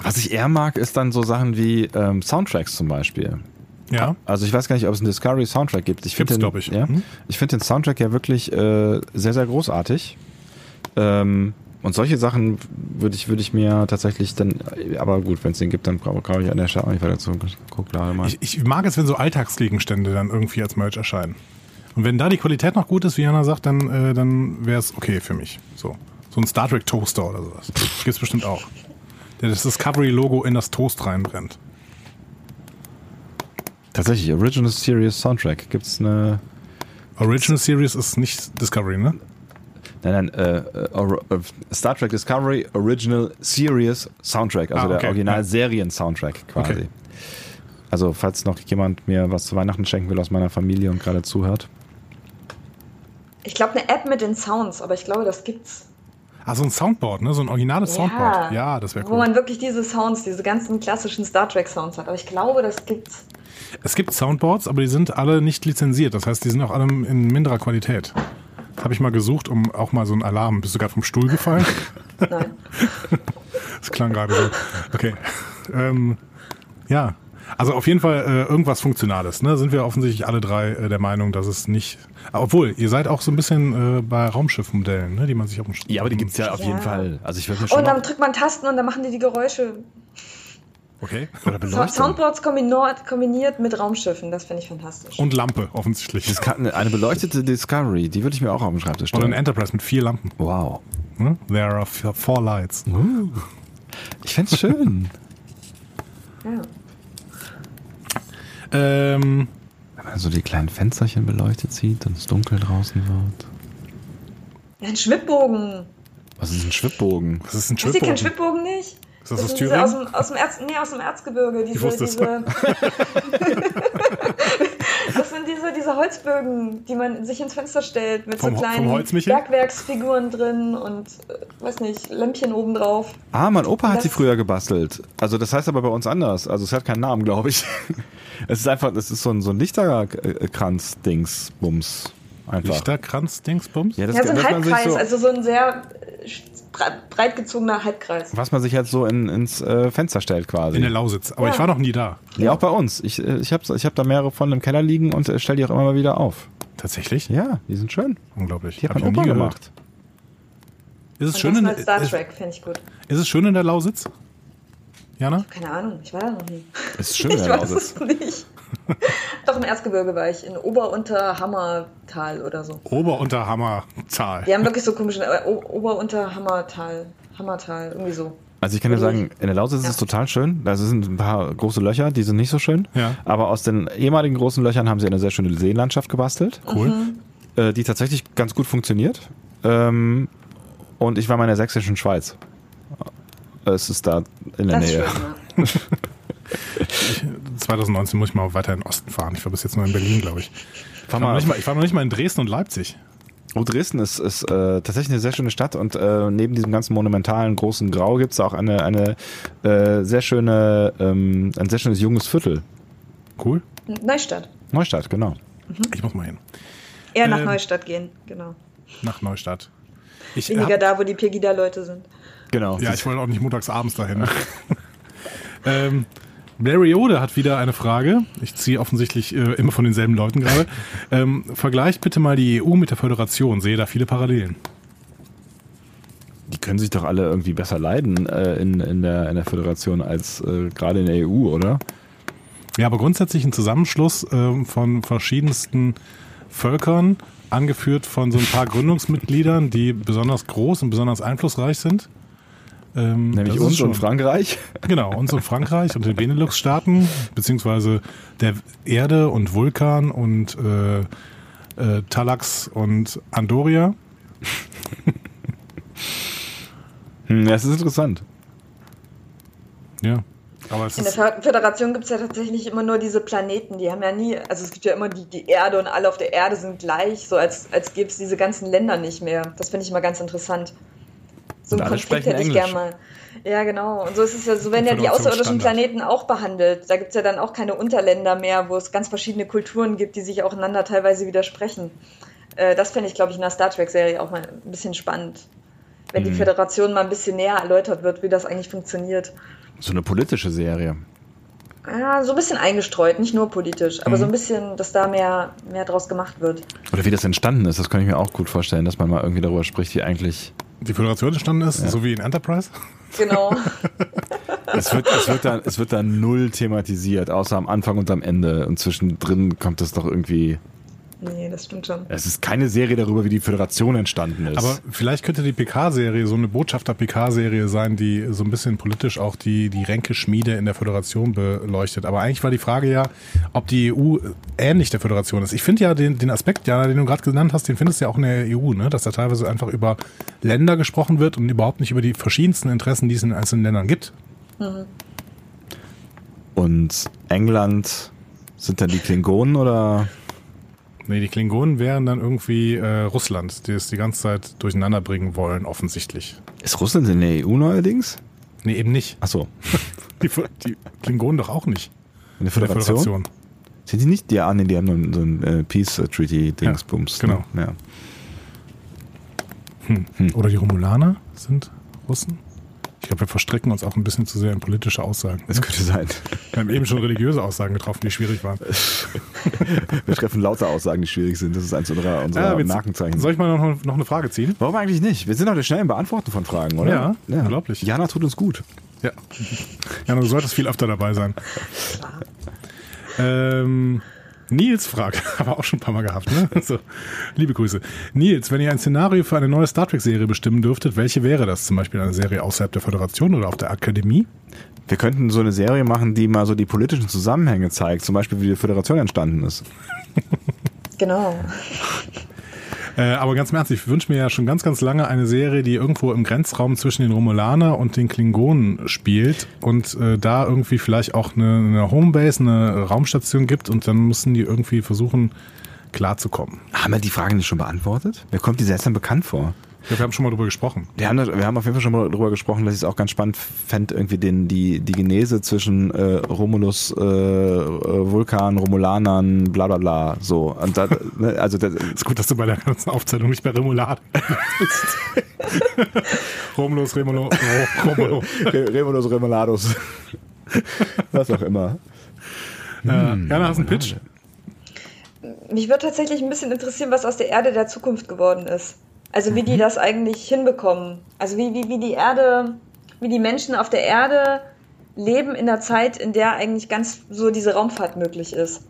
Speaker 2: Was ich eher mag, ist dann so Sachen wie ähm, Soundtracks zum Beispiel.
Speaker 1: Ja.
Speaker 2: Also ich weiß gar nicht, ob es einen Discovery Soundtrack gibt. Ich finde
Speaker 1: Gibt's,
Speaker 2: den-
Speaker 1: glaub ich.
Speaker 2: Ja,
Speaker 1: Mhm.
Speaker 2: Ich finde den Soundtrack ja wirklich äh, sehr, sehr großartig. Ähm, und solche Sachen würde ich, würde ich mir tatsächlich dann, aber gut, wenn es den gibt, dann brauche brauche ich an der Stelle auch nicht weiter zu gucken. gerade mal.
Speaker 1: Ich, ich mag es, wenn so Alltagsgegenstände dann irgendwie als Merch erscheinen. Und wenn da die Qualität noch gut ist, wie Jana sagt, dann, äh, dann wäre es okay für mich. So. so ein Star Trek Toaster oder sowas. Gibt es bestimmt auch. Der das Discovery-Logo in das Toast reinbrennt.
Speaker 2: Tatsächlich, Original Series Soundtrack. Gibt es eine.
Speaker 1: Original Series ist nicht Discovery, ne?
Speaker 2: Nein, nein, äh, äh, Or- äh, Star Trek Discovery Original Series Soundtrack. Also
Speaker 1: Ah, okay,
Speaker 2: der Original-Serien-Soundtrack quasi.
Speaker 1: Okay.
Speaker 2: Also, falls noch jemand mir was zu Weihnachten schenken will aus meiner Familie und gerade zuhört.
Speaker 3: Ich glaube, eine App mit den Sounds, aber ich glaube, das gibt's.
Speaker 1: Ah, so ein Soundboard, ne? So ein originales Soundboard. Ja, das wäre
Speaker 3: Wo
Speaker 1: cool.
Speaker 3: man wirklich diese Sounds, diese ganzen klassischen Star Trek-Sounds hat. Aber ich glaube, das gibt's.
Speaker 1: Es gibt Soundboards, aber die sind alle nicht lizenziert. Das heißt, die sind auch alle in minderer Qualität. Das habe ich mal gesucht, um auch mal so einen Alarm. Bist du gerade vom Stuhl gefallen?
Speaker 3: Nein.
Speaker 1: Das klang gerade so. Okay. Ähm, ja. Also auf jeden Fall äh, irgendwas Funktionales. Ne? Sind wir offensichtlich alle drei äh, der Meinung, dass es nicht. Obwohl, ihr seid auch so ein bisschen äh, bei Raumschiffmodellen, ne? die man sich auf dem Sch-
Speaker 2: gibt's ja auf
Speaker 3: jeden Ja. Fall.
Speaker 2: Also, ich würde mir
Speaker 3: Und dann drückt man Tasten und dann machen die die Geräusche.
Speaker 1: Okay.
Speaker 3: Sound- Soundboards kombiniert, kombiniert mit Raumschiffen, das finde ich fantastisch.
Speaker 1: Und Lampe, offensichtlich.
Speaker 2: Eine beleuchtete Discovery, die würde ich mir auch auf den Schreibtisch
Speaker 1: Oder ein
Speaker 2: stellen.
Speaker 1: Enterprise mit vier Lampen.
Speaker 2: Wow.
Speaker 1: Ne? There are f- four lights.
Speaker 2: Mhm. Ich fände es schön.
Speaker 3: ja.
Speaker 1: Ähm,
Speaker 2: Wenn man so die kleinen Fensterchen beleuchtet sieht und es dunkel draußen wird.
Speaker 3: ja, ein Schwibbogen.
Speaker 2: Was ist ein Schwibbogen?
Speaker 1: das ist ein
Speaker 3: Hast du
Speaker 1: Schwibbogen.
Speaker 3: keinen Schwibbogen nicht?
Speaker 1: Ist das aus
Speaker 3: sind
Speaker 1: Thüringen?
Speaker 3: Diese aus, dem, aus, dem Erz, nee, aus dem Erzgebirge. Diese,
Speaker 1: wusste es.
Speaker 3: diese, das sind diese, diese diese Holzbögen, die man sich ins Fenster stellt, mit
Speaker 1: Vom-
Speaker 3: so
Speaker 1: vom
Speaker 3: kleinen
Speaker 1: Holz, Michel?
Speaker 3: Bergwerksfiguren drin und, äh, weiß nicht, Lämpchen obendrauf.
Speaker 2: Ah, mein Opa hat
Speaker 3: Das-
Speaker 2: sie früher gebastelt. Also das heißt aber bei uns anders. Also es hat keinen Namen, glaube ich. es ist einfach, es ist so ein, so ein Lichterkranz-Dings, Bums. Einfach.
Speaker 1: Lichterkranz, Dingsbums?
Speaker 2: das
Speaker 3: ja, so ein
Speaker 2: dass man sich
Speaker 3: Halbkreis,
Speaker 2: so-
Speaker 3: also so ein sehr äh, stra- breit gezogener Halbkreis.
Speaker 2: was man sich jetzt so in, ins äh, Fenster stellt quasi.
Speaker 1: In der Lausitz. Aber
Speaker 3: Ja.
Speaker 1: ich war noch nie da.
Speaker 2: ja, auch bei uns. Ich, äh, ich habe ich hab da mehrere von im Keller liegen und äh, stell die auch immer mal wieder auf.
Speaker 1: Tatsächlich?
Speaker 2: Ja, die sind schön.
Speaker 1: Unglaublich.
Speaker 2: Die hat
Speaker 1: Hab
Speaker 2: mein
Speaker 1: ich noch
Speaker 2: Opa
Speaker 1: nie gehört.
Speaker 2: gemacht.
Speaker 1: Ist es,
Speaker 3: Und
Speaker 1: schön
Speaker 3: das
Speaker 1: in,
Speaker 3: mal Star
Speaker 1: ist,
Speaker 3: Trek, fände ich gut.
Speaker 1: ist es schön in der Lausitz? Jana?
Speaker 3: Keine Ahnung, ich war da noch nie.
Speaker 2: Ist schön,
Speaker 3: Ich
Speaker 2: Herr
Speaker 3: weiß
Speaker 2: Lausitz.
Speaker 3: es nicht. Doch im Erzgebirge war ich, in Ober-Unterhammertal oder so.
Speaker 1: Oberunterhammertal.
Speaker 3: Die haben wirklich so komische äh, O- Ober-Unterhammertal, Hammertal, irgendwie so.
Speaker 2: Also ich kann ja sagen, in der Lausitz
Speaker 3: Ja.
Speaker 2: ist es total schön. Da sind ein paar große Löcher, die sind nicht so schön.
Speaker 1: Ja.
Speaker 2: Aber aus den ehemaligen großen Löchern haben sie eine sehr schöne Seenlandschaft gebastelt.
Speaker 1: Cool.
Speaker 3: Mhm.
Speaker 2: äh, die tatsächlich ganz gut funktioniert. Ähm, und ich war mal in der sächsischen Schweiz. Es ist da in der
Speaker 3: Das ist schön,
Speaker 2: Nähe.
Speaker 3: ja.
Speaker 1: 2019 muss ich mal weiter in den Osten fahren. Ich war bis jetzt nur in Berlin, glaube ich.
Speaker 2: Fahr
Speaker 1: Ich war, noch
Speaker 2: mal.
Speaker 1: nicht mal, ich war noch nicht mal in Dresden und Leipzig.
Speaker 2: Oh, Dresden ist, ist äh, tatsächlich eine sehr schöne Stadt und äh, neben diesem ganzen monumentalen großen Grau gibt es auch eine, eine äh, sehr schöne, ähm, ein sehr schönes junges Viertel.
Speaker 1: Cool.
Speaker 3: Neustadt.
Speaker 2: Neustadt, genau.
Speaker 3: Mhm.
Speaker 1: Ich muss mal hin.
Speaker 3: Eher nach
Speaker 1: Ähm,
Speaker 3: Neustadt gehen, genau.
Speaker 1: Nach Neustadt. Ich hab,
Speaker 3: Weniger da, wo die Pegida-Leute sind.
Speaker 2: Genau.
Speaker 1: ja, ich wollte auch nicht montags abends dahin. ähm, Blariode hat wieder eine Frage. Ich ziehe offensichtlich äh, immer von denselben Leuten gerade. ähm, vergleicht bitte mal die EU mit der Föderation. Sehe da viele Parallelen.
Speaker 2: die können sich doch alle irgendwie besser leiden äh, in, in, der, in der Föderation als äh, gerade in der EU, oder?
Speaker 1: Ja, aber grundsätzlich ein Zusammenschluss ähm, von verschiedensten Völkern, angeführt von so ein paar Gründungsmitgliedern, die besonders groß und besonders einflussreich sind. Ähm,
Speaker 2: Nämlich
Speaker 1: das ist
Speaker 2: uns
Speaker 1: schon-
Speaker 2: und Frankreich.
Speaker 1: Genau, uns und Frankreich und den Benelux-Staaten, beziehungsweise der Erde und Vulkan und äh, äh, Talax und Andoria.
Speaker 2: Hm, das ist interessant.
Speaker 1: Ja. Aber es
Speaker 3: In der
Speaker 1: ist,
Speaker 3: Föder- Föderation gibt es ja tatsächlich immer nur diese Planeten, die haben ja nie, also es gibt ja immer die, die Erde und alle auf der Erde sind gleich, so als, als gäbe es diese ganzen Länder nicht mehr. Das finde ich immer ganz interessant. So
Speaker 2: Und
Speaker 3: einen
Speaker 2: alle
Speaker 3: Konflikt
Speaker 2: sprechen
Speaker 3: hätte ich
Speaker 2: Englisch.
Speaker 3: gerne mal. Ja, genau. Und so ist es ja, so werden ja die außerirdischen
Speaker 1: Föderationsstandard.
Speaker 3: Planeten auch behandelt. Da gibt es ja dann auch keine Unterländer mehr, wo es ganz verschiedene Kulturen gibt, die sich auch einander teilweise widersprechen. Äh, das fände ich, glaube ich, in der Star Trek-Serie auch mal ein bisschen spannend. Wenn
Speaker 2: Mhm.
Speaker 3: die Föderation mal ein bisschen näher erläutert wird, wie das eigentlich funktioniert.
Speaker 2: So eine politische Serie.
Speaker 3: Ja, so ein bisschen eingestreut, nicht nur politisch, aber so ein bisschen, dass da mehr, mehr draus gemacht wird.
Speaker 2: Oder wie das entstanden ist, das kann ich mir auch gut vorstellen, dass man mal irgendwie darüber spricht, wie eigentlich.
Speaker 1: die Föderation entstanden ist, so wie in Enterprise.
Speaker 3: Genau.
Speaker 2: Es wird, es, wird da, es wird da null thematisiert, außer am Anfang und am Ende. Und zwischendrin kommt es doch irgendwie.
Speaker 3: nee, das stimmt schon.
Speaker 2: Es ist keine Serie darüber, wie die Föderation entstanden ist.
Speaker 1: Aber vielleicht könnte die PK-Serie so eine Botschafter-PK-Serie sein, die so ein bisschen politisch auch die, die Ränkeschmiede in der Föderation beleuchtet. Aber eigentlich war die Frage ja, ob die EU ähnlich der Föderation ist. Ich finde ja den, den Aspekt, Jana, den du gerade genannt hast, den findest du ja auch in der EU, ne? dass da teilweise einfach über Länder gesprochen wird und überhaupt nicht über die verschiedensten Interessen, die es in den einzelnen Ländern gibt.
Speaker 2: und England sind dann die Klingonen oder.
Speaker 1: Nee, die Klingonen wären dann irgendwie äh, Russland, die es die ganze Zeit durcheinander bringen wollen, offensichtlich.
Speaker 2: Ist Russland in der EU neuerdings?
Speaker 1: Nee, eben nicht.
Speaker 2: Achso,
Speaker 1: Die, Fö- die Klingonen doch auch nicht.
Speaker 2: in der
Speaker 1: Von der
Speaker 2: Föderation? Sind die nicht? Ja, nee, die haben so ein, so ein äh, Peace Treaty Dingsbums.
Speaker 1: Ja, genau.
Speaker 2: Ne? Ja.
Speaker 1: Oder die Romulaner sind Russen? Ich glaube, wir verstricken uns auch ein bisschen zu sehr in politische Aussagen. ne?
Speaker 2: Das könnte sein.
Speaker 1: Wir haben eben schon religiöse Aussagen getroffen, die schwierig waren.
Speaker 2: Wir treffen lauter Aussagen, die schwierig sind. Das ist eins unserer, unserer Markenzeichen.
Speaker 1: Ah, soll ich mal noch, noch eine Frage ziehen?
Speaker 2: Warum eigentlich nicht? Wir sind heute schnell im Beantworten von Fragen, oder?
Speaker 1: Ja, unglaublich.
Speaker 2: Jana tut uns gut.
Speaker 1: Ja. Jana, du solltest viel öfter dabei sein. Ähm, Nils fragt, haben wir auch schon ein paar Mal gehabt, ne? So, liebe Grüße. Nils, wenn ihr ein Szenario für eine neue Star Trek-Serie bestimmen dürftet, welche wäre das? Zum Beispiel eine Serie außerhalb der Föderation oder auf der Akademie?
Speaker 2: Wir könnten so eine Serie machen, die mal so die politischen Zusammenhänge zeigt, zum Beispiel wie die Föderation entstanden ist.
Speaker 3: Genau.
Speaker 1: Äh, aber ganz im Ernst, ich wünsche mir ja schon ganz, ganz lange eine Serie, die irgendwo im Grenzraum zwischen den Romulaner und den Klingonen spielt und äh, da irgendwie vielleicht auch eine, eine Homebase, eine Raumstation gibt und dann müssen die irgendwie versuchen, klarzukommen.
Speaker 2: Haben wir die Frage nicht schon beantwortet? Mir kommt die seltsam bekannt vor.
Speaker 1: Ja, wir haben schon mal drüber gesprochen.
Speaker 2: Wir haben, wir haben auf jeden Fall schon mal drüber gesprochen, dass ich es auch ganz spannend fände, irgendwie den, die, die Genese zwischen äh, Romulus, äh, Vulkan, Romulanern, bla bla bla. So. Und da, ne, also das,
Speaker 1: Ist gut, dass du bei der ganzen Aufzählung nicht bei Remoulade bist. Romulus, Remulo, oh, Romulo.
Speaker 2: Re- Remulus, Remulados. Was auch immer.
Speaker 1: Äh, ja, da hast du einen Pitch.
Speaker 3: Mich würde tatsächlich ein bisschen interessieren, was aus der Erde der Zukunft geworden ist. Also wie die das eigentlich hinbekommen. Also wie, wie, wie die Erde, wie die Menschen auf der Erde leben in der Zeit, in der eigentlich ganz so diese Raumfahrt möglich ist.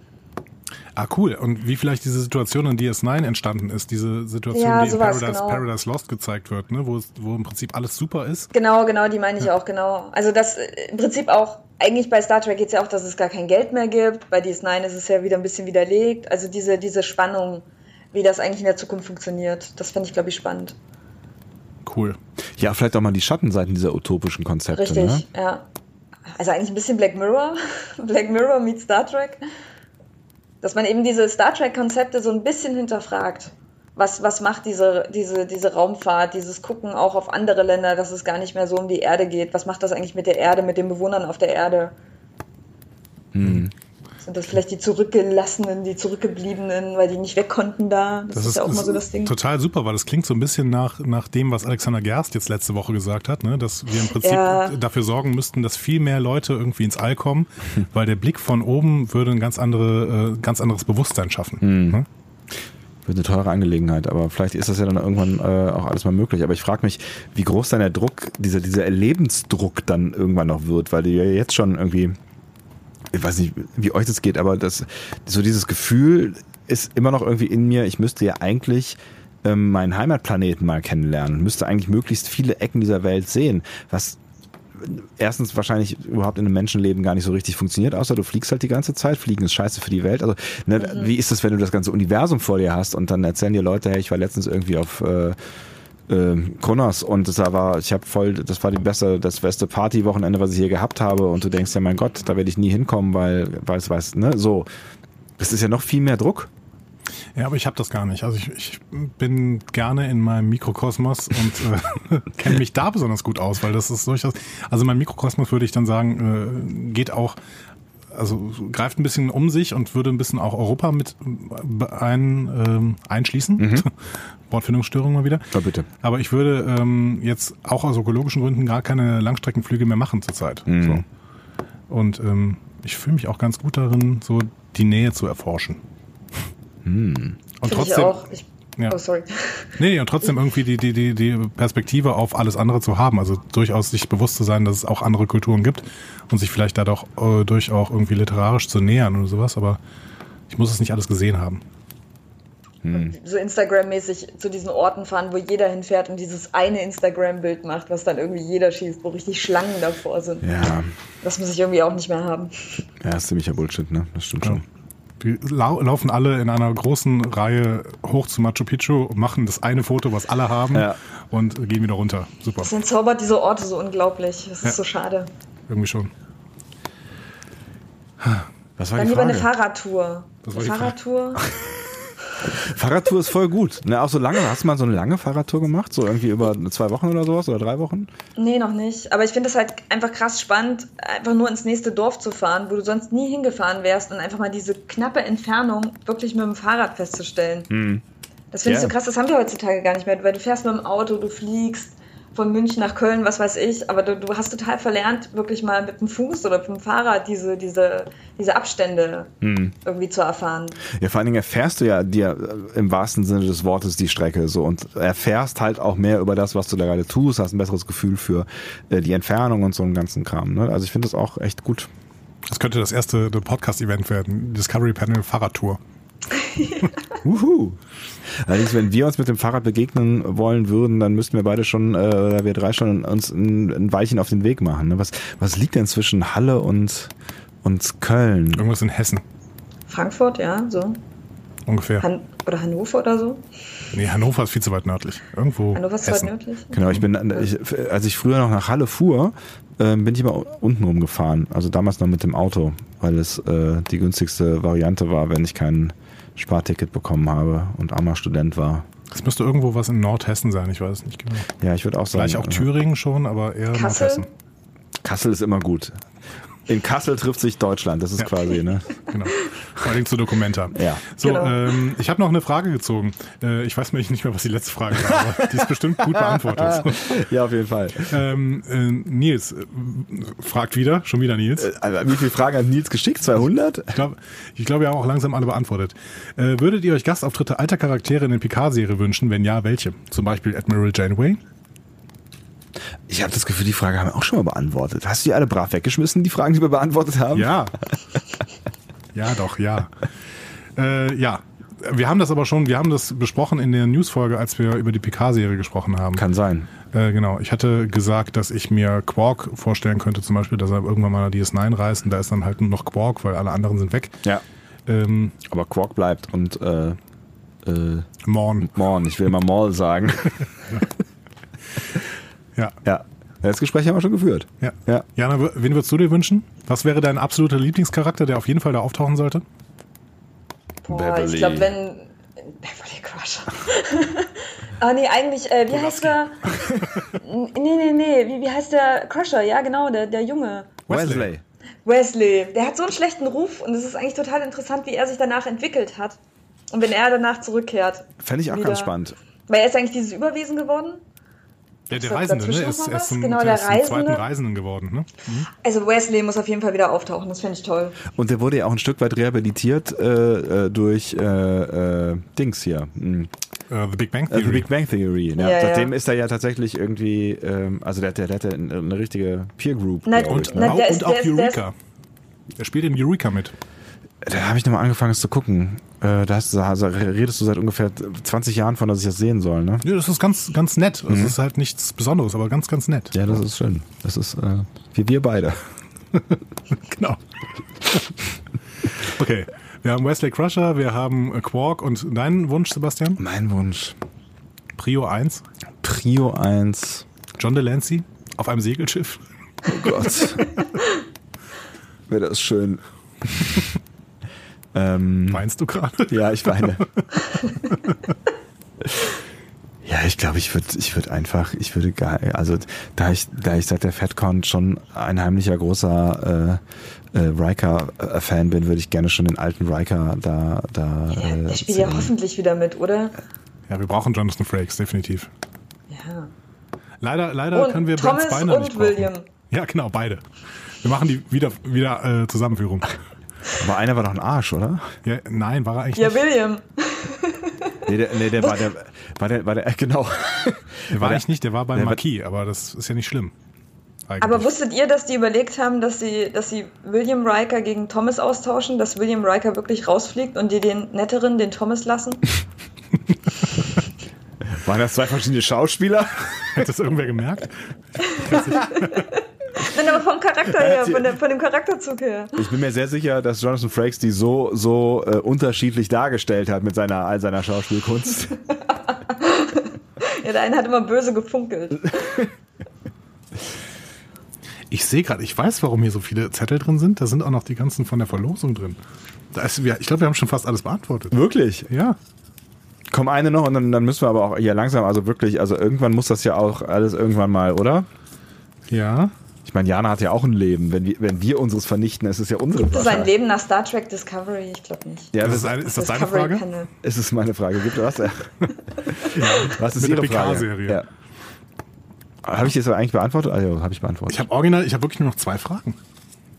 Speaker 1: Ah, cool. Und wie vielleicht diese Situation in DS9 entstanden ist, diese Situation,
Speaker 3: Ja,
Speaker 1: die in
Speaker 3: sowas,
Speaker 1: Paradise,
Speaker 3: genau.
Speaker 1: Paradise Lost gezeigt wird, ne? wo, es, wo im Prinzip alles super ist.
Speaker 3: Genau, genau, die meine ich auch, genau. Also das äh, im Prinzip auch, eigentlich bei Star Trek geht es ja auch, dass es gar kein Geld mehr gibt. Bei DS9 ist es ja wieder ein bisschen widerlegt. Also diese, diese Spannung, wie das eigentlich in der Zukunft funktioniert, das fände ich, glaube ich, spannend.
Speaker 1: Cool.
Speaker 2: Ja, vielleicht auch mal die Schattenseiten dieser utopischen Konzepte.
Speaker 3: Richtig,
Speaker 2: Ne?
Speaker 3: ja. Also eigentlich ein bisschen Black Mirror. Black Mirror meets Star Trek. Dass man eben diese Star Trek-Konzepte so ein bisschen hinterfragt. Was, was macht diese, diese, diese Raumfahrt, dieses Gucken auch auf andere Länder, dass es gar nicht mehr so um die Erde geht? Was macht das eigentlich mit der Erde, mit den Bewohnern auf der Erde? Hm. Sind das vielleicht die Zurückgelassenen, die Zurückgebliebenen, weil die nicht weg konnten da? Das, ist, ja auch immer so das Ding.
Speaker 1: total super, weil das klingt so ein bisschen nach, nach dem, was Alexander Gerst jetzt letzte Woche gesagt hat, ne? dass wir im Prinzip
Speaker 3: Ja.
Speaker 1: dafür sorgen müssten, dass viel mehr Leute irgendwie ins All kommen, weil der Blick von oben würde ein ganz, andere, äh, ganz anderes Bewusstsein schaffen. Ne?
Speaker 2: Wird eine teure Angelegenheit, aber vielleicht ist das ja dann irgendwann äh, auch alles mal möglich. Aber ich frage mich, wie groß dann der Druck, dieser, dieser Lebensdruck dann irgendwann noch wird, weil du ja jetzt schon irgendwie, ich weiß nicht, wie euch das geht, aber das, so dieses Gefühl ist immer noch irgendwie in mir, ich müsste ja eigentlich ähm, meinen Heimatplaneten mal kennenlernen, müsste eigentlich möglichst viele Ecken dieser Welt sehen, was erstens wahrscheinlich überhaupt in einem Menschenleben gar nicht so richtig funktioniert, außer du fliegst halt die ganze Zeit. Fliegen ist scheiße für die Welt. Also, ne,
Speaker 3: Mhm.
Speaker 2: wie ist das, wenn du das ganze Universum vor dir hast und dann erzählen dir Leute, hey, ich war letztens irgendwie auf äh, äh, Kronos und das war, ich habe voll, das war die beste, das beste Partywochenende, was ich hier gehabt habe und du denkst ja, mein Gott, da werde ich nie hinkommen, weil, weiß, weiß, ne, so. Das ist ja noch viel mehr Druck.
Speaker 1: Ja, aber ich habe das gar nicht. Also ich, ich bin gerne in meinem Mikrokosmos und äh, kenne mich da besonders gut aus, weil das ist durchaus. Also mein Mikrokosmos würde ich dann sagen, äh, geht auch, also greift ein bisschen um sich und würde ein bisschen auch Europa mit äh, ein, ähm, einschließen. Wortfindungsstörung mal wieder.
Speaker 2: Ja, bitte.
Speaker 1: Aber ich würde ähm, jetzt auch aus ökologischen Gründen gar keine Langstreckenflüge mehr machen zurzeit. So. Und ähm, ich fühle mich auch ganz gut darin, so die Nähe zu erforschen. Und
Speaker 3: Finde ich
Speaker 1: trotzdem,
Speaker 3: auch. Ich,
Speaker 1: Ja.
Speaker 3: Oh, sorry.
Speaker 1: Nee, nee, und trotzdem irgendwie die, die, die, die Perspektive auf alles andere zu haben. Also durchaus sich bewusst zu sein, dass es auch andere Kulturen gibt und sich vielleicht dadurch äh, durch auch irgendwie literarisch zu nähern oder sowas. Aber ich muss es nicht alles gesehen haben.
Speaker 3: so Instagram-mäßig zu diesen Orten fahren, wo jeder hinfährt und dieses eine Instagram-Bild macht, was dann irgendwie jeder schießt, wo richtig Schlangen davor sind.
Speaker 2: Ja,
Speaker 3: Das muss ich irgendwie auch nicht mehr haben.
Speaker 2: ja, ist ziemlicher Bullshit, ne? Das stimmt schon.
Speaker 1: Die lau laufen alle in einer großen Reihe hoch zu Machu Picchu, machen das eine Foto, was alle haben
Speaker 2: Ja.
Speaker 1: und gehen wieder runter. Super,
Speaker 3: Das entzaubert diese Orte so unglaublich. Das ist
Speaker 1: Ja.
Speaker 3: so schade.
Speaker 1: irgendwie schon.
Speaker 2: Was war
Speaker 3: Dann
Speaker 2: die
Speaker 3: lieber eine
Speaker 2: Frage?
Speaker 3: Fahrradtour.
Speaker 1: Das war
Speaker 3: eine
Speaker 1: die Frage.
Speaker 3: Fahrradtour.
Speaker 2: Fahrradtour ist voll gut. Ne, auch so lange, hast du mal so eine lange Fahrradtour gemacht? So irgendwie über zwei Wochen oder sowas oder drei Wochen?
Speaker 3: Nee, noch nicht. Aber ich finde es halt einfach krass spannend, einfach nur ins nächste Dorf zu fahren, wo du sonst nie hingefahren wärst und einfach mal diese knappe Entfernung wirklich mit dem Fahrrad festzustellen. Das finde
Speaker 2: Ja.
Speaker 3: ich so krass, das haben wir heutzutage gar nicht mehr, weil du fährst mit dem Auto, du fliegst von München nach Köln, was weiß ich, aber du, du hast total verlernt, wirklich mal mit dem Fuß oder mit dem Fahrrad diese, diese, diese Abstände irgendwie zu erfahren.
Speaker 2: Ja, vor allen Dingen erfährst du ja dir äh, im wahrsten Sinne des Wortes die Strecke so und erfährst halt auch mehr über das, was du da gerade tust, hast ein besseres Gefühl für äh, die Entfernung und so einen ganzen Kram. Ne? Also ich finde das auch echt gut.
Speaker 1: Das könnte das erste Podcast-Event werden. Discovery Panel Fahrradtour.
Speaker 2: Uhu. Allerdings, wenn wir uns mit dem Fahrrad begegnen wollen würden, dann müssten wir beide schon, äh, oder wir drei schon uns ein, ein Weilchen auf den Weg machen. Ne? Was, was liegt denn zwischen Halle und, und Köln?
Speaker 1: Irgendwas in Hessen
Speaker 3: Frankfurt, ja, so.
Speaker 1: ungefähr.
Speaker 3: Han oder Hannover oder so.
Speaker 1: nee, Hannover ist viel zu weit nördlich. Irgendwo
Speaker 3: Hannover ist zwar
Speaker 1: Oh, Hessen.
Speaker 3: nördlich.
Speaker 2: Genau, ich
Speaker 1: Mhm.
Speaker 2: bin, ich, als ich früher noch nach Halle fuhr, ähm, bin ich immer unten rumgefahren. Also damals noch mit dem Auto, weil es äh, die günstigste Variante war, wenn ich keinen Sparticket bekommen habe und armer Student war.
Speaker 1: Es müsste irgendwo was in Nordhessen sein, ich weiß es nicht genau.
Speaker 2: Ja, ich würde auch sagen. äh,
Speaker 1: Vielleicht auch Thüringen schon, aber eher
Speaker 3: Kassel?
Speaker 1: Nordhessen.
Speaker 2: Kassel ist immer gut. In Kassel trifft sich Deutschland, das ist
Speaker 1: Ja.
Speaker 2: quasi, ne?
Speaker 1: Genau. Vor allem zu Dokumenta.
Speaker 2: Ja.
Speaker 1: So,
Speaker 3: Genau.
Speaker 1: ähm, ich habe noch eine Frage gezogen. Äh, ich weiß nämlich nicht mehr, was die letzte Frage war, aber die ist bestimmt gut
Speaker 2: Ah.
Speaker 1: beantwortet.
Speaker 2: Ja, auf jeden Fall.
Speaker 1: ähm, äh, Nils äh, fragt wieder, schon wieder Nils.
Speaker 2: Also, wie viele Fragen hat Nils geschickt? 200?
Speaker 1: Ich glaube, ich glaub, wir haben auch langsam alle beantwortet. Äh, würdet ihr euch Gastauftritte alter Charaktere in der Picard-Serie wünschen? Wenn ja, welche? Zum Beispiel Admiral Janeway?
Speaker 2: Ich habe das Gefühl, die Frage haben wir auch schon mal beantwortet. Hast du die alle brav weggeschmissen, die Fragen, die wir beantwortet haben?
Speaker 1: Ja. ja, doch, ja. Äh, ja. Wir haben das aber schon, wir haben das besprochen in der News-Folge, als wir über die Picard-Serie gesprochen haben.
Speaker 2: Kann sein.
Speaker 1: Äh, genau. Ich hatte gesagt, dass ich mir Quark vorstellen könnte, zum Beispiel, dass er irgendwann mal nach DS9 reist und da ist dann halt nur noch Quark, weil alle anderen sind weg.
Speaker 2: Ja.
Speaker 1: Ähm,
Speaker 2: Aber Quark bleibt und äh, äh,
Speaker 1: Morn.
Speaker 2: Morn, ich will immer Maul sagen.
Speaker 1: Ja.
Speaker 2: ja. Das Gespräch haben wir schon geführt.
Speaker 1: Ja.
Speaker 2: Ja.
Speaker 1: Jana, w- wen würdest du dir wünschen? Was wäre dein absoluter Lieblingscharakter, der auf jeden Fall da auftauchen sollte?
Speaker 3: Boah,
Speaker 2: Beverly.
Speaker 3: ich glaube, wenn. Beverly Crusher. ah, nee, eigentlich, äh, wie heißt der? N- Nee, nee, nee, wie, wie heißt der Crusher? Ja, genau, der, der Junge.
Speaker 1: Wesley.
Speaker 3: Wesley. Der hat so einen schlechten Ruf und es ist eigentlich total interessant, wie er sich danach entwickelt hat. Und wenn er danach zurückkehrt.
Speaker 2: Fände ich auch
Speaker 3: Wieder.
Speaker 2: ganz spannend.
Speaker 3: Weil er ist eigentlich dieses Überwesen geworden.
Speaker 1: Der, der
Speaker 3: Ist da
Speaker 1: Reisende, ne?
Speaker 3: dazwischen
Speaker 1: Er Ist,
Speaker 3: noch
Speaker 1: er ist
Speaker 3: was?
Speaker 1: zum,
Speaker 3: Genau,
Speaker 1: der
Speaker 3: der
Speaker 1: ist zum zweiten
Speaker 3: Reisende.
Speaker 1: Reisenden geworden, ne?
Speaker 3: Also Wesley muss auf jeden Fall wieder auftauchen, das finde ich toll.
Speaker 2: Und der wurde ja auch ein Stück weit rehabilitiert äh, äh, durch äh, äh, Dings hier. Hm.
Speaker 1: Äh, The Big Bang
Speaker 2: Äh,
Speaker 1: Theory.
Speaker 2: The Big Bang Theory. Ja,
Speaker 3: Ja,
Speaker 2: Seitdem
Speaker 3: ja.
Speaker 2: ist er ja tatsächlich irgendwie, ähm, also der, der, der hatte eine, eine richtige Peer Group.
Speaker 3: Na,
Speaker 2: glaub
Speaker 1: und,
Speaker 2: ich, ne?
Speaker 3: Na,
Speaker 1: auch,
Speaker 3: der
Speaker 1: und
Speaker 3: ist-
Speaker 1: auch
Speaker 3: der ist- der ist-
Speaker 1: Eureka. Er spielt in Eureka mit.
Speaker 2: Da habe ich nochmal angefangen, es zu gucken. Äh, da, hast, du- da redest du seit ungefähr 20 Jahren von, dass ich das sehen soll, ne?
Speaker 1: Ja, das ist ganz, ganz nett. Das
Speaker 2: Mhm.
Speaker 1: ist halt nichts Besonderes, aber ganz, ganz nett.
Speaker 2: Ja, das ist schön. Das ist äh, wie wir beide.
Speaker 1: Genau. okay. Wir haben Wesley Crusher, wir haben äh, Quark und deinen Wunsch, Sebastian?
Speaker 2: Mein Wunsch.
Speaker 1: Prio 1.
Speaker 2: Prio 1.
Speaker 1: John Delancey auf einem Segelschiff.
Speaker 2: Oh Gott. Wäre das schön. ähm,
Speaker 1: Meinst du gerade?
Speaker 2: ja, ich weine. ja, ich glaube, ich würde ich würd einfach, ich würde geil, also da ich, da ich seit der FedCon schon ein heimlicher großer äh, äh, Riker-Fan bin, würde ich gerne schon den alten Riker da. da
Speaker 3: Ja,
Speaker 2: äh,
Speaker 3: der spielt ja
Speaker 2: sehen.
Speaker 3: hoffentlich wieder mit, oder?
Speaker 1: Ja, wir brauchen Jonathan Frakes, definitiv.
Speaker 3: Ja.
Speaker 1: Leider, leider
Speaker 3: Und
Speaker 1: können wir
Speaker 3: Thomas
Speaker 1: Brent Spiner
Speaker 3: und
Speaker 1: nicht
Speaker 3: William.
Speaker 1: brauchen. Ja, genau, beide. Wir machen die wieder, wieder äh, Zusammenführung.
Speaker 2: Aber einer war doch ein Arsch, oder?
Speaker 1: Ja, nein, war er eigentlich
Speaker 3: Ja,
Speaker 1: nicht.
Speaker 3: William.
Speaker 2: Nee, der, nee, der war der, war der, war der, genau.
Speaker 1: Der war eigentlich nicht, der war beim
Speaker 2: Der war-
Speaker 1: Marquis, aber das ist ja nicht schlimm. Eigentlich.
Speaker 3: Aber wusstet ihr, dass die überlegt haben, dass sie, dass sie William Riker gegen Thomas austauschen, dass William Riker wirklich rausfliegt und die den netteren, den Thomas lassen?
Speaker 2: Waren das zwei verschiedene Schauspieler?
Speaker 1: Hat das irgendwer gemerkt?
Speaker 3: Nein, aber vom Charakter her, von, der, von dem Charakterzug her.
Speaker 2: Ich bin mir sehr sicher, dass Jonathan Frakes die so, so äh, unterschiedlich dargestellt hat mit seiner, all seiner Schauspielkunst.
Speaker 3: Ja, der eine hat immer böse gefunkelt.
Speaker 1: Ich sehe gerade, ich weiß, warum hier so viele Zettel drin sind. Da sind auch noch die ganzen von der Verlosung drin. Da ist, wir- ich glaube, wir haben schon fast alles beantwortet.
Speaker 2: Wirklich?
Speaker 1: Ja.
Speaker 2: Komm, eine noch und dann, dann müssen wir aber auch hier langsam, also wirklich, also irgendwann muss das ja auch alles irgendwann mal, oder?
Speaker 1: Ja.
Speaker 2: Ich meine, Jana hat ja auch ein Leben. Wenn wir, wenn wir unseres vernichten, ist es ja unsere
Speaker 3: Das ist sein
Speaker 2: Wahrheit.
Speaker 3: Leben nach Star Trek Discovery, ich glaube nicht.
Speaker 2: Ja,
Speaker 1: Das
Speaker 2: das
Speaker 1: ist,
Speaker 2: ist,
Speaker 1: eine, ist das deine
Speaker 3: Discovery
Speaker 1: Frage?
Speaker 3: Panel.
Speaker 2: es ist meine Frage. Gibt was? Was ist
Speaker 1: Mit der
Speaker 2: Ihre Frage?
Speaker 1: PK-Serie.
Speaker 2: Ja. Habe ich das eigentlich beantwortet? Also, habe ich beantwortet.
Speaker 1: Ich habe original, ich habe wirklich nur noch zwei Fragen.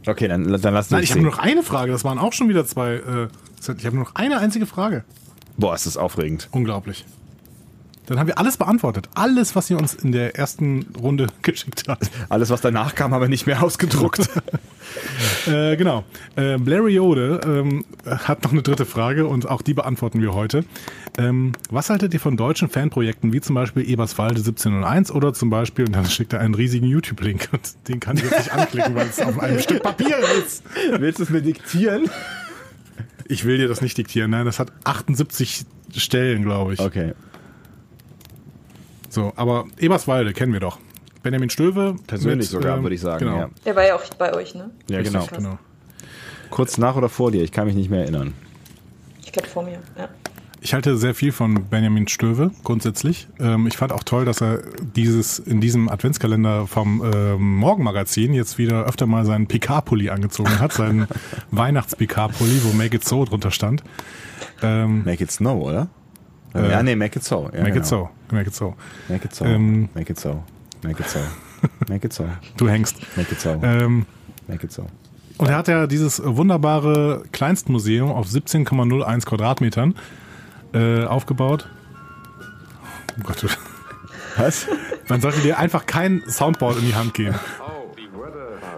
Speaker 2: Okay, dann, dann lass
Speaker 1: Nein,
Speaker 2: uns
Speaker 1: ich habe
Speaker 2: sehen.
Speaker 1: nur noch eine Frage. Das waren auch schon wieder zwei. Äh, ich habe nur noch eine einzige Frage.
Speaker 2: Boah, ist das aufregend.
Speaker 1: Unglaublich. Dann haben wir alles beantwortet. Alles, was ihr uns in der ersten Runde geschickt habt.
Speaker 2: Alles, was danach kam, haben wir nicht mehr ausgedruckt.
Speaker 1: Äh, genau. Äh, Blariode ähm, hat noch eine dritte Frage und auch die beantworten wir heute. Ähm, was haltet ihr von deutschen Fanprojekten wie zum Beispiel Eberswalde 1701 oder zum Beispiel, und dann schickt er einen riesigen YouTube-Link und den kann ich jetzt nicht anklicken, weil es auf einem Stück Papier ist.
Speaker 2: Willst du es mir diktieren?
Speaker 1: Ich will dir das nicht diktieren, nein, das hat 78 Stellen, glaube ich.
Speaker 2: Okay.
Speaker 1: So, aber Eberswalde kennen wir doch. Benjamin Stöwe.
Speaker 2: Persönlich
Speaker 1: mit,
Speaker 2: sogar,
Speaker 1: ähm,
Speaker 2: würde ich sagen.
Speaker 1: Genau.
Speaker 2: Ja.
Speaker 3: Der war ja auch bei euch, ne?
Speaker 2: Ja, genau.
Speaker 1: genau.
Speaker 2: Kurz nach oder vor dir, ich kann mich nicht mehr erinnern.
Speaker 3: Ich glaube, vor mir. Ja.
Speaker 1: Ich halte sehr viel von Benjamin Stöwe grundsätzlich. Ähm, ich fand auch toll, dass er dieses in diesem Adventskalender vom ähm, Morgenmagazin jetzt wieder öfter mal seinen PK-Pulli angezogen hat, seinen Weihnachts-PK-Pulli, wo Make It So drunter stand. Ähm,
Speaker 2: Make it snow, oder?
Speaker 1: Äh,
Speaker 2: ja, nee, make it so. Ja,
Speaker 1: make
Speaker 2: genau.
Speaker 1: it so, make it so.
Speaker 2: Make it so.
Speaker 1: Ähm.
Speaker 2: make it so. Make it so. Make it so.
Speaker 1: Du hängst.
Speaker 2: Make it so.
Speaker 1: Ähm,
Speaker 2: Make it so.
Speaker 1: Und er hat ja dieses wunderbare Kleinstmuseum auf 17,01 Quadratmetern äh, aufgebaut. Oh Gott,
Speaker 2: Was?
Speaker 1: man sollte dir einfach kein Soundboard in die Hand geben.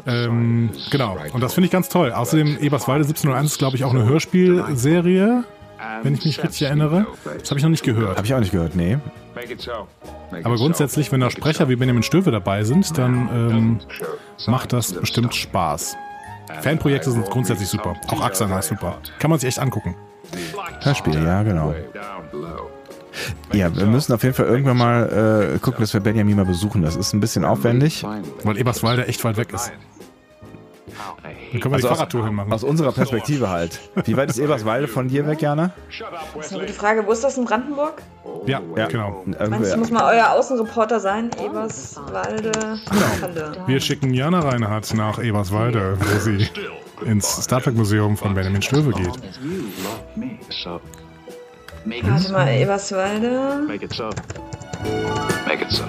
Speaker 1: Ähm, genau, und das finde ich ganz toll. Außerdem Eberswalde 1701 ist, glaube ich, auch eine Hörspielserie, wenn ich mich richtig erinnere. Das habe ich noch nicht gehört.
Speaker 2: Hab ich auch nicht gehört, nee.
Speaker 1: Aber grundsätzlich, wenn da Sprecher wie Benjamin Stöwe dabei sind, dann ähm, macht das bestimmt Spaß. Fanprojekte sind grundsätzlich super. Auch Axan ist super. Kann man sich echt angucken.
Speaker 2: Hörspiel, ja, genau. Ja, wir müssen auf jeden Fall irgendwann mal äh, gucken, dass wir Benjamin mal besuchen. Das ist ein bisschen aufwendig.
Speaker 1: Weil Eberswalde echt weit weg ist. Dann können wir die
Speaker 2: Also aus-
Speaker 1: Fahrradtour hinmachen.
Speaker 2: Aus unserer Perspektive halt. Wie weit ist Eberswalde von dir weg, Jana?
Speaker 3: Das ist eine gute Frage. Wo ist das in Brandenburg?
Speaker 1: ja, genau.
Speaker 3: Meinst du, muss mal euer Außenreporter sein? Eberswalde, Halle.
Speaker 1: Wir schicken Jana Reinhardt nach Eberswalde, wo sie ins Star Trek Museum von Benjamin Stöwe geht.
Speaker 3: Warte mal, Eberswalde.
Speaker 5: Make it so. Make it so.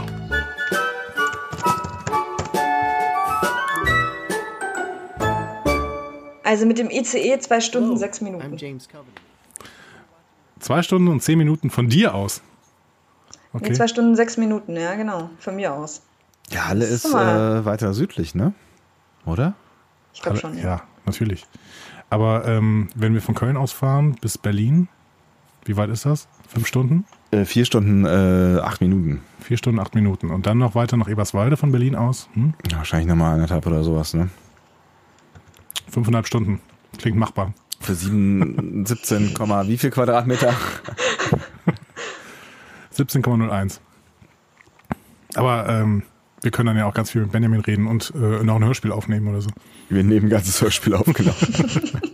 Speaker 3: Also mit dem ICE zwei Stunden, sechs
Speaker 6: I'm
Speaker 3: Minuten.
Speaker 6: James Coveney.
Speaker 1: Zwei Stunden und zehn Minuten von dir aus.
Speaker 3: Nee,
Speaker 1: Okay.
Speaker 3: zwei Stunden, sechs Minuten, ja, genau. Von mir aus.
Speaker 2: ja, Halle ist
Speaker 3: Guck mal.
Speaker 2: äh, weiter südlich, ne? Oder?
Speaker 3: Ich glaube schon. Ja.
Speaker 1: Ja, natürlich. Aber ähm, wenn wir von Köln aus fahren bis Berlin, wie weit ist das? Fünf Stunden?
Speaker 2: Äh, vier Stunden, äh, acht Minuten.
Speaker 1: Vier Stunden, acht Minuten. Und dann noch weiter nach Eberswalde von Berlin aus? Hm?
Speaker 2: Ja, Wahrscheinlich nochmal anderthalb oder sowas, ne?
Speaker 1: Fünfeinhalb Stunden. Klingt machbar.
Speaker 2: Für sieben, 17, Komma wie viel Quadratmeter?
Speaker 1: 17,01. Aber ähm, wir können dann ja auch ganz viel mit Benjamin reden und äh, noch ein Hörspiel aufnehmen oder so.
Speaker 2: Wir nehmen ein ganzes Hörspiel genau. aufgenommen.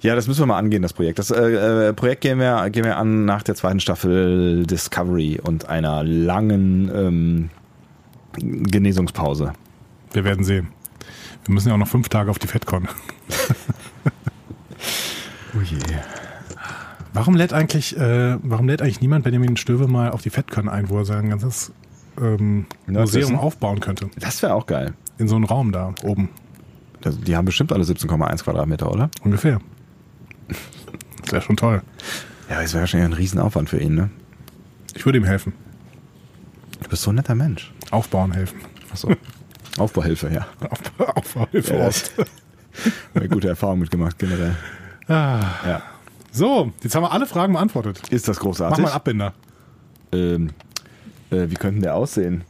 Speaker 2: ja, das müssen wir mal angehen, das Projekt. Das äh, äh, Projekt gehen wir, gehen wir an nach der zweiten Staffel Discovery und einer langen ähm, Genesungspause.
Speaker 1: Wir werden sehen. Wir müssen ja auch noch fünf Tage auf die FedCon.
Speaker 2: Oh je.
Speaker 1: Warum lädt eigentlich, äh, warum lädt eigentlich niemand Benjamin Stöwe mal auf die FedCon ein, wo er sein ganzes ähm,
Speaker 2: Nerdwissen?
Speaker 1: Museum aufbauen könnte?
Speaker 2: Das wäre auch geil.
Speaker 1: In so einem Raum da oben.
Speaker 2: Das, die haben bestimmt alle 17,1 Quadratmeter, oder?
Speaker 1: Ungefähr. Das wäre schon toll.
Speaker 2: Ja, das wäre wahrscheinlich ein Riesenaufwand für ihn, ne?
Speaker 1: Ich würde ihm helfen.
Speaker 2: Du bist so ein netter Mensch.
Speaker 1: Aufbauen helfen.
Speaker 2: Achso. Aufbauhilfe, ja.
Speaker 1: Auf, Aufbauhilfe.
Speaker 2: Ja, das- Haben wir gute Erfahrung mitgemacht, generell.
Speaker 1: Ah.
Speaker 2: Ja.
Speaker 1: So, jetzt haben wir alle Fragen beantwortet.
Speaker 2: Ist das
Speaker 1: Mach
Speaker 2: großartig?
Speaker 1: mal einen Abbinder.
Speaker 2: ähm, äh, wie könnte der aussehen?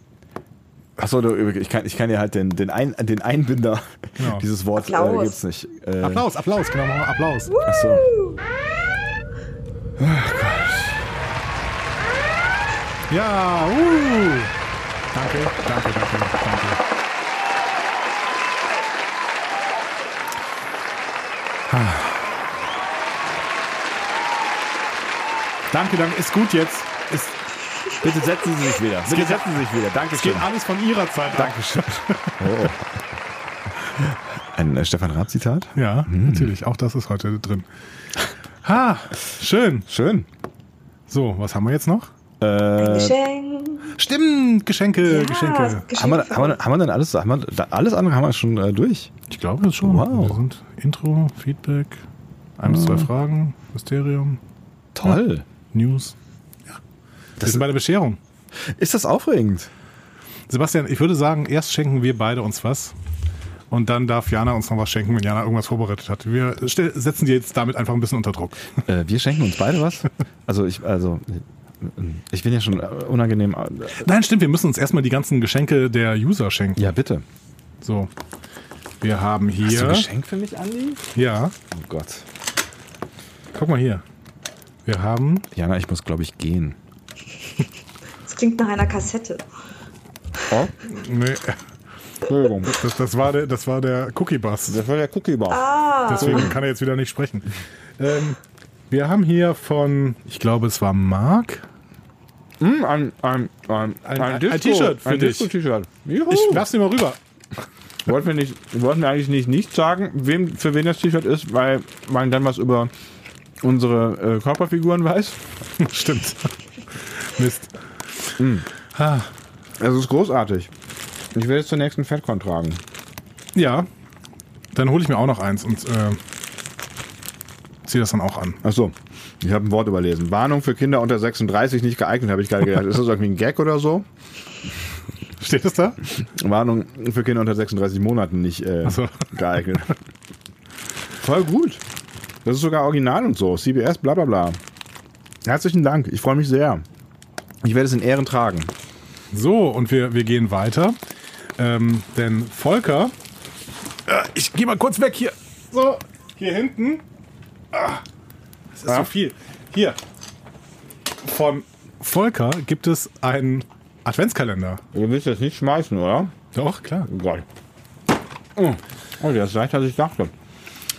Speaker 2: Achso, ich kann, ich kann dir halt den, den, Ein, den Einbinder,
Speaker 1: Genau.
Speaker 2: dieses Wort äh,
Speaker 3: Applaus.
Speaker 2: gibt's nicht. Äh,
Speaker 1: Applaus, Applaus, genau, machen wir Applaus.
Speaker 2: Achso.
Speaker 1: Ja, uh. Danke, danke, danke, danke. Ah. Danke, danke, ist gut jetzt. Ist,
Speaker 2: Bitte setzen Sie sich wieder. Bitte
Speaker 1: geht-
Speaker 2: setzen Sie sich wieder. Dankeschön.
Speaker 1: geht alles von Ihrer Zeit ab.
Speaker 2: Dankeschön. Oh. Ein äh, Stefan Raab-Zitat?
Speaker 1: Ja,
Speaker 2: Mhm.
Speaker 1: natürlich, auch das ist heute drin. Ha, schön.
Speaker 2: Schön.
Speaker 1: So, was haben wir jetzt noch?
Speaker 2: Äh,
Speaker 3: Geschenk.
Speaker 1: Stimmt, Geschenke, äh, Geschenke.
Speaker 3: Geschenke
Speaker 2: haben, wir,
Speaker 3: für
Speaker 2: haben, wir, haben wir dann alles, haben wir, da- alles andere haben wir schon äh, durch?
Speaker 1: Ich glaube das schon.
Speaker 2: Wow. Mhm.
Speaker 1: Wir sind Intro, Feedback, ein bis zwei Fragen, Mysterium,
Speaker 2: Toll.
Speaker 1: News. Ja. Das wir sind bei der Bescherung.
Speaker 2: Ist das aufregend?
Speaker 1: Sebastian, ich würde sagen, erst schenken wir beide uns was. Und dann darf Jana uns noch was schenken, wenn Jana irgendwas vorbereitet hat. Wir stell- setzen die jetzt damit einfach ein bisschen unter Druck.
Speaker 2: Äh, wir schenken uns beide was? Also ich, also, ich bin ja schon äh, unangenehm. äh,
Speaker 1: Nein, stimmt, wir müssen uns erstmal die ganzen Geschenke der User schenken.
Speaker 2: Ja, bitte.
Speaker 1: So. Wir haben
Speaker 2: Hast du
Speaker 1: hier.
Speaker 2: ein Geschenk für mich, Andi?
Speaker 1: ja,
Speaker 2: Oh Gott.
Speaker 1: guck mal hier. Wir haben.
Speaker 2: Jana, ich muss, glaube ich, gehen.
Speaker 3: Das klingt nach einer Kassette.
Speaker 2: Oh,
Speaker 1: Nee,
Speaker 2: Entschuldigung.
Speaker 1: das, das, war der, das war der Cookie Bus.
Speaker 2: Das war der Cookie Bar.
Speaker 1: Deswegen kann er jetzt wieder nicht sprechen. Ähm, wir haben hier von, ich glaube, es war Mark.
Speaker 2: Mm, ein ein, ein,
Speaker 1: Ein- ein T-Shirt für
Speaker 2: ein
Speaker 1: dich.
Speaker 2: Disco-T-Shirt. Juhu.
Speaker 1: Ich werf's dir mal rüber.
Speaker 2: Wollten wir, nicht, wollten wir eigentlich nicht, nicht sagen, wem, für wen das T-Shirt ist, weil man dann was über unsere äh, Körperfiguren weiß.
Speaker 1: Stimmt. Mist. Ah,
Speaker 2: Es ist großartig. Ich werde es zur nächsten FedCon tragen.
Speaker 1: ja. Dann hole ich mir auch noch eins und äh, ziehe das dann auch an.
Speaker 2: Achso, ich habe ein Wort überlesen. Warnung für Kinder unter 36 nicht geeignet, habe ich gerade gedacht. Ist das irgendwie ein Gag oder so?
Speaker 1: Steht es da?
Speaker 2: Warnung für Kinder unter 36 Monaten nicht äh,
Speaker 1: so.
Speaker 2: geeignet. Voll gut. Das ist sogar original und so. CBS, bla bla bla. Herzlichen Dank. Ich freue mich sehr. Ich werde es in Ehren tragen.
Speaker 1: So, und wir, wir gehen weiter. Ähm, denn Volker. Äh, ich gehe mal kurz weg hier. So, hier hinten. Ah, das ist so viel. Hier. Von Volker gibt es einen Adventskalender.
Speaker 2: Du willst das nicht schmeißen, oder?
Speaker 1: Doch, klar.
Speaker 2: Oh Gott. Oh, oh der ist leichter, als ich dachte.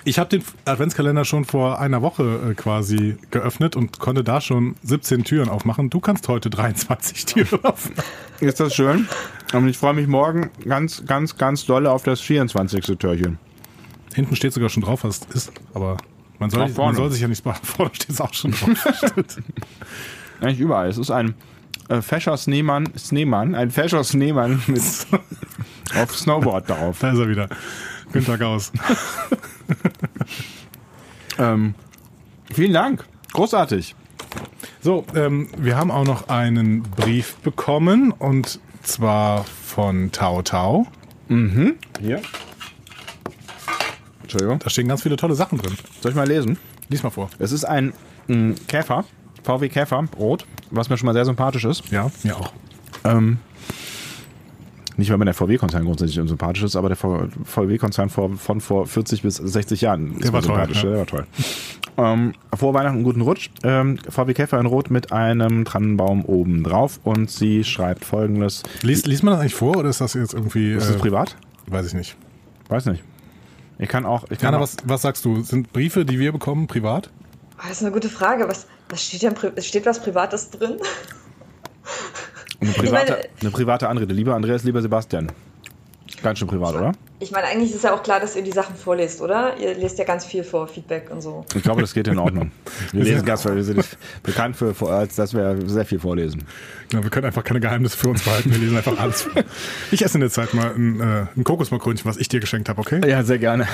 Speaker 1: Ich habe den Adventskalender schon vor einer Woche äh, quasi geöffnet und konnte da schon 17 Türen aufmachen. Du kannst heute 23 Türen aufmachen.
Speaker 2: Ist das schön? Und ich freue mich morgen ganz, ganz, ganz doll auf das 24. Türchen.
Speaker 1: Hinten steht sogar schon drauf, was es ist, aber man
Speaker 2: Nach
Speaker 1: soll, man
Speaker 2: vorne.
Speaker 1: soll sich ja nicht beachten. Vorne steht es auch schon drauf. Stimmt.
Speaker 2: Eigentlich überall. Es ist ein äh, fescher Schneemann, Schneemann, ein fescher Schneemann mit auf Snowboard drauf.
Speaker 1: Da ist er wieder. Günther Gauss.
Speaker 2: Ähm, vielen Dank. Großartig.
Speaker 1: So, ähm, wir haben auch noch einen Brief bekommen und zwar von Tao Tao.
Speaker 2: Hier. Entschuldigung.
Speaker 1: Da stehen ganz viele tolle Sachen drin.
Speaker 2: Soll ich mal lesen?
Speaker 1: Lies mal vor.
Speaker 2: Es ist ein mh, Käfer, VW Käfer, rot, was mir schon mal sehr sympathisch ist.
Speaker 1: Ja, mir auch.
Speaker 2: Ähm, nicht, weil mir der VW-Konzern grundsätzlich unsympathisch ist, aber der VW-Konzern vor, von vor 40 bis 60 Jahren ist
Speaker 1: Der war
Speaker 2: mir
Speaker 1: toll,
Speaker 2: sympathisch.
Speaker 1: ja.
Speaker 2: Der war toll. Ähm, vor Weihnachten einen guten Rutsch. Ähm, VW Käfer in Rot mit einem Tannenbaum oben drauf und sie schreibt folgendes.
Speaker 1: Lies, liest man das eigentlich vor oder ist das jetzt irgendwie. äh,
Speaker 2: Ist das privat?
Speaker 1: Weiß ich nicht.
Speaker 2: Weiß nicht. Ich kann auch. Ich kann
Speaker 1: Jana,
Speaker 2: auch
Speaker 1: was, was sagst du? Sind Briefe, die wir bekommen, privat?
Speaker 3: Ah, das ist eine gute Frage. Was, was steht denn? Pri- Steht was Privates drin?
Speaker 2: eine, private,
Speaker 3: meine-
Speaker 2: eine private Anrede. Lieber Andreas, lieber Sebastian. Ganz schön privat, oder?
Speaker 3: Ich meine, eigentlich ist ja auch klar, dass ihr die Sachen vorlest, oder? Ihr lest ja ganz viel vor, Feedback und so.
Speaker 2: Ich glaube, das geht in Ordnung. Wir lesen ganz viel. Wir sind bekannt für, als dass wir sehr viel vorlesen.
Speaker 1: Genau, wir können einfach keine Geheimnisse für uns behalten. Wir lesen einfach alles vor. Ich esse in der Zeit mal ein, äh, ein Kokosmakrönchen, was ich dir geschenkt habe, okay?
Speaker 2: Ja, sehr gerne.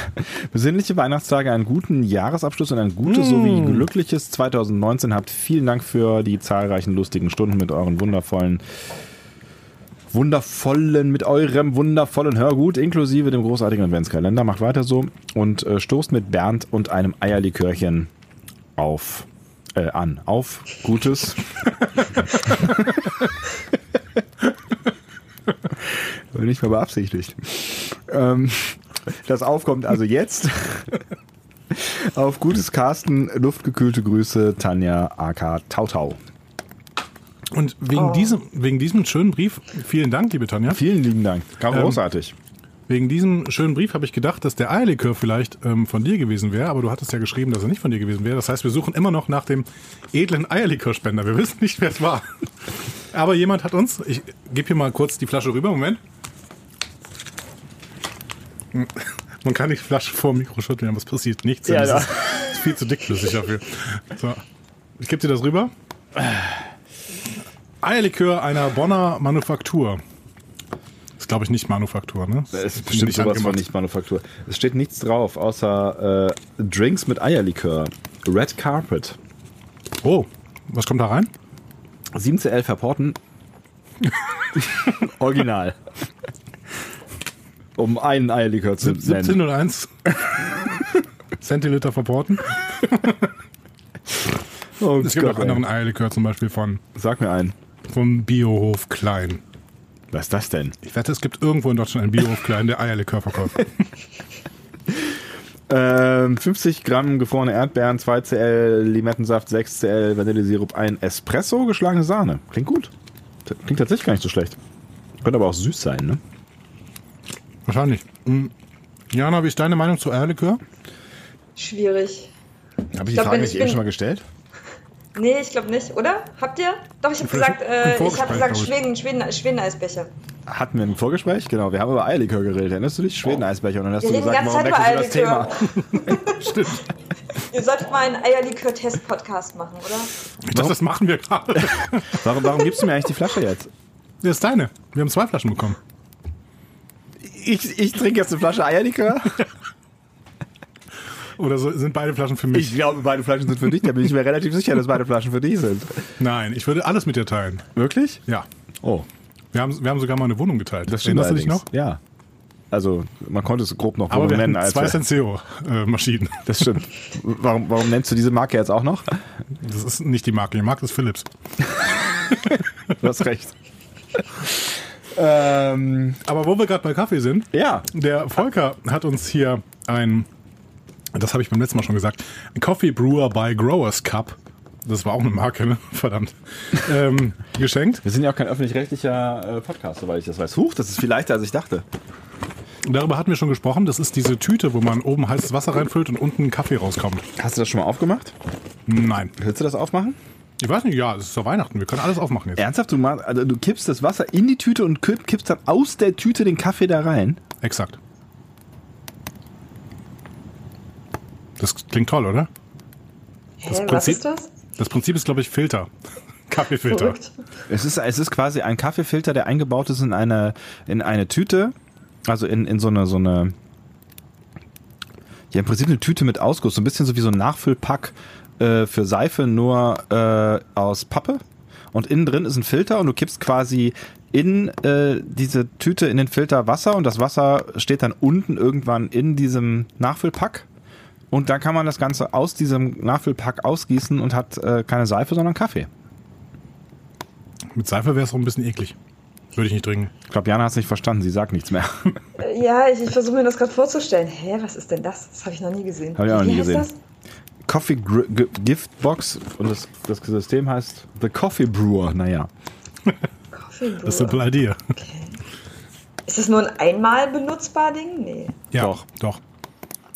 Speaker 2: Besinnliche Weihnachtstage, einen guten Jahresabschluss und ein gutes sowie glückliches 2019 habt. Vielen Dank für die zahlreichen lustigen Stunden mit euren wundervollen, wundervollen, mit eurem wundervollen Hörgut inklusive dem großartigen Adventskalender. Macht weiter so und äh, stoßt mit Bernd und einem Eierlikörchen auf äh, an. Auf Gutes. War Nicht mal beabsichtigt. Ähm, das aufkommt also jetzt. Auf gutes Carsten, luftgekühlte Grüße, Tanja AK Tautau.
Speaker 1: Und wegen, diesem, wegen diesem schönen Brief, vielen Dank, liebe Tanja.
Speaker 2: Oh. Vielen lieben Dank.
Speaker 1: großartig. Wegen diesem schönen Brief habe ich gedacht, dass der Eierlikör vielleicht ähm, von dir gewesen wäre, aber du hattest ja geschrieben, dass er nicht von dir gewesen wäre. Das heißt, wir suchen immer noch nach dem edlen Eierlikörspender. Wir wissen nicht, wer es war. Aber jemand hat uns, ich gebe hier mal kurz die Flasche rüber, Moment. Man kann die Flasche vor dem Mikro schütteln, aber es passiert nichts.
Speaker 2: Ja,
Speaker 1: das
Speaker 2: ja.
Speaker 1: ist, ist viel zu dickflüssig dafür. So, ich gebe dir das rüber. Eierlikör einer Bonner Manufaktur. Ist, glaube ich, nicht Manufaktur, ne?
Speaker 2: Es ist
Speaker 1: Nicht
Speaker 2: bestimmt sowas von
Speaker 1: angemacht.
Speaker 2: nicht Manufaktur. Es steht nichts drauf, außer äh, Drinks mit Eierlikör. Red Carpet.
Speaker 1: Oh, was kommt da rein?
Speaker 2: 7CL verporten. Original. Um einen Eierlikör zu
Speaker 1: Sieb-
Speaker 2: nennen.
Speaker 1: 1701 Zentiliter verporten.
Speaker 2: Oh
Speaker 1: Es gibt auch
Speaker 2: ey.
Speaker 1: anderen Eierlikör, zum Beispiel von,
Speaker 2: Sag mir einen.
Speaker 1: von Biohof Klein.
Speaker 2: Was ist das denn?
Speaker 1: Ich wette, es gibt irgendwo in Deutschland einen Biohof Klein, der Eierlikör verkauft.
Speaker 2: Ähm, 50 Gramm gefrorene Erdbeeren, 2 CL Limettensaft, 6 CL Vanillesirup, ein Espresso, geschlagene Sahne. Klingt gut. T- Klingt tatsächlich gar nicht so schlecht. Könnte aber auch süß sein, ne?
Speaker 1: Wahrscheinlich. Hm. Jana, wie ist deine Meinung zu Eierlikör?
Speaker 3: Schwierig.
Speaker 6: Habe ich, ich die glaub, Frage nicht eben schon mal gestellt?
Speaker 3: Nee, ich glaube nicht, oder? Habt ihr? Doch, ich habe gesagt, äh, ich habe gesagt Schweden, Schweden, Schweden Eisbecher.
Speaker 2: Hatten wir im Vorgespräch? Genau, wir haben über Eierlikör geredet. Erinnerst du dich? Schweden Eisbecher. Und dann hast
Speaker 3: Wir
Speaker 2: du
Speaker 3: reden
Speaker 2: gesagt,
Speaker 3: die ganze
Speaker 2: warum
Speaker 3: Zeit über
Speaker 2: wechselst du das Thema? Stimmt.
Speaker 3: Ihr solltet mal einen Eierlikör-Test-Podcast machen, oder?
Speaker 1: Ich dachte, das machen wir gerade.
Speaker 2: Warum, warum gibst du mir eigentlich die Flasche jetzt?
Speaker 1: Das ist deine. Wir haben zwei Flaschen bekommen.
Speaker 2: Ich, ich trinke jetzt eine Flasche Eierlikör.
Speaker 1: Oder so, sind beide Flaschen für mich?
Speaker 2: Ich glaube, beide Flaschen sind für dich. Da bin ich mir relativ sicher, dass beide Flaschen für dich sind.
Speaker 1: Nein, ich würde alles mit dir teilen.
Speaker 2: Wirklich?
Speaker 1: Ja.
Speaker 2: Oh,
Speaker 1: Wir haben, wir haben sogar mal eine Wohnung geteilt.
Speaker 2: das stimmt
Speaker 1: Erinnerst du dich
Speaker 2: allerdings.
Speaker 1: noch?
Speaker 2: Ja. Also, man konnte es grob noch
Speaker 1: Aber
Speaker 2: Wohnung
Speaker 1: wir hatten
Speaker 2: nennen. Als
Speaker 1: zwei
Speaker 2: wir-
Speaker 1: Senseo-Maschinen.
Speaker 2: das stimmt. Warum, warum nennst du diese Marke jetzt auch noch?
Speaker 1: Das ist nicht die Marke. Die Marke ist Philips.
Speaker 2: Du hast recht. ähm,
Speaker 1: Aber wo wir gerade bei Kaffee sind,
Speaker 2: ja.
Speaker 1: der Volker hat uns hier ein, das habe ich beim letzten Mal schon gesagt, ein Coffee Brewer by Growers Cup. Das war auch eine Marke, ne? verdammt. ähm, geschenkt.
Speaker 2: Wir sind ja auch kein öffentlich-rechtlicher äh, Podcast, soweit ich das weiß. Huch, das ist viel leichter, als ich dachte.
Speaker 1: Und darüber hatten wir schon gesprochen. Das ist diese Tüte, wo man oben heißes Wasser reinfüllt und unten Kaffee rauskommt.
Speaker 2: Hast du das schon mal aufgemacht?
Speaker 1: Nein.
Speaker 2: Willst du das aufmachen?
Speaker 1: Ich weiß nicht, ja, es ist doch Weihnachten. Wir können alles aufmachen jetzt.
Speaker 2: Ernsthaft? Du, machst- also, du kippst das Wasser in die Tüte und kipp- kippst dann aus der Tüte den Kaffee da rein?
Speaker 1: Exakt. Das klingt toll, oder?
Speaker 3: Hä,
Speaker 1: Das
Speaker 3: was
Speaker 1: Prinzip-
Speaker 3: ist das?
Speaker 1: Das Prinzip ist, glaube ich, Filter. Kaffeefilter.
Speaker 3: Verrückt.
Speaker 2: Es ist, es ist quasi ein Kaffeefilter, der eingebaut ist in eine, in eine Tüte. Also in, in so eine, so eine. Ja, im Prinzip eine Tüte mit Ausguss. So ein bisschen so wie so ein Nachfüllpack äh, für Seife, nur äh, aus Pappe. Und innen drin ist ein Filter und du kippst quasi in äh, diese Tüte, in den Filter Wasser und das Wasser steht dann unten irgendwann in diesem Nachfüllpack. Und dann kann man das Ganze aus diesem Nachfüllpack ausgießen und hat äh, keine Seife, sondern Kaffee.
Speaker 1: Mit Seife wäre es auch ein bisschen eklig. Würde ich nicht trinken.
Speaker 2: Ich glaube, Jana hat es nicht verstanden. Sie sagt nichts mehr.
Speaker 3: Äh, Ja, ich, ich versuche mir das gerade vorzustellen. Hä, was ist denn das? Das habe ich noch nie gesehen.
Speaker 2: Hab ich auch noch
Speaker 3: Wie
Speaker 2: nie
Speaker 3: heißt
Speaker 2: gesehen.
Speaker 3: Das?
Speaker 2: Coffee Gr G Gift Box und das, das System heißt The Coffee Brewer. Naja.
Speaker 3: Coffee Brewer.
Speaker 1: Das ist eine Idee.
Speaker 3: okay. Ist das nur ein einmal benutzbar Ding? Nee.
Speaker 1: Ja,
Speaker 2: Doch.
Speaker 1: Doch.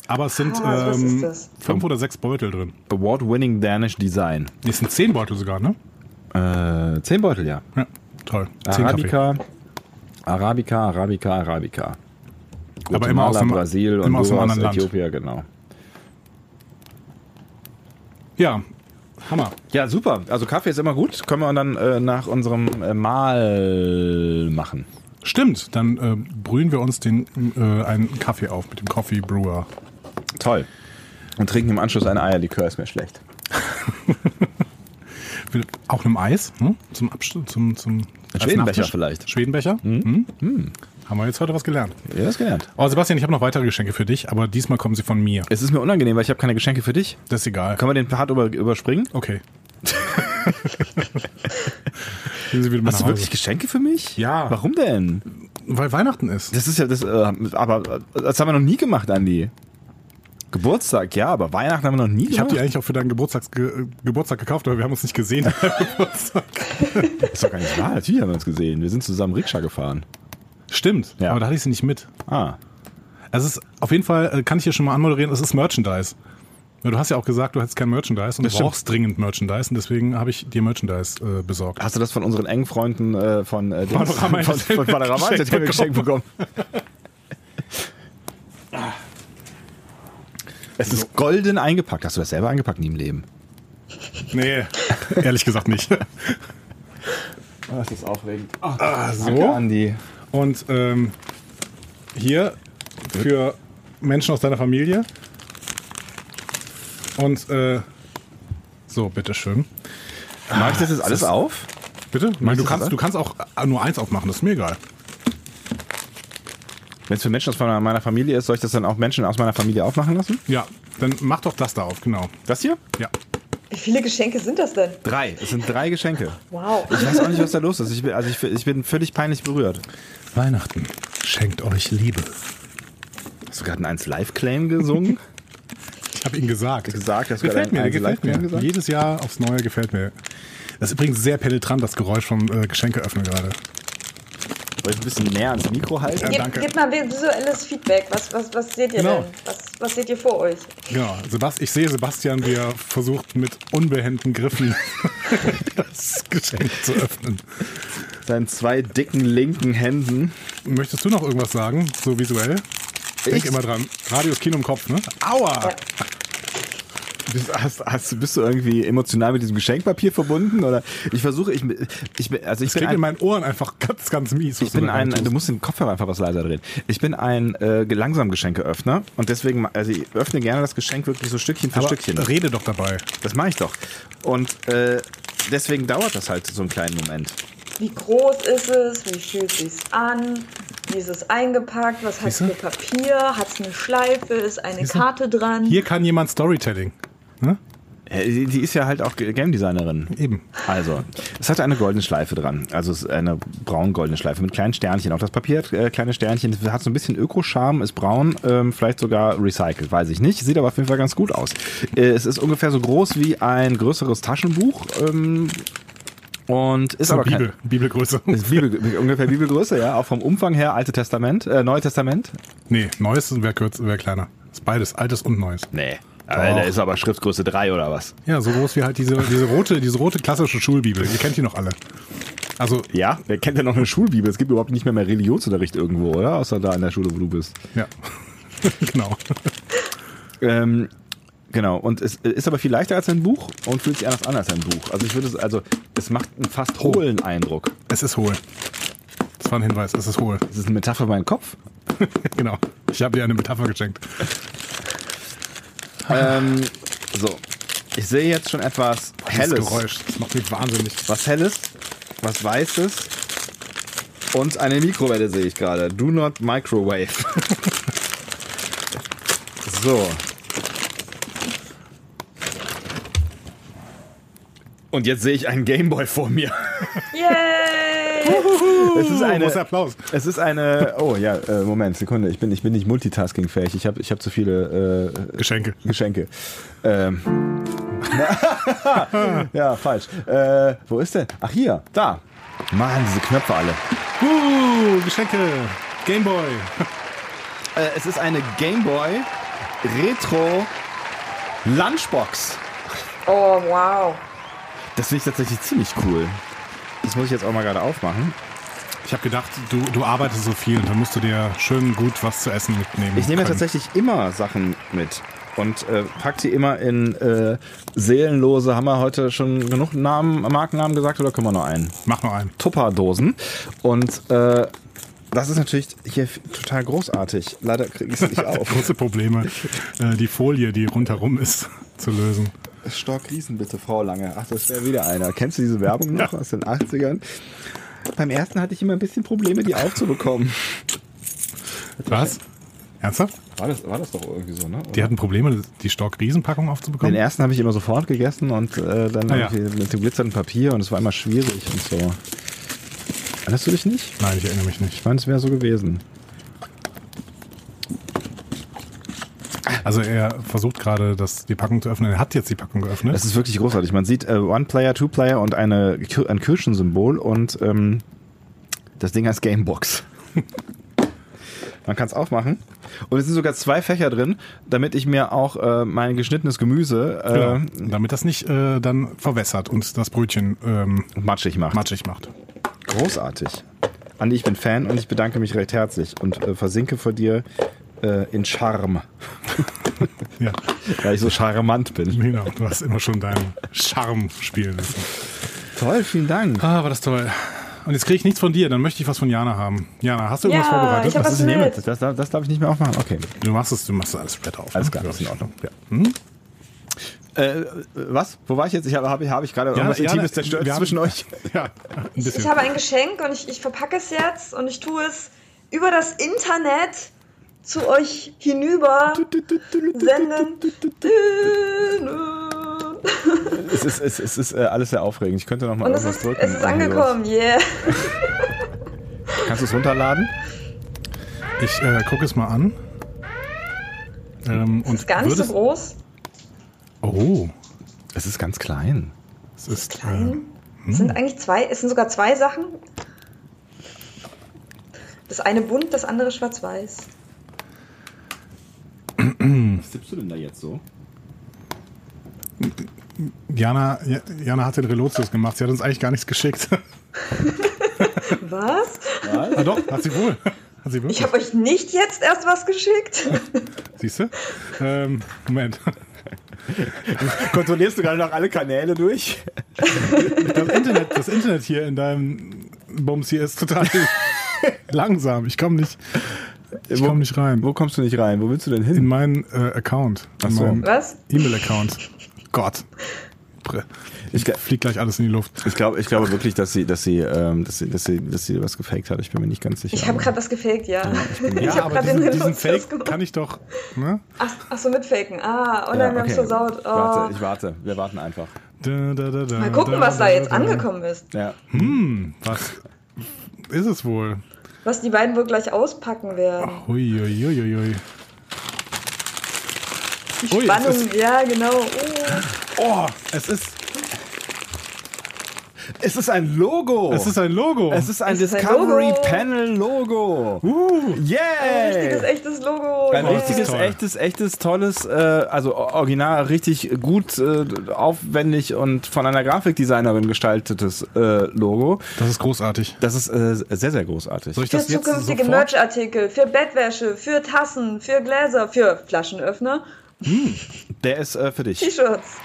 Speaker 1: Aber es sind
Speaker 3: Ah, was ist
Speaker 1: ähm,
Speaker 3: das?
Speaker 1: fünf oder sechs Beutel drin.
Speaker 2: Award-winning Danish Design.
Speaker 1: Es sind zehn Beutel sogar, ne?
Speaker 2: Äh, zehn Beutel, ja.
Speaker 1: Ja, toll. Zehn Kaffee.
Speaker 2: Arabica, Arabica, Arabica, Arabica.
Speaker 1: Aber immer aus
Speaker 2: Guatemala,
Speaker 1: einem-
Speaker 2: Brasil,
Speaker 1: immer aus einem
Speaker 2: Honduras,
Speaker 1: anderen Land.
Speaker 2: Äthiopien, genau.
Speaker 1: Ja, Hammer.
Speaker 2: Ja, super. Also Kaffee ist immer gut. Können wir dann äh, nach unserem äh, Mahl machen.
Speaker 1: Stimmt, dann äh, brühen wir uns den, äh, einen Kaffee auf mit dem Coffee Brewer.
Speaker 2: Toll. Und trinken im Anschluss ein Eierlikör, ist mir schlecht.
Speaker 1: Will- Auch einem Eis, hm? zum Abschluss, zum, zum als
Speaker 2: Schwedenbecher
Speaker 1: Nachtisch.
Speaker 2: vielleicht.
Speaker 1: Schwedenbecher? Mhm. Haben wir jetzt heute was gelernt.
Speaker 2: Ja, das gelernt.
Speaker 1: Oh, Sebastian, ich habe noch weitere Geschenke für dich, aber diesmal kommen sie von mir.
Speaker 2: Es ist mir unangenehm, weil ich habe keine Geschenke für dich.
Speaker 1: Das ist egal.
Speaker 2: Können wir den Part über, überspringen?
Speaker 1: Okay. Gehen Sie wieder mal nach
Speaker 2: Hast du
Speaker 1: Hause.
Speaker 2: wirklich Geschenke für mich?
Speaker 1: Ja.
Speaker 2: Warum denn?
Speaker 1: Weil Weihnachten ist.
Speaker 2: Das ist ja das, äh, aber äh, das haben wir noch nie gemacht, Andi. Geburtstag, ja, aber Weihnachten haben wir noch nie
Speaker 1: Ich habe
Speaker 2: gemacht.
Speaker 1: die eigentlich auch für deinen Geburtstags Ge Geburtstag gekauft, aber wir haben uns nicht gesehen.
Speaker 2: ist doch gar nicht wahr. Natürlich haben wir uns gesehen. Wir sind zusammen Rikscha gefahren.
Speaker 1: Stimmt,
Speaker 2: Ja.
Speaker 1: aber da hatte ich sie nicht mit.
Speaker 2: Ah.
Speaker 1: Also es ist, auf jeden Fall äh, kann ich hier schon mal anmoderieren, es ist Merchandise. Ja, Du hast ja auch gesagt, du hättest kein Merchandise und
Speaker 2: Das
Speaker 1: du
Speaker 2: stimmt.
Speaker 1: brauchst dringend Merchandise und deswegen habe ich dir Merchandise äh, besorgt.
Speaker 2: Hast du das von unseren engen Freunden äh, von, äh, Dings-
Speaker 1: Panorama
Speaker 2: von, von,
Speaker 1: Entertainment
Speaker 2: Panorama
Speaker 1: geschenkt
Speaker 2: Entertainment geschenkt bekommen? Ah. es ist golden eingepackt. Hast du das selber eingepackt? Nie im Leben.
Speaker 1: Nee, ehrlich gesagt nicht.
Speaker 2: das ist aufregend.
Speaker 1: Ah,
Speaker 2: Danke, Andi.
Speaker 1: Und ähm, hier für Menschen aus deiner Familie. Und äh, so, bitteschön.
Speaker 2: Mach ich Ah, das jetzt alles auf?
Speaker 1: Bitte? Nein, du,
Speaker 2: das
Speaker 1: kannst,
Speaker 2: sein?
Speaker 1: du kannst auch äh, nur eins aufmachen, das ist mir egal.
Speaker 2: Wenn es für Menschen aus meiner meiner Familie ist, soll ich das dann auch Menschen aus meiner Familie aufmachen lassen?
Speaker 1: Ja, dann mach doch das da auf, genau.
Speaker 2: Das hier?
Speaker 1: Ja.
Speaker 3: Wie viele Geschenke sind das denn?
Speaker 2: Drei. Es sind drei Geschenke.
Speaker 3: Wow.
Speaker 2: Ich weiß auch nicht, was da los ist. Ich bin, also ich, ich bin völlig peinlich berührt.
Speaker 1: Weihnachten schenkt euch Liebe.
Speaker 2: Hast du gerade einen 1 Live Claim gesungen?
Speaker 1: Ich habe ihn gesagt.
Speaker 2: Gesagt, dass
Speaker 1: gefällt
Speaker 2: wir
Speaker 1: mir,
Speaker 2: einen
Speaker 1: gefällt mir.
Speaker 2: Einzelleitplan gesagt?
Speaker 1: Jedes Jahr aufs Neue gefällt mir. Das ist übrigens sehr penetrant, das Geräusch vom äh, Geschenkeöffnen gerade.
Speaker 2: Soll ich ein bisschen näher ans Mikro halten?
Speaker 3: Ja, Gebt geb mal visuelles Feedback. Was, was, was seht ihr
Speaker 1: Genau.
Speaker 3: denn? Was, was seht ihr vor euch?
Speaker 1: Genau, Sebast ich sehe Sebastian, wie er versucht, mit unbehendten Griffen das Geschenk zu öffnen.
Speaker 2: Seinen zwei dicken linken Händen.
Speaker 1: Möchtest du noch irgendwas sagen, so visuell? Denk
Speaker 2: Ich?
Speaker 1: immer dran. Radio ist Kino im Kopf, ne? Aua!
Speaker 3: Ja.
Speaker 2: Bist, hast, hast, bist du irgendwie emotional mit diesem Geschenkpapier verbunden? Oder ich versuche, ich, ich bin, also ich
Speaker 1: Das
Speaker 2: bin
Speaker 1: klingt in
Speaker 2: ein,
Speaker 1: meinen Ohren einfach ganz, ganz mies. was
Speaker 2: ich bin
Speaker 1: da
Speaker 2: ein,
Speaker 1: tust.
Speaker 2: du musst den Kopfhörer einfach was leiser drehen. Ich bin ein äh, langsam Geschenkeöffner und deswegen, ma- also ich öffne gerne das Geschenk wirklich so Stückchen für
Speaker 1: Aber
Speaker 2: Stückchen.
Speaker 1: Rede doch dabei.
Speaker 2: Das mache ich doch. Und äh, deswegen dauert das halt so einen kleinen Moment.
Speaker 3: Wie groß ist es? Wie fühlt sich's an? Wie ist es eingepackt? Was hat
Speaker 1: Siehste?
Speaker 3: für Papier? Hat es eine Schleife? Ist eine
Speaker 1: Siehste?
Speaker 3: Karte dran?
Speaker 1: Hier kann jemand Storytelling. Ne?
Speaker 2: Äh, Die die ist ja halt auch Game Designerin.
Speaker 1: Eben.
Speaker 2: Also, es hatte eine goldene Schleife dran. Also es ist eine braun-goldene Schleife mit kleinen Sternchen. Auch das Papier hat äh, kleine Sternchen. Es hat so ein bisschen Öko-Charme, ist braun, ähm, vielleicht sogar recycelt, weiß ich nicht. Sieht aber auf jeden Fall ganz gut aus. Äh, es ist ungefähr so groß wie ein größeres Taschenbuch. Ähm, und ist
Speaker 1: So
Speaker 2: aber kein-
Speaker 1: Bibel, Bibelgröße.
Speaker 2: Ist Bibel, ungefähr Bibelgröße, ja. Auch vom Umfang her, Alte Testament, äh, Neue Testament.
Speaker 1: Nee, Neues wäre kürz, wär kleiner. Ist beides, altes und neues.
Speaker 2: Nee.
Speaker 1: Doch.
Speaker 2: Da ist aber Schriftgröße 3 oder was?
Speaker 1: Ja, so groß wie halt diese, diese rote, diese rote klassische Schulbibel. Ihr kennt die noch alle. Also,
Speaker 2: Ja, wer kennt denn noch eine Schulbibel? Es gibt überhaupt nicht mehr mehr Religionsunterricht irgendwo, oder? Außer da an der Schule, wo du bist.
Speaker 1: ja. genau.
Speaker 2: Ähm, genau, und es ist aber viel leichter als ein Buch und fühlt sich anders an als ein Buch. Also ich würde es, also es macht einen fast hohlen Eindruck.
Speaker 1: Es ist hohl. Das war ein Hinweis, es ist hohl.
Speaker 2: Ist es eine Metapher für meinen Kopf?
Speaker 1: Genau. Ich habe dir eine Metapher geschenkt.
Speaker 2: ähm, so, ich sehe jetzt schon etwas
Speaker 1: Dieses
Speaker 2: Helles.
Speaker 1: Geräusch, das macht mich wahnsinnig.
Speaker 2: Was Helles, was Weißes und eine Mikrowelle sehe ich gerade. Do not microwave. so. Und jetzt sehe ich einen Gameboy vor mir.
Speaker 3: Yay!
Speaker 2: Es ist eine,
Speaker 1: Oh, großer Applaus.
Speaker 2: Es ist eine. Oh ja, äh, Moment, Sekunde. Ich bin, ich bin nicht multitaskingfähig. Ich habe ich hab zu viele äh,
Speaker 1: Geschenke.
Speaker 2: Geschenke. Ähm. ja, falsch. Äh, wo ist denn? Ach, hier, da. Mann, diese Knöpfe alle.
Speaker 1: Uh, Geschenke. Gameboy.
Speaker 2: Äh, es ist eine Gameboy Retro Lunchbox.
Speaker 3: Oh, wow.
Speaker 2: Das finde ich tatsächlich ziemlich cool. Das muss ich jetzt auch mal gerade aufmachen.
Speaker 1: Ich habe gedacht, du, du arbeitest so viel und dann musst du dir schön gut was zu essen mitnehmen.
Speaker 2: Ich nehme ja
Speaker 1: können.
Speaker 2: tatsächlich immer Sachen mit und äh, pack die immer in äh, seelenlose. Haben wir heute schon genug Namen, Markennamen gesagt oder können wir noch einen?
Speaker 1: Mach noch einen.
Speaker 2: Tupperdosen. Und äh, das ist natürlich hier f- total großartig. Leider kriege ich es nicht auf.
Speaker 1: Große Probleme, äh, die Folie, die rundherum ist, zu lösen.
Speaker 2: Stock Riesen bitte, Frau Lange. Ach, das wäre wieder einer. Kennst du diese Werbung noch aus den 80ern? Beim ersten hatte ich immer ein bisschen Probleme, die aufzubekommen.
Speaker 1: Was? Ernsthaft?
Speaker 2: War das, war das doch irgendwie so, ne?
Speaker 1: Die hatten Probleme, die Stock-Riesenpackung
Speaker 2: Den
Speaker 1: aufzubekommen?
Speaker 2: ersten habe ich immer sofort gegessen und äh, dann
Speaker 1: Ah, ja.
Speaker 2: irgendwie mit dem glitzernden Papier und es war immer schwierig und so. Erinnerst du dich nicht?
Speaker 1: Nein, ich erinnere mich nicht.
Speaker 2: Ich meine, es wäre so gewesen.
Speaker 1: Also er versucht gerade, das, die Packung zu öffnen. Er hat jetzt die Packung geöffnet.
Speaker 2: Es ist wirklich großartig. Man sieht äh, One-Player, Two-Player und eine, Kir- ein Kirschensymbol und ähm, das Ding heißt Gamebox. Man kann es aufmachen. Und es sind sogar zwei Fächer drin, damit ich mir auch äh, mein geschnittenes Gemüse äh,
Speaker 1: Genau. damit das nicht äh, dann verwässert und das Brötchen ähm,
Speaker 2: matschig mache.
Speaker 1: matschig macht.
Speaker 2: Großartig. Andi, ich bin Fan und ich bedanke mich recht herzlich und äh, versinke vor dir äh, in Charme,
Speaker 1: Ja,
Speaker 2: weil ich so charmant bin.
Speaker 1: genau. Du hast immer schon deinen Charme spielen lassen.
Speaker 2: Toll, vielen Dank.
Speaker 1: Ah, war das toll. Und jetzt kriege ich nichts von dir, dann möchte ich was von Jana haben. Jana, hast du irgendwas
Speaker 3: Ja,
Speaker 1: vorbereitet?
Speaker 3: ich hab was
Speaker 1: ist denn hier
Speaker 3: mit.
Speaker 2: Das, das, das darf ich nicht mehr aufmachen. Okay.
Speaker 1: mit? Du machst es, du machst alles Brett auf.
Speaker 2: Alles
Speaker 1: ne?
Speaker 2: klar,
Speaker 1: Ja.
Speaker 2: ist in Ordnung.
Speaker 1: Ja. Hm?
Speaker 2: Äh, was? Wo war ich jetzt? Ich habe hab, ich- habe ich gerade irgendwas
Speaker 1: Jana,
Speaker 2: Intimes zerstört
Speaker 1: wir haben-
Speaker 2: zwischen euch.
Speaker 1: Ja, ein
Speaker 3: Ich,
Speaker 1: bisschen.
Speaker 3: ich habe ein Geschenk und ich, ich verpacke es jetzt und ich tue es über das Internet zu euch hinüber senden.
Speaker 2: Es ist, es, es ist äh, alles sehr aufregend. Ich könnte noch mal
Speaker 3: Und es
Speaker 2: irgendwas
Speaker 3: ist,
Speaker 2: drücken.
Speaker 3: es ist
Speaker 2: Irgendwie
Speaker 3: angekommen, yeah.
Speaker 2: Los. Kannst du es runterladen?
Speaker 1: Ich äh, gucke es mal an. Ähm, und
Speaker 3: Ist gar nicht so
Speaker 1: würdest,
Speaker 3: groß.
Speaker 1: Oh,
Speaker 2: Es ist ganz klein.
Speaker 1: es ist. Äh,
Speaker 3: Klein. Es sind eigentlich zwei, es sind sogar zwei Sachen. Das eine bunt, das andere schwarz-weiß.
Speaker 2: Was tippst du denn da jetzt so?
Speaker 1: äh, Jana, Jana hat den Relotius gemacht. Sie hat uns eigentlich gar nichts geschickt.
Speaker 3: was?
Speaker 1: Ah, doch, hat sie wohl. Hat sie
Speaker 3: ich habe euch nicht jetzt erst was geschickt.
Speaker 1: Siehst du? Ähm, Moment.
Speaker 2: Kontrollierst du gerade noch alle Kanäle durch?
Speaker 1: Das Internet, das Internet hier in deinem Bums hier ist total langsam. Ich komme nicht. Ich komme nicht rein.
Speaker 2: Wo kommst du nicht rein? Wo willst du denn hin?
Speaker 1: In meinen äh, Account.
Speaker 2: Ach so.
Speaker 1: In meinen
Speaker 3: Was?
Speaker 1: E-Mail-Account. Gott. Ich fliege gleich alles in die Luft.
Speaker 2: Ich, glaub, ich glaube wirklich, dass sie, dass, sie, ähm, dass, sie, dass, sie, dass sie was gefaked hat. Ich bin mir nicht ganz sicher.
Speaker 3: Ich habe gerade was gefaked, ja.
Speaker 1: ja, ja aber diesen, diesen Fake gemacht. kann ich doch. Ne?
Speaker 3: Ach, ach, so, mit Faken. Ah, oh nein, ja, wir okay. haben es versaut. Oh.
Speaker 2: Warte, ich warte. Wir warten einfach.
Speaker 1: Da, da, da,
Speaker 3: Mal gucken, was da jetzt angekommen ist.
Speaker 2: Ja.
Speaker 1: Hm, was ist es wohl?
Speaker 3: Was die beiden wohl gleich auspacken werden.
Speaker 1: Oh, hui, hui, hui, hui.
Speaker 3: Die Spannung,
Speaker 1: ist,
Speaker 3: ja, genau.
Speaker 1: Oh. oh. es ist.
Speaker 2: Es ist ein Logo.
Speaker 1: Oh. Es ist ein Logo.
Speaker 2: Es ist ein es Discovery ist ein Logo. Panel Logo. Uh, yeah.
Speaker 3: Ein richtiges, echtes Logo.
Speaker 2: Ein yeah. richtiges, Toll. echtes, echtes, tolles, äh, also original, richtig gut, äh, aufwendig und von einer Grafikdesignerin gestaltetes äh, Logo.
Speaker 1: Das ist großartig.
Speaker 2: Das ist äh, sehr, sehr großartig.
Speaker 3: für zukünftige Merchartikel, für Bettwäsche, für Tassen, für Gläser, für Flaschenöffner.
Speaker 2: Hm, der ist äh, für dich.
Speaker 3: T-Shirts.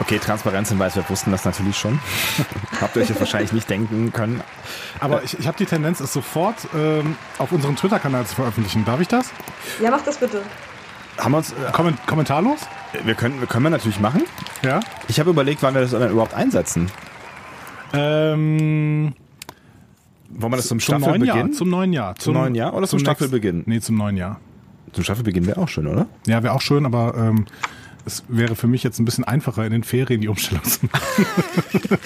Speaker 2: Okay, Transparenzhinweis, wir wussten das natürlich schon. Habt ihr euch ja wahrscheinlich nicht denken können.
Speaker 1: Aber ich, ich habe die Tendenz, es sofort ähm, auf unserem Twitter-Kanal zu veröffentlichen. Darf ich das?
Speaker 3: Ja, mach das bitte.
Speaker 2: Haben wir uns. äh,
Speaker 1: Äh, Komment kommentarlos?
Speaker 2: Wir können, wir können wir natürlich machen.
Speaker 1: Ja.
Speaker 2: Ich habe überlegt, wann wir das überhaupt einsetzen.
Speaker 1: Ähm.
Speaker 2: Wollen wir das zum, zum Staffelbeginn?
Speaker 1: Jahr, zum neuen Jahr.
Speaker 2: Zum, zum neuen Jahr oder zum, zum Staffelbeginn? Next,
Speaker 1: nee, zum neuen Jahr.
Speaker 2: Zum Staffelbeginn wäre auch schön, oder?
Speaker 1: Ja, wäre auch schön, aber ähm, es wäre für mich jetzt ein bisschen einfacher, in den Ferien die Umstellung zu machen.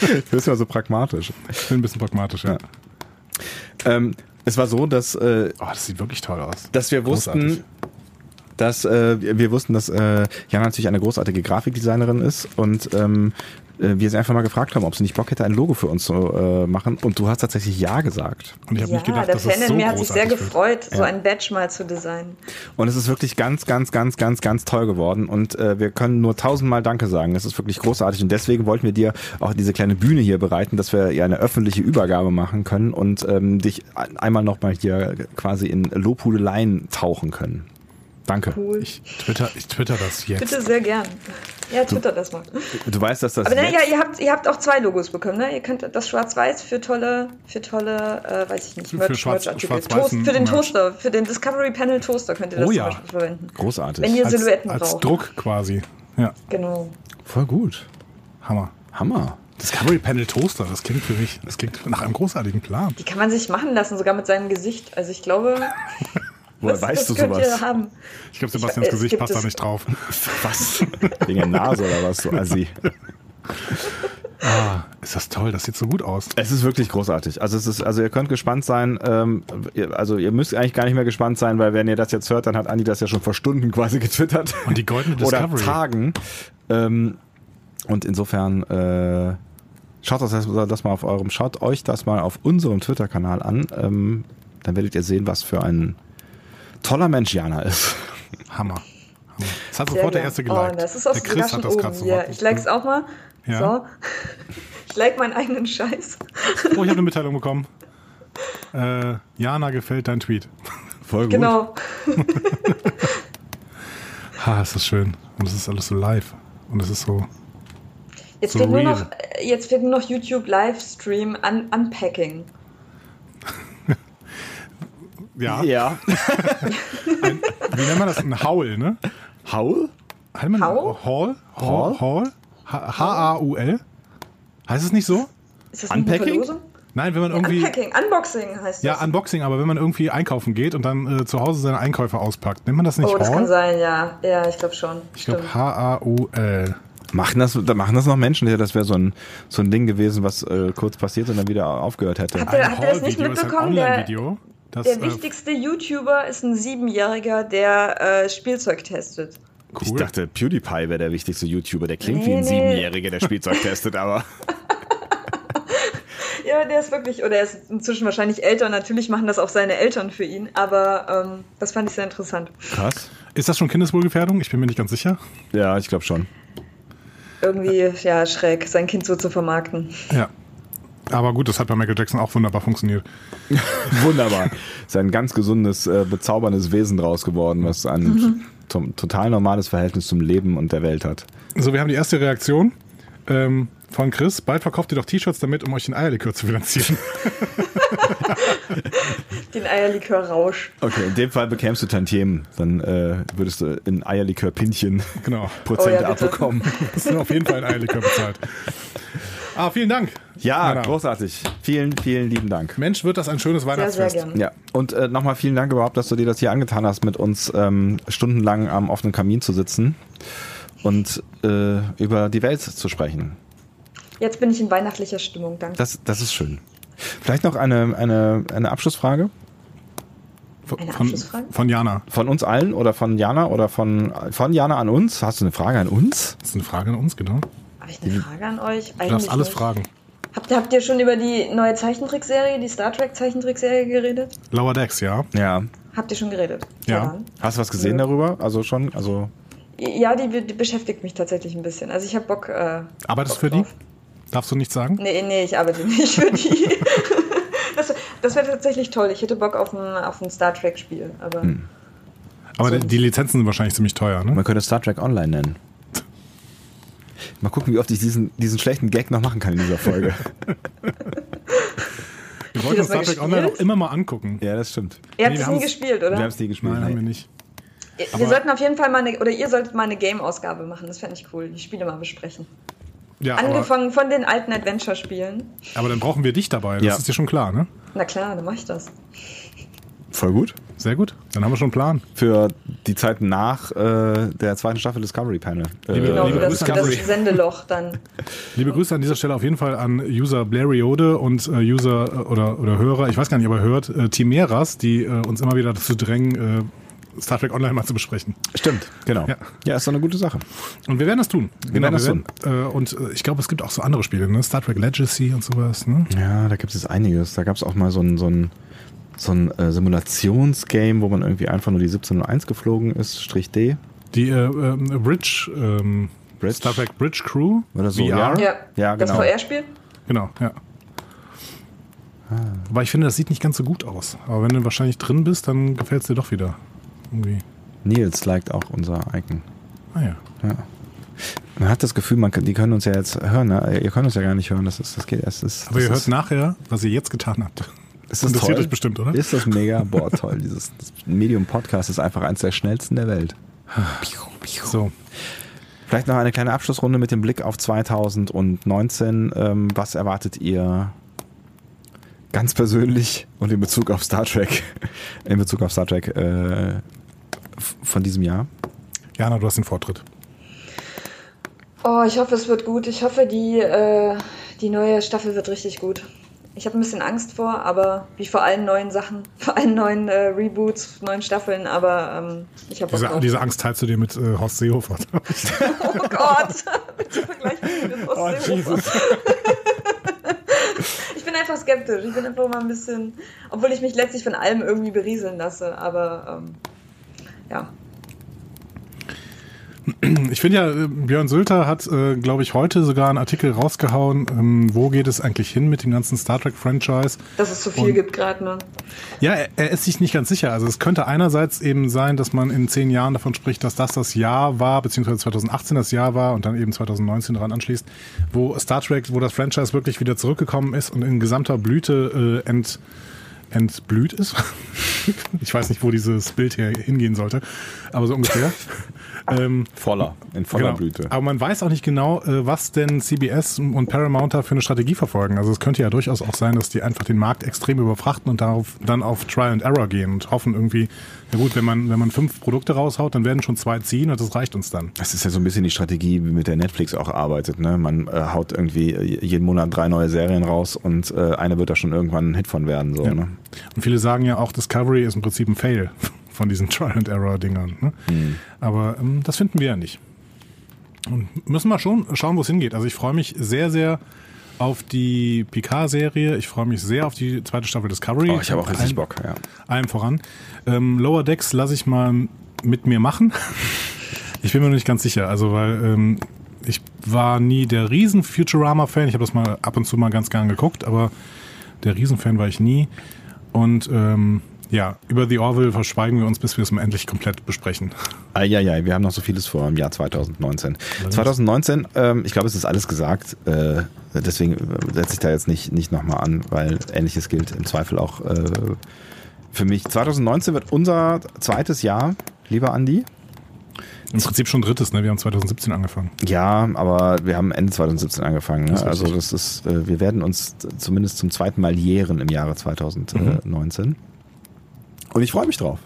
Speaker 2: du bist ja so pragmatisch.
Speaker 1: Ich bin ein bisschen pragmatisch, ja. ja.
Speaker 2: Ähm, es war so, dass. Äh,
Speaker 1: oh, das sieht wirklich toll aus.
Speaker 2: Dass wir Großartig. wussten dass äh, wir wussten, dass äh, Jana natürlich eine großartige Grafikdesignerin ist und ähm, wir sie einfach mal gefragt haben, ob sie nicht Bock hätte, ein Logo für uns zu äh, machen. Und du hast tatsächlich Ja gesagt.
Speaker 1: Und ich habe
Speaker 3: ja,
Speaker 1: nicht gedacht, der
Speaker 3: Fan
Speaker 1: in so
Speaker 3: mir hat sich sehr
Speaker 1: wird.
Speaker 3: gefreut, ja. so ein Badge mal zu designen.
Speaker 2: Und es ist wirklich ganz, ganz, ganz, ganz, ganz toll geworden. Und äh, wir können nur tausendmal Danke sagen. Es ist wirklich großartig. Und deswegen wollten wir dir auch diese kleine Bühne hier bereiten, dass wir ja eine öffentliche Übergabe machen können und ähm, dich einmal nochmal hier quasi in Lobhudeleien tauchen können. Danke.
Speaker 3: Cool.
Speaker 1: Ich, twitter, ich twitter das jetzt.
Speaker 3: Bitte sehr gern. Ja, twitter du, das mal.
Speaker 2: Du weißt, dass das.
Speaker 3: Aber naja, ihr habt, ihr habt auch zwei Logos bekommen, ne? Ihr könnt das Schwarz-Weiß für tolle, für tolle, äh, weiß ich nicht,
Speaker 1: Merch, für, Schwarz, Schwarz
Speaker 3: Toast, für den Toaster, für den Discovery Panel Toaster könnt ihr das
Speaker 2: oh, ja.
Speaker 3: zum Beispiel verwenden.
Speaker 2: Großartig.
Speaker 3: Wenn ihr Silhouetten
Speaker 1: als, als
Speaker 3: braucht.
Speaker 1: Druck quasi. Ja.
Speaker 3: Genau.
Speaker 2: Voll gut.
Speaker 1: Hammer.
Speaker 2: Hammer.
Speaker 1: Discovery Panel Toaster, das klingt für mich, das klingt nach einem großartigen Plan.
Speaker 3: Die kann man sich machen lassen, sogar mit seinem Gesicht. Also ich glaube.
Speaker 2: Woher
Speaker 3: das,
Speaker 2: weißt
Speaker 3: das
Speaker 2: du sowas?
Speaker 1: Ich glaube, Sebastians ich, Gesicht passt da nicht drauf.
Speaker 2: Was? Wegen der Nase oder was, du Assi?
Speaker 1: Ah, ist das toll, das sieht so gut aus.
Speaker 2: Es ist wirklich großartig. Also es ist, also ihr könnt gespannt sein, ähm, ihr, also ihr müsst eigentlich gar nicht mehr gespannt sein, weil wenn ihr das jetzt hört, dann hat Andi das ja schon vor Stunden quasi getwittert.
Speaker 1: Und die goldene Discovery.
Speaker 2: Oder Tagen. Ähm, und insofern äh, schaut das, das mal auf eurem, schaut euch das mal auf unserem Twitter-Kanal an. Ähm, dann werdet ihr sehen, was für ein toller Mensch Jana ist.
Speaker 1: Hammer. Hammer. Das hat Sehr sofort der erste geliked.
Speaker 3: Oh, das ist auch
Speaker 1: der Chris hat das gerade
Speaker 3: sofort. Ja, ich like es auch mal.
Speaker 1: Ja.
Speaker 3: So. Ich like meinen eigenen Scheiß.
Speaker 1: Oh, ich habe eine Mitteilung bekommen. Äh, Jana gefällt dein Tweet.
Speaker 2: Voll gut.
Speaker 3: Genau.
Speaker 1: ha, es ist schön. Und es ist alles so live. Und es ist so.
Speaker 3: Jetzt, so fehlt, nur noch, äh, jetzt fehlt nur noch YouTube Livestream Un Unpacking.
Speaker 1: Ja.
Speaker 2: ja.
Speaker 1: ein, wie nennt man das? Ein Howl, ne?
Speaker 2: Howl?
Speaker 1: Halt man
Speaker 3: Howl?
Speaker 1: Hall? Hall? Hall? H-A-U-L? Heißt es nicht so?
Speaker 3: Ist das Unpacking? Nicht
Speaker 1: Nein, wenn man irgendwie.
Speaker 3: Ja, Unpacking, Unboxing heißt
Speaker 1: ja,
Speaker 3: das.
Speaker 1: Ja, Unboxing, aber wenn man irgendwie einkaufen geht und dann äh, zu Hause seine Einkäufe auspackt, nennt man das nicht
Speaker 3: Oh,
Speaker 1: Hall?
Speaker 3: das kann sein, ja. Ja, ich glaube schon.
Speaker 1: Ich glaube H-A-U-L.
Speaker 2: Machen das, machen das noch Menschen? Ja, das wäre so ein, so ein Ding gewesen, was äh, kurz passiert und dann wieder aufgehört hätte.
Speaker 3: Habt ihr, habt ihr das nicht mitbekommen?
Speaker 1: Ist ein das,
Speaker 3: der wichtigste äh, YouTuber ist ein Siebenjähriger, der äh, Spielzeug testet.
Speaker 2: Ah, Cool. Ich dachte, PewDiePie wäre der wichtigste YouTuber. Der klingt nee, wie ein nee. Siebenjähriger, der Spielzeug testet, aber.
Speaker 3: Ja, der ist wirklich, oder er ist inzwischen wahrscheinlich älter. Natürlich machen das auch seine Eltern für ihn, aber ähm, das fand ich sehr interessant.
Speaker 1: Krass. Ist das schon Kindeswohlgefährdung? Ich bin mir nicht ganz sicher.
Speaker 2: Ja, ich glaube schon.
Speaker 3: Irgendwie, ja, schräg, sein Kind so zu vermarkten.
Speaker 1: Ja. Aber gut, das hat bei Michael Jackson auch wunderbar funktioniert.
Speaker 2: wunderbar. Ist ein ganz gesundes, äh, bezauberndes Wesen draus geworden, was ein mhm. to total normales Verhältnis zum Leben und der Welt hat.
Speaker 1: So, wir haben die erste Reaktion. Ähm, von Chris. Bald verkauft ihr doch T-Shirts damit, um euch den Eierlikör zu finanzieren.
Speaker 3: den Eierlikör-Rausch.
Speaker 2: Okay, in dem Fall bekämst du Tantiemen. Dann äh, würdest du in Eierlikör-Pinchen
Speaker 1: genau.
Speaker 2: Prozente oh, ja, abbekommen.
Speaker 1: Das ist auf jeden Fall ein Eierlikör bezahlt. Ah, vielen Dank.
Speaker 2: Ja, großartig. Vielen, vielen lieben Dank.
Speaker 1: Mensch, wird das ein schönes Weihnachtsfest. Sehr, sehr
Speaker 2: ja, und äh, nochmal vielen Dank überhaupt, dass du dir das hier angetan hast, mit uns ähm, stundenlang am offenen Kamin zu sitzen und äh, über die Welt zu sprechen.
Speaker 3: Jetzt bin ich in weihnachtlicher Stimmung, danke.
Speaker 2: Das, das ist schön. Vielleicht noch eine, eine, eine Abschlussfrage?
Speaker 1: Von, eine Abschlussfrage? Von, von Jana.
Speaker 2: Von uns allen oder von Jana oder von, von Jana an uns? Hast du eine Frage an uns?
Speaker 1: Das ist eine Frage an uns, genau.
Speaker 3: Habe ich eine Frage an euch? Eigentlich
Speaker 1: du darfst alles
Speaker 3: nicht.
Speaker 1: fragen.
Speaker 3: Habt, habt ihr schon über die neue Zeichentrickserie, die Star Trek Zeichentrickserie geredet?
Speaker 1: Lower Decks, ja.
Speaker 2: Ja.
Speaker 3: Habt ihr schon geredet?
Speaker 1: Ja. ja.
Speaker 2: Hast du was gesehen ja. darüber? Also schon, also
Speaker 3: ja, die, die, beschäftigt mich tatsächlich ein bisschen. Also ich habe Bock. Äh,
Speaker 1: Arbeitest
Speaker 3: Bock
Speaker 1: für drauf. die? Darfst du nichts sagen?
Speaker 3: Nee, nee, ich arbeite nicht für die. das, das wäre tatsächlich toll. Ich hätte Bock auf ein, auf ein Star Trek-Spiel. Aber, hm.
Speaker 1: aber so. die Lizenzen sind wahrscheinlich ziemlich teuer, ne?
Speaker 2: Man könnte Star Trek Online nennen. Mal gucken, wie oft ich diesen, diesen schlechten Gag noch machen kann in dieser Folge.
Speaker 1: wir wollten uns Star Trek Online auch immer mal angucken.
Speaker 2: Ja, das stimmt.
Speaker 3: Ihr habt es nie gespielt, oder?
Speaker 2: Wir haben es nie gespielt.
Speaker 1: Nein, haben wir nicht.
Speaker 3: Wir aber sollten auf jeden Fall mal eine, oder ihr solltet mal eine Game-Ausgabe machen, das fände ich cool. Die Spiele mal besprechen. Ja, Angefangen von den alten Adventure-Spielen.
Speaker 1: Aber dann brauchen wir dich dabei, das ja. ist dir schon klar, ne?
Speaker 3: Na klar, dann mache ich das.
Speaker 2: Voll gut.
Speaker 1: Sehr gut. Dann haben wir schon einen Plan.
Speaker 2: Für die Zeit nach äh, der zweiten Staffel Discovery Panel.
Speaker 3: Äh, genau, liebe das, Discovery. das Sendeloch dann.
Speaker 1: Liebe Grüße an dieser Stelle auf jeden Fall an User Blariode und äh, User oder, oder Hörer, ich weiß gar nicht, ob er hört, äh, Timeras, die äh, uns immer wieder dazu drängen, äh, Star Trek Online mal zu besprechen.
Speaker 2: Stimmt, genau. Ja, ja ist doch eine gute Sache.
Speaker 1: Und wir werden das tun.
Speaker 2: Wir genau, werden das tun.
Speaker 1: Werden, äh, und äh, ich glaube, es gibt auch so andere Spiele, ne? Star Trek Legacy und sowas. Ne?
Speaker 2: Ja, da gibt es einiges. Da gab es auch mal so ein, so ein, so ein äh, Simulationsgame, wo man irgendwie einfach nur die 1701 geflogen ist, Strich D.
Speaker 1: Die äh, ähm, Bridge, Bridge, Star Trek Bridge Crew
Speaker 2: oder so. VR. Ja,
Speaker 3: ja, ja genau. Das VR-Spiel?
Speaker 1: Genau, ja. Ah. Aber ich finde, das sieht nicht ganz so gut aus. Aber wenn du wahrscheinlich drin bist, dann gefällt es dir doch wieder. Irgendwie.
Speaker 2: Nils liked auch unser Icon.
Speaker 1: Ah ja.
Speaker 2: ja. Man hat das Gefühl, man, die können uns ja jetzt hören. Ne? Ihr könnt uns ja gar nicht hören. Das ist, das geht. Das ist,
Speaker 1: Aber
Speaker 2: das
Speaker 1: ihr
Speaker 2: ist,
Speaker 1: hört nachher, was ihr jetzt getan habt.
Speaker 2: Ist das Interessiert
Speaker 1: euch bestimmt, oder?
Speaker 2: Ist das mega? Boah, toll. Dieses Medium Podcast ist einfach eins der schnellsten der Welt.
Speaker 1: so.
Speaker 2: Vielleicht noch eine kleine Abschlussrunde mit dem Blick auf 2019. was erwartet ihr ganz persönlich und in Bezug auf Star Trek, in Bezug auf Star Trek äh, von diesem Jahr?
Speaker 1: Jana, du hast den Vortritt.
Speaker 3: Oh, ich hoffe, es wird gut. Ich hoffe, die, äh, die neue Staffel wird richtig gut. Ich habe ein bisschen Angst vor, aber wie vor allen neuen Sachen, vor allen neuen äh, Reboots, neuen Staffeln, aber ähm, ich habe
Speaker 1: diese,
Speaker 3: auch
Speaker 1: diese Angst teilst du dir mit äh, Horst Seehofer.
Speaker 3: oh Gott, bitte vergleich mich mit Horst oh, Seehofer. ich bin einfach skeptisch. Ich bin einfach mal ein bisschen, obwohl ich mich letztlich von allem irgendwie berieseln lasse, aber ähm, ja.
Speaker 1: Ich finde ja, äh, Björn Sülter hat, äh, glaube ich, heute sogar einen Artikel rausgehauen, ähm, wo geht es eigentlich hin mit dem ganzen Star Trek-Franchise.
Speaker 3: Dass es zu so viel Und, gibt gerade, ne?
Speaker 1: Ja, er, er, ist sich nicht ganz sicher. Also es könnte einerseits eben sein, dass man in zehn Jahren davon spricht, dass das das Jahr war, beziehungsweise 2018 das Jahr war und dann eben 2019 daran anschließt, wo Star Trek, wo das Franchise wirklich wieder zurückgekommen ist und in gesamter Blüte äh, ent entblüht ist. ich weiß nicht, wo dieses Bild hier hingehen sollte, aber so ungefähr.
Speaker 2: ähm, voller, in voller
Speaker 1: genau.
Speaker 2: Blüte.
Speaker 1: Aber man weiß auch nicht genau, was denn CBS und Paramount da für eine Strategie verfolgen. Also es könnte ja durchaus auch sein, dass die einfach den Markt extrem überfrachten und darauf dann auf Trial and Error gehen und hoffen irgendwie, na gut, wenn man, wenn man fünf Produkte raushaut, dann werden schon zwei ziehen und das reicht uns dann.
Speaker 2: Das ist ja so ein bisschen die Strategie, wie mit der Netflix auch arbeitet. Ne? Man äh, haut irgendwie jeden Monat drei neue Serien raus und äh, eine wird da schon irgendwann ein Hit von werden. So, ja. ne?
Speaker 1: Und viele sagen ja auch, Discovery ist im Prinzip ein Fail von diesen Trial and Error Dingern. Ne? Mhm. Aber ähm, das finden wir ja nicht. Und müssen wir schon schauen, wo es hingeht. Also ich freue mich sehr, sehr auf die Picard-Serie. Ich freue mich sehr auf die zweite Staffel Discovery.
Speaker 2: Oh, ich habe auch richtig
Speaker 1: Allen-
Speaker 2: Bock. Ja.
Speaker 1: allem voran. Ähm, Lower Decks lasse ich mal mit mir machen. Ich bin mir noch nicht ganz sicher, also weil ähm, ich war nie der riesen Futurama-Fan. Ich habe das mal ab und zu mal ganz gern geguckt, aber der Riesenfan war ich nie. Und ähm, ja, über The Orville verschweigen wir uns, bis wir es mal endlich komplett besprechen.
Speaker 2: Eieiei, wir haben noch so vieles vor im Jahr 2019. 2019, ähm, ich glaube, es ist alles gesagt. Äh, deswegen setze ich da jetzt nicht, nicht nochmal an, weil Ähnliches gilt im Zweifel auch äh, für mich. 2019 wird unser zweites Jahr, lieber Andi.
Speaker 1: Im Prinzip schon drittes, ne? Wir haben 2017 angefangen.
Speaker 2: Ja, aber wir haben Ende 2017 angefangen. Ne?
Speaker 1: Das ist
Speaker 2: also
Speaker 1: richtig.
Speaker 2: das ist, äh, wir werden uns z- zumindest zum zweiten Mal jähren im Jahre 2019. Mhm. Und ich freue mich drauf.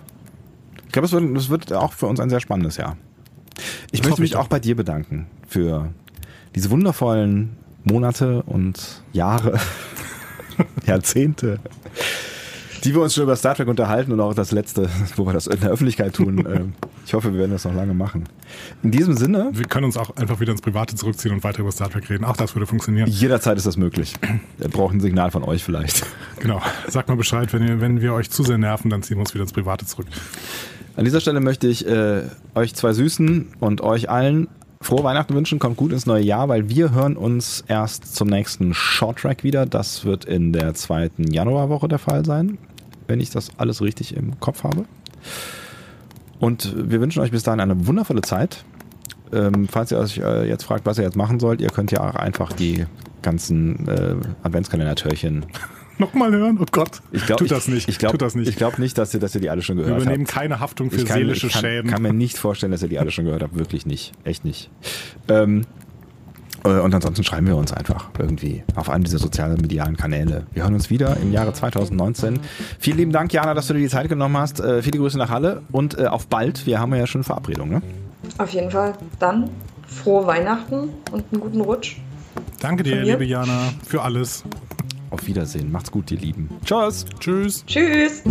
Speaker 2: Ich glaube, es wird, es wird auch für uns ein sehr spannendes Jahr. Ich möchte
Speaker 1: hoffe
Speaker 2: mich
Speaker 1: ich
Speaker 2: auch
Speaker 1: doch.
Speaker 2: bei dir bedanken für diese wundervollen Monate und Jahre, Jahrzehnte, die wir uns schon über Star Trek unterhalten und auch das letzte, wo wir das in der Öffentlichkeit tun. Ähm, Ich hoffe, wir werden das noch lange machen. In diesem Sinne,
Speaker 1: Wir können uns auch einfach wieder ins Private zurückziehen und weiter über Star Trek reden. Auch das würde funktionieren.
Speaker 2: Jederzeit ist das möglich. Er braucht ein Signal von euch vielleicht.
Speaker 1: Genau. Sagt mal Bescheid, wenn, ihr, wenn wir euch zu sehr nerven, dann ziehen wir uns wieder ins Private zurück.
Speaker 2: An dieser Stelle möchte ich äh, euch zwei Süßen und euch allen frohe Weihnachten wünschen. Kommt gut ins neue Jahr, weil wir hören uns erst zum nächsten Short Track wieder. Das wird in der zweiten Januarwoche der Fall sein, wenn ich das alles richtig im Kopf habe. Und wir wünschen euch bis dahin eine wundervolle Zeit. Ähm, falls ihr euch äh, jetzt fragt, was ihr jetzt machen sollt, ihr könnt ja auch einfach die ganzen äh, Adventskalender-Törchen
Speaker 1: Nochmal hören? Oh Gott.
Speaker 2: Ich glaub,
Speaker 1: Tut das
Speaker 2: ich,
Speaker 1: nicht.
Speaker 2: Ich glaube
Speaker 1: Tut das nicht.
Speaker 2: Ich glaube nicht, dass ihr, dass ihr die alle schon
Speaker 1: Wir
Speaker 2: gehört
Speaker 1: übernehmen
Speaker 2: habt.
Speaker 1: keine Haftung für
Speaker 2: Ich kann,
Speaker 1: seelische
Speaker 2: ich kann,
Speaker 1: Schäden.
Speaker 2: kann mir nicht vorstellen, dass ihr die alle schon gehört habt. Wirklich nicht. Echt nicht. Ähm, äh, und ansonsten schreiben wir uns einfach irgendwie auf einem dieser sozialen medialen Kanäle. Wir hören uns wieder im Jahre 2019. Vielen lieben Dank, Jana, dass du dir die Zeit genommen hast. Äh, viele Grüße nach Halle und äh, auf bald. Wir haben ja schon Verabredung. Ne?
Speaker 3: Auf jeden Fall. Dann frohe Weihnachten und einen guten Rutsch.
Speaker 1: Danke dir,
Speaker 3: Von mir?
Speaker 1: liebe Jana, für alles.
Speaker 2: Auf Wiedersehen. Macht's gut, ihr Lieben. Tschüss.
Speaker 1: Tschüss.
Speaker 3: Tschüss.